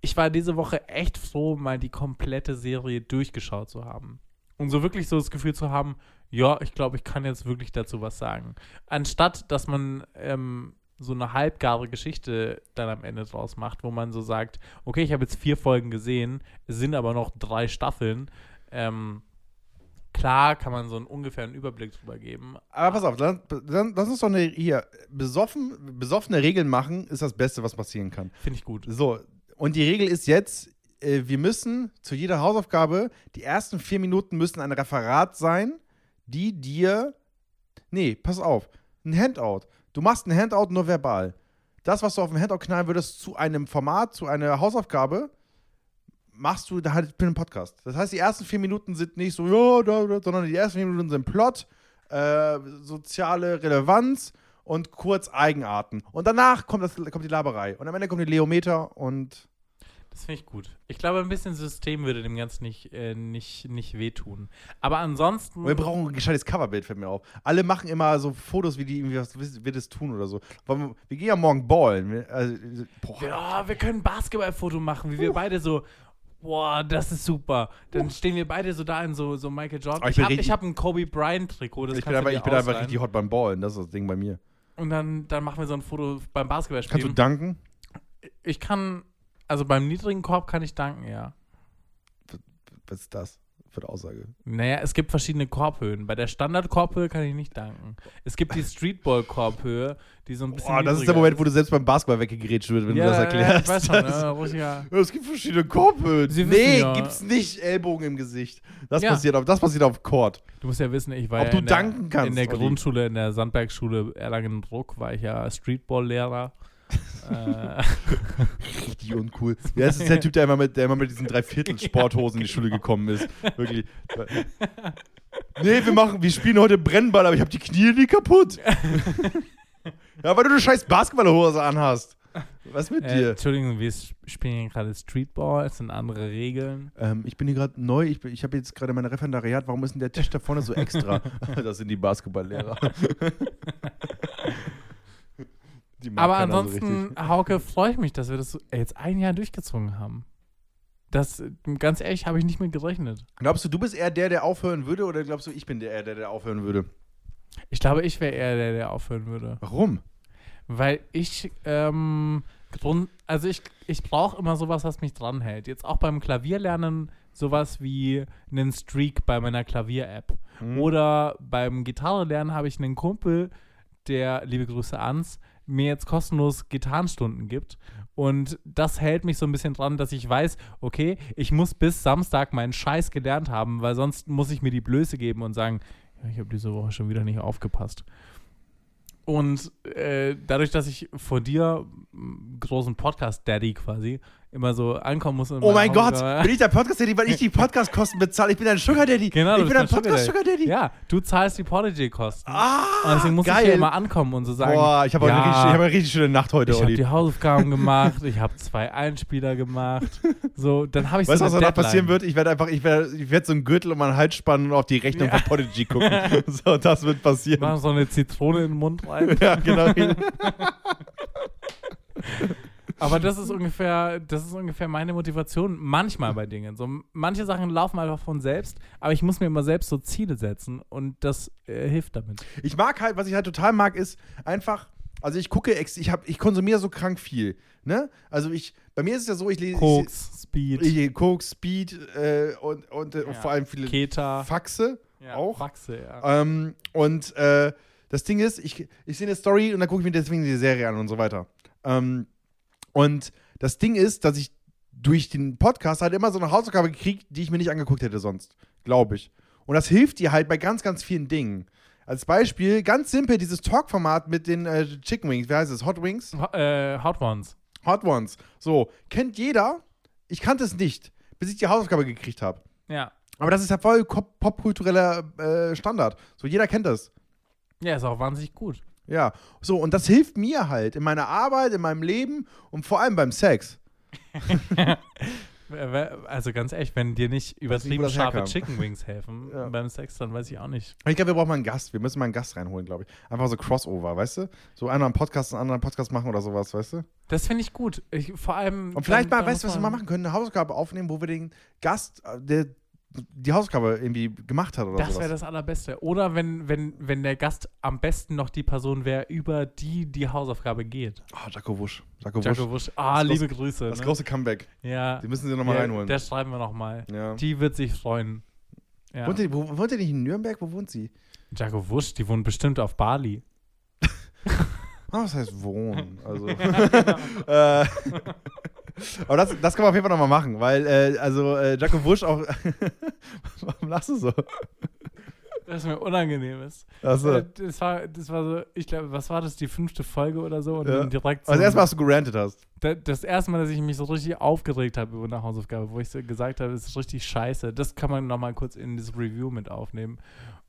ich war diese Woche echt froh, mal die komplette Serie durchgeschaut zu haben. Und so wirklich so das Gefühl zu haben, ja, ich glaube, ich kann jetzt wirklich dazu was sagen. Anstatt, dass man ähm, so eine halbgare Geschichte dann am Ende draus macht, wo man so sagt, okay, ich habe jetzt vier Folgen gesehen, es sind aber noch drei Staffeln. Ähm, klar kann man so einen ungefähren Überblick drüber geben.
Aber pass auf, dann, dann lass uns doch eine, hier, besoffen, besoffene Regeln machen, ist das Beste, was passieren kann.
Finde ich gut.
So, und die Regel ist jetzt, äh, wir müssen zu jeder Hausaufgabe, die ersten vier Minuten müssen ein Referat sein, die dir, nee, pass auf, ein Handout. Du machst ein Handout nur verbal. Das, was du auf dem Handout knallen würdest, zu einem Format, zu einer Hausaufgabe, machst du da halt für einen Podcast. Das heißt, die ersten vier Minuten sind nicht so, ja, da, da, sondern die ersten vier Minuten sind Plot, äh, soziale Relevanz und kurz Eigenarten. Und danach kommt, das, kommt die Laberei. Und am Ende kommt die Leometer und.
Das finde ich gut. Ich glaube, ein bisschen System würde dem Ganzen nicht, äh, nicht, nicht wehtun. Aber ansonsten.
und wir brauchen ein gescheites Coverbild, fällt mir auf. Alle machen immer so Fotos, wie die irgendwie was wiss- wird es tun oder so. Wollen Wir wir gehen ja morgen ballen. Wir- Also, boah.
Ja, wir können ein Basketballfoto machen, wie wir beide so. Boah, das ist super. Dann stehen wir beide so da in so, so Michael Jordan.
Aber
Ich,
ich bin
hab- ich
richtig-
habe hab ein Kobe Bryant-Trikot. das
Ich bin,
kannst du
einfach,
dir
ich bin einfach
ausleihen.
richtig hot beim Ballen, das ist das Ding bei mir.
Und dann, dann machen wir so ein Foto beim Basketballspiel.
Kannst du danken?
ich kann, also beim niedrigen Korb kann ich danken, ja.
Was ist das für eine Aussage?
Naja, es gibt verschiedene Korbhöhen. Bei der Standard-Korbhöhe kann ich nicht danken. Es gibt die Streetball-Korbhöhe, die so ein bisschen.
Boah, das ist der
niedriger
Moment, wo du selbst beim Basketball weggerätscht wirst, wenn
ja,
du das
Ja,
erklärst.
ich weiß schon,
Das-
ja, ruhiger.
Es gibt verschiedene Korbhöhen.
Sie wissen
Nee,
ja.
gibt's nicht. Ellbogen im Gesicht. Das,
Ja.
passiert, auf, das passiert auf Court.
Du musst ja wissen, ich war
Ob
ja
du
in der,
danken kannst,
in der
Olli.
Grundschule, in der Sandbergschule Erlangen-Bruck, war ich ja Streetball-Lehrer. äh,
Richtig uncool. Ja, das ist der Typ, der immer mit, der immer mit diesen Dreiviertel-Sporthosen in die Schule gekommen ist. Wirklich. Nee, wir machen, wir spielen heute Brennball, aber ich habe die Knie nie kaputt. ja, weil du eine scheiß Basketballhose anhast. Was ist mit
äh,
dir?
Entschuldigung, wir sp- spielen hier gerade Streetball, es sind andere Regeln.
Ähm, ich bin hier gerade neu, ich, bin- ich habe jetzt gerade mein Referendariat, warum ist denn der Tisch da vorne so extra? das sind die Basketballlehrer. Die mag
Aber
keiner so richtig.
ansonsten, Hauke, freue ich mich, dass wir das so- ey, jetzt ein Jahr durchgezogen haben. Das, äh, ganz ehrlich, habe ich nicht mit gerechnet.
Glaubst du, du bist eher der, der aufhören würde, oder glaubst du, ich bin der, eher der, der aufhören würde?
Ich glaube, ich wäre eher der, der aufhören würde.
Warum?
Weil ich, ähm, grund, also ich, ich brauche immer sowas, was mich dranhält. Jetzt auch beim Klavierlernen sowas wie einen Streak bei meiner Klavier-App.
Mhm.
Oder beim Gitarrelernen habe ich einen Kumpel, der, liebe Grüße ans, mir jetzt kostenlos Gitarrenstunden gibt. Und das hält mich so ein bisschen dran, dass ich weiß, okay, ich muss bis Samstag meinen Scheiß gelernt haben, weil sonst muss ich mir die Blöße geben und sagen, ja, ich habe diese Woche schon wieder nicht aufgepasst. Und äh, dadurch, dass ich vor dir, m, großen Podcast-Daddy quasi, immer so ankommen muss. und
Oh
meine
mein Gott,
Hausaufgaben-
bin ich der Podcast-Daddy, weil ich die Podcast-Kosten bezahle? Ich bin ein Sugar-Daddy.
Genau,
ich
du
bin ein
bist der Sugar
Podcast-Sugar-Daddy.
Ja, du zahlst die Prodigy-Kosten.
Ah,
und deswegen muss ich
geil.
hier immer ankommen und so sagen,
Boah, ich habe auch
ja,
eine, richtig- ich hab eine richtig schöne Nacht heute,
ich habe
Olli.
die Hausaufgaben gemacht, ich habe zwei Einspieler gemacht. So, dann habe ich
Weißt
so
du, was
eine
danach
Deadline.
passieren wird? Ich werde einfach, ich werde ich werd so einen Gürtel um meinen Hals spannen und auf die Rechnung von Podigy gucken. So, das wird
Ich mache
passieren.
so eine Zitrone in den Mund rein.
Ja, genau.
Aber das ist ungefähr, das ist ungefähr meine Motivation manchmal bei Dingen. So, manche Sachen laufen einfach von selbst, aber ich muss mir immer selbst so Ziele setzen und das äh, hilft damit.
Ich mag halt, was ich halt total mag, ist einfach, also ich gucke, ex- ich, hab, ich konsumiere so krank viel. Ne? Also ich, bei mir ist es ja so, ich lese.
Koks,
Ich,
Speed,
ich, Koks, Speed äh, und, und, äh,
Ja.
vor allem viele
Keta,
Faxe
ja,
auch.
Faxe, ja.
Ähm, und äh, das Ding ist, ich, ich sehe eine Story und dann gucke ich mir deswegen die Serie an und so weiter. Ähm, und das Ding ist, dass ich durch den Podcast halt immer so eine Hausaufgabe gekriegt, die ich mir nicht angeguckt hätte sonst, glaube ich. Und das hilft dir halt bei ganz, ganz vielen Dingen. Als Beispiel, ganz simpel, dieses Talk-Format mit den äh, Chicken Wings, wie heißt es? Hot Wings?
Ho- äh, Hot Ones.
Hot Ones. So, kennt jeder. Ich kannte es nicht, bis ich die Hausaufgabe gekriegt habe.
Ja.
Aber das ist ja voll kop- popkultureller äh, Standard. So, jeder kennt das.
Ja, ist auch wahnsinnig gut.
Ja. So, und das hilft mir halt in meiner Arbeit, in meinem Leben und vor allem beim Sex.
Äh, we- Also ganz ehrlich, wenn dir nicht
wo
übertrieben
das
scharfe
herkam.
Chicken Wings helfen
Ja.
beim Sex, dann weiß ich auch nicht.
Ich glaube, wir brauchen mal einen Gast. Wir müssen mal einen Gast reinholen, glaube ich. Einfach so Crossover, weißt du? So einer einen Podcast, einen anderen Podcast machen oder sowas, weißt du?
Das finde ich gut. Ich, vor allem.
Und vielleicht
dann-
mal,
dann
weißt du,
muss
was wir mal
man-
machen können? Eine Hausaufgabe aufnehmen, wo wir den Gast, äh, der die Hausaufgabe irgendwie gemacht hat oder
Das wäre
sowas.
das Allerbeste. Oder wenn, wenn, wenn der Gast am besten noch die Person wäre, über die die Hausaufgabe geht.
Ah, Jaco Wusch. Jaco Wusch.
Jaco Wusch. Ah,
Das große-
liebe Grüße.
Das
ne?
große Comeback.
ja.
Die müssen sie nochmal
ja,
reinholen.
Das schreiben wir nochmal.
Ja.
Die wird sich freuen. Ja.
Wohnt, ihr, wo, wohnt ihr nicht in Nürnberg? Wo wohnt sie?
Jaco Wusch, die wohnt bestimmt auf Bali.
Ah, was heißt wohnen? Also. äh, aber das, das kann man auf jeden Fall nochmal machen, weil, äh, also, äh, Jaco Wusch auch. Warum lachst du so?
Das ist mir unangenehm ist.
Also,
Äh, Das war, das war so, ich glaube, was war das, die fünfte Folge oder so? Und
Ja.
dann direkt so,
also erstmal, dass du gerantet hast.
Da- das erste Mal, dass ich mich so richtig aufgeregt habe über eine Hausaufgabe, wo ich so gesagt habe, das ist richtig scheiße. Das kann man nochmal kurz in das Review mit aufnehmen.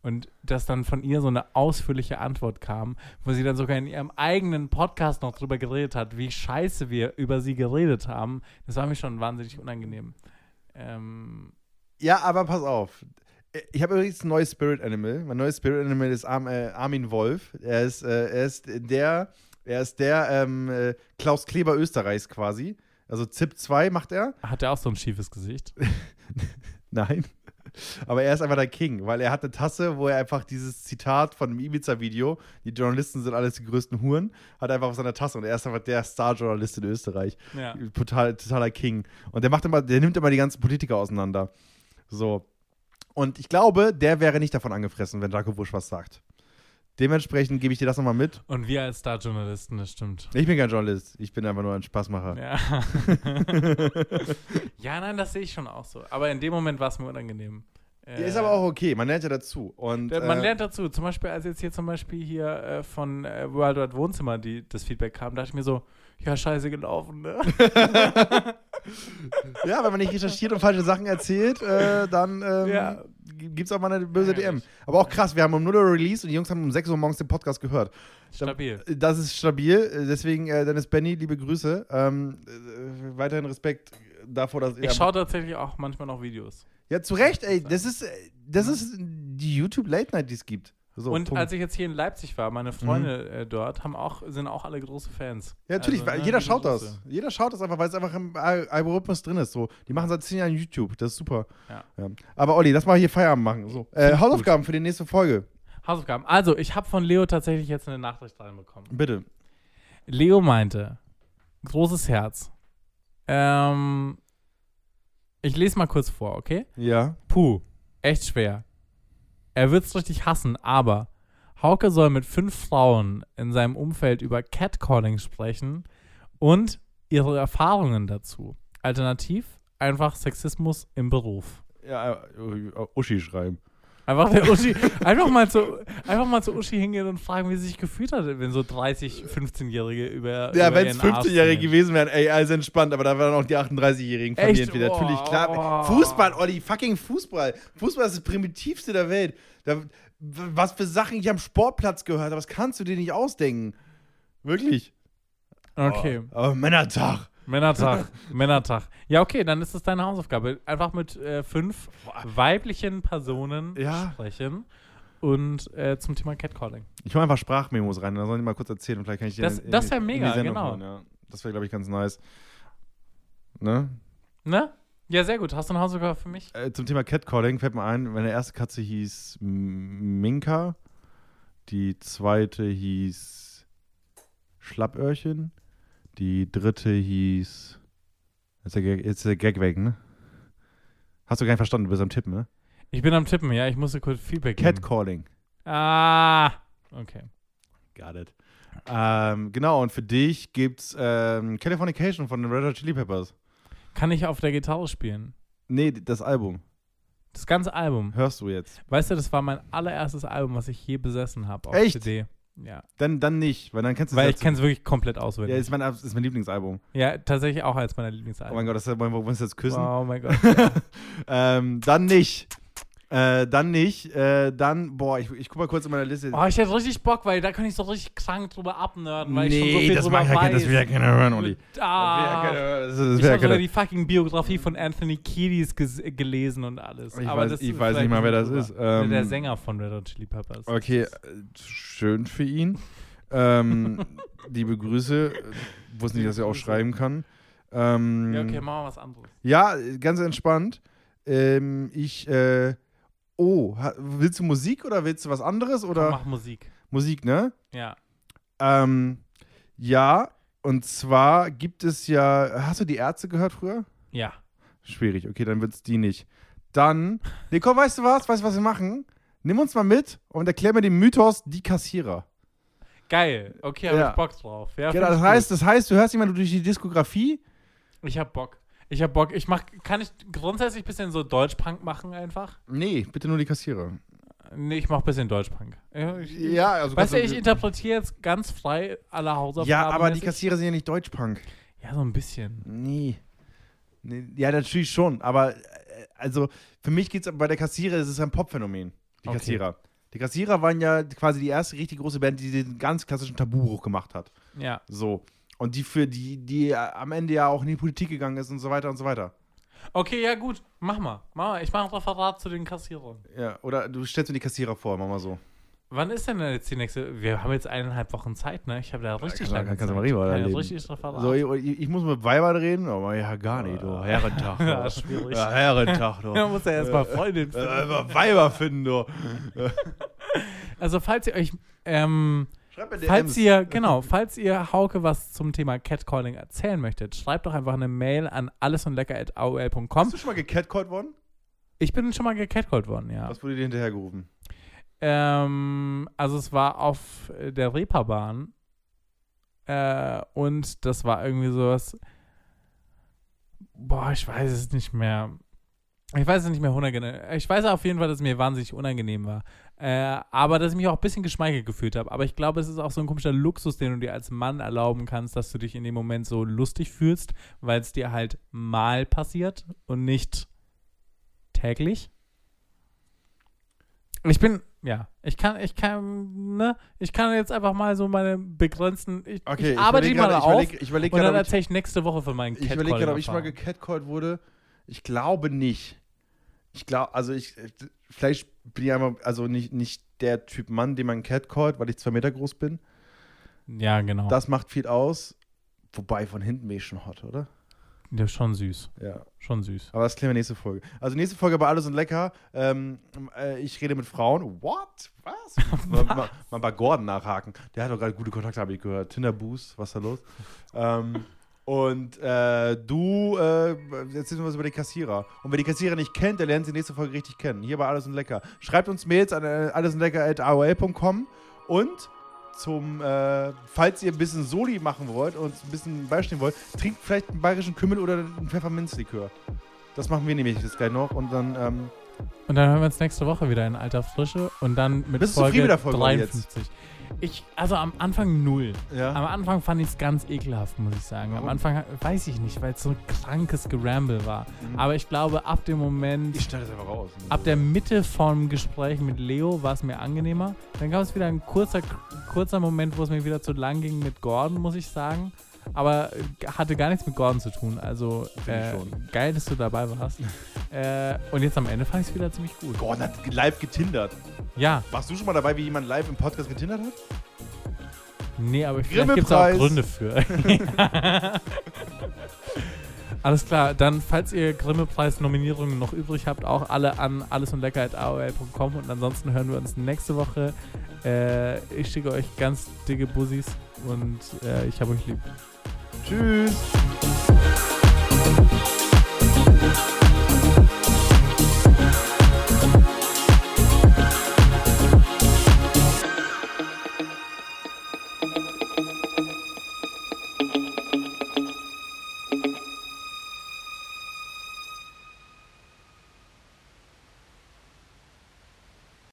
Und dass dann von ihr so eine ausführliche Antwort kam, wo sie dann sogar in ihrem eigenen Podcast noch drüber geredet hat, wie scheiße wir über sie geredet haben. Das war mir schon wahnsinnig unangenehm. Ähm,
Ja, aber pass auf. Äh, Ich habe übrigens ein neues Spirit Animal. Mein neues Spirit Animal ist Arm, äh, Armin Wolf. Er ist, äh, er ist der, er ist der ähm, äh, Klaus Kleber Österreichs quasi. Also ZIP 2 macht er.
hat er auch so ein schiefes Gesicht?
Nein. Aber er ist einfach der King, weil er hat eine Tasse, wo er einfach dieses Zitat von dem Ibiza-Video, die Journalisten sind alles die größten Huren, hat er einfach auf seiner Tasse und er ist einfach der Star-Journalist in Österreich.
Ja.
Total, totaler King. Und der macht immer, der nimmt immer die ganzen Politiker auseinander. So. Und ich glaube, der wäre nicht davon angefressen, wenn Jaco Busch was sagt. Dementsprechend gebe ich dir das nochmal mit.
Und wir als Star-Journalisten, das stimmt.
Ich bin kein Journalist, ich bin einfach nur ein Spaßmacher.
Ja. ja, nein, das sehe ich schon auch so. Aber in dem Moment war es mir unangenehm.
Ja, Ist
Äh,
aber auch okay, man lernt ja dazu. Und,
Da- Man
äh,
lernt dazu. Zum Beispiel, als jetzt hier zum Beispiel hier äh, von äh, World Wide Wohnzimmer die, das Feedback kam, dachte ich mir so, ja, scheiße gelaufen, ne?
Ja, wenn man nicht recherchiert und falsche Sachen erzählt, äh, dann ähm,
Ja.
gibt es auch mal eine böse DM. Aber auch krass, wir haben um 0 Uhr Release und die Jungs haben um 6 Uhr morgens den Podcast gehört.
Stabil.
Das ist stabil, äh, deswegen äh, Dennis Benny, liebe Grüße. Ähm, äh, weiterhin Respekt davor, dass
Ich schaue tatsächlich auch manchmal noch Videos.
Ja, zu Recht, ey, das ist, äh, das ist die YouTube Late Night, die es gibt. So,
Und
Punkt.
als ich jetzt hier in Leipzig war, meine Freunde äh, dort haben auch, sind auch alle große Fans.
Ja, natürlich,
Also,
weil
ne,
jeder
liebe
schaut das.
Grüße.
Jeder schaut das einfach, weil es einfach im Al- Algorithmus drin ist. So, die machen seit zehn Jahren YouTube, das ist super.
Ja.
Aber Olli, lass mal hier Feierabend machen. So. Äh, Hausaufgaben für die nächste Folge.
Hausaufgaben. Also, ich habe von Leo tatsächlich jetzt eine Nachricht reinbekommen.
Bitte.
Leo meinte, großes Herz. Ähm, ich lese mal kurz vor, okay?
Ja.
Puh, echt schwer. Er wird's richtig hassen, aber Hauke soll mit fünf Frauen in seinem Umfeld über Catcalling sprechen und ihre Erfahrungen dazu. Alternativ einfach Sexismus im Beruf.
Ja, äh, Uschi schreiben.
Einfach der Uschi, einfach mal zu, einfach mal zu Uschi hingehen und fragen, wie sie sich gefühlt hat, wenn so 30, 15-Jährige über.
Ja,
über
wenn es
ihren Arsch
15-Jährige
reden.
gewesen wären, ey, alles entspannt, aber da waren auch die 38-Jährigen von
Echt? Oh.
mir entweder.
Boah.
Natürlich, klar. Fußball, Olli, fucking Fußball. Fußball ist das primitivste der Welt. Da, w- was für Sachen ich am Sportplatz gehört habe, das kannst du dir nicht ausdenken. Wirklich.
Okay.
Aber Männertag.
Männertag, Männertag. Ja, okay, dann ist es deine Hausaufgabe. Einfach mit äh, fünf weiblichen Personen
Ja.
sprechen und äh, zum Thema Catcalling.
Ich hole einfach Sprachmemos rein, dann sollen die mal kurz erzählen und vielleicht kann ich dir
Das-
in-
das wär
in die
mega,
Sendung
genau.
holen, ja. Das wäre, glaube ich, ganz nice. Ne?
Ne? Ja, sehr gut. Hast du eine Hausaufgabe für mich?
Äh, zum Thema Catcalling fällt mir ein, meine erste Katze hieß M- Minka, die zweite hieß Schlappöhrchen, die dritte hieß. Jetzt ist der Gag, jetzt ist der Gag weg, ne? Hast du gar nicht
Mhm.
verstanden, du bist am Tippen, ne?
Ich bin am Tippen, ja. Ich musste kurz Feedback geben.
Catcalling.
Ah, Okay.
Got it. Ähm, genau, und für dich gibt's ähm, Californication von den Red Hot Chili Peppers.
Kann ich auf der Gitarre spielen?
Nee, das Album.
Das ganze Album.
Hörst du jetzt.
Weißt du, das war mein allererstes Album, was ich je besessen habe auf
Echt?
CD. Ja.
Dann, dann nicht, weil dann kennst du
Weil
ja
ich
zu-
kenne es wirklich komplett
Ja,
auswendig.
ist mein, ist mein Lieblingsalbum.
Ja, tatsächlich auch als meiner
Oh
Lieblingsalbum.
mein Gott, das wollen wir wollen wir uns jetzt küssen.
Oh mein Gott.
ähm, dann nicht. Äh, dann nicht. Äh, dann, boah, ich, ich guck mal kurz in meiner Liste.
Oh, ich hätte richtig Bock, weil da könnte ich so richtig krank drüber abnörden, weil ich schon so
nee,
viel
das,
drüber
mag ich ja,
weiß.
kein- das will ja keiner hören, Olli.
Ah,
Das will ja keiner- das-
ich
das will ja
habe sogar
keiner-
die fucking Biografie von Anthony Kiedis ges gelesen und alles.
Ich
Aber
weiß-
das
ich
ist
weiß nicht
vielleicht
mal, wer das
drüber.
ist. Ähm,
der Sänger von Red Hot Chili Peppers.
Okay, äh, schön für ihn. ähm, liebe Grüße. Ich wusste nicht, dass er auch schreiben kann. Ähm,
Ja, okay, machen wir was anderes.
Ja, ganz entspannt. Ähm, ich, äh, oh, ha- willst du Musik oder willst du was anderes?
Komm,
Oder
mach Musik.
Musik, ne?
Ja.
Ähm, ja, und zwar gibt es ja, hast du die Ärzte gehört früher?
Ja.
Schwierig, okay, dann wird's die nicht. Dann, nee, komm, weißt du was? Weißt du, was wir machen? Nimm uns mal mit und erklär mir den Mythos, die Kassierer.
Geil. Okay, habe
Ja.
ich Bock drauf. Ja,
Ja,
find
das
ich
heißt, das heißt, du hörst jemanden durch die Diskografie.
Gut. Ich habe Bock. Ich habe Bock. Ich mach, kann ich grundsätzlich ein bisschen so Deutschpunk machen einfach?
Nee, bitte nur die Kassierer.
Nee, ich mach ein bisschen Deutschpunk. Ja, ich,
Ja, also
weißt du,
kannst
ich interpretiere jetzt ganz frei aller Hausaufgaben.
Ja, aber die
mäßig.
Kassierer sind ja nicht Deutschpunk.
Ja, so ein bisschen.
Nee. nee. Ja, natürlich schon, aber äh, also für mich geht's bei der Kassierer, es ist ein Popphänomen, die
Okay.
Kassierer. Die Kassierer waren ja quasi die erste richtig große Band, die den ganz klassischen Tabubruch gemacht hat.
Ja.
So. Und die für die, die äh, am Ende ja auch in die Politik gegangen ist und so weiter und so weiter.
Okay, ja, gut. Mach mal. Mach mal. Ich mache ein Referat zu den Kassierern.
Ja, oder du stellst mir die Kassierer vor, mach mal so.
Wann ist denn jetzt die nächste? Wir haben jetzt eineinhalb Wochen Zeit, ne? Ich habe da richtig
kannst du-
lange
kannst du
Zeit.
mal reden, oder
ja,
leben?
richtig Referat.
so ich, ich ich muss mit Weibern reden, aber ja, gar nicht, du. Herrentag.
Ja,
Du.
schwierig.
Ja, Herrentag, du.
Da muss er erstmal Freundin
Äh,
finden.
einfach Weiber finden, du.
Also falls ihr euch, ähm,
Schreib mir
falls ihr, genau, falls ihr Hauke was zum Thema Catcalling erzählen möchtet, schreibt doch einfach eine Mail an allesundlecker.aol.com.
Bist du schon mal gecatcallt worden?
Ich bin schon mal gecatcalled worden, ja.
Was wurde dir hinterhergerufen?
Ähm, also es war auf äh, der Reeperbahn äh, und das war irgendwie sowas, boah, ich weiß es nicht mehr. Ich weiß es nicht mehr unangenehm. Ich weiß auf jeden Fall, dass es mir wahnsinnig unangenehm war. Äh, aber dass ich mich auch ein bisschen geschmeichelt gefühlt habe. Aber ich glaube, es ist auch so ein komischer Luxus, den du dir als Mann erlauben kannst, dass du dich in dem Moment so lustig fühlst, weil es dir halt mal passiert und nicht täglich. Ich bin, ja, ich kann, ich kann, ne, ich kann jetzt einfach mal so meine begrenzten, ich,
Okay,
ich arbeite die
überleg
mal
grade-
auf
Ich überlege
und dann
gerade, ob ich,
erzähle ich nächste Woche von meinen
ich, überleg grad, ob ich mal
Catcalling-Erfahrungen.
gecatcallt wurde. Ich glaube nicht. Ich glaube, also ich, vielleicht bin ich einmal, also nicht, nicht der Typ Mann, den man catcallt, weil ich zwei Meter groß bin.
Ja, genau. Das
Das macht viel aus. Wobei, von hinten bin ich schon hot, oder?
ja, schon süß.
Ja.
Schon süß.
Aber das klären wir nächste Folge. Also nächste Folge bei Alles und Lecker. Ähm, äh, ich rede mit Frauen. What? Was? mal, mal, mal bei Gordon nachhaken. Der hat doch gerade gute Kontakte, habe ich gehört. Tinder-Boost, was ist da los? ähm, und äh, du äh, erzählst mir was über die Kassierer. Und wer die Kassierer nicht kennt, der lernt sie nächste Folge richtig kennen. Hier bei Alles und Lecker. Schreibt uns Mails an äh, allesundlecker.aol.com und zum, äh, falls ihr ein bisschen Soli machen wollt und ein bisschen beistehen wollt, trinkt vielleicht einen bayerischen Kümmel oder einen Pfefferminzlikör. Das machen wir nämlich jetzt gleich noch und dann ähm,
Und dann hören wir uns nächste Woche wieder in alter Frische und dann mit
Bist du
Folge
zufrieden mit der Folge jetzt?
53. Ich, also am Anfang null.
ja.
Am Anfang fand ich es ganz ekelhaft, muss ich sagen. Am
Warum?
Anfang weiß ich nicht, weil es so ein krankes Geramble war. Aber ich glaube, ab dem Moment,
Mhm. Ich schneide das einfach raus.
ab der Mitte vom Gespräch mit Leo war es mir angenehmer. Dann gab es wieder ein kurzer, kurzer Moment, wo es mir wieder zu lang ging mit Gordon, muss ich sagen. Aber äh, hatte gar nichts mit Gordon zu tun. Also
ich
äh, geil, dass du dabei warst. äh, und jetzt am Ende fand ich es wieder ziemlich gut.
Gordon hat ge- live getindert.
Ja,
Warst du schon mal dabei, wie jemand live im Podcast getindert hat?
nee, aber vielleicht gibt es auch
Grimme-Preis.
Gründe für. Alles klar, dann, falls ihr Grimme-Preis-Nominierungen noch übrig habt, auch alle an allesundlecker.aol.com und ansonsten hören wir uns nächste Woche. Äh, ich schicke euch ganz dicke Bussis und äh, ich habe euch lieb.
Tschüss.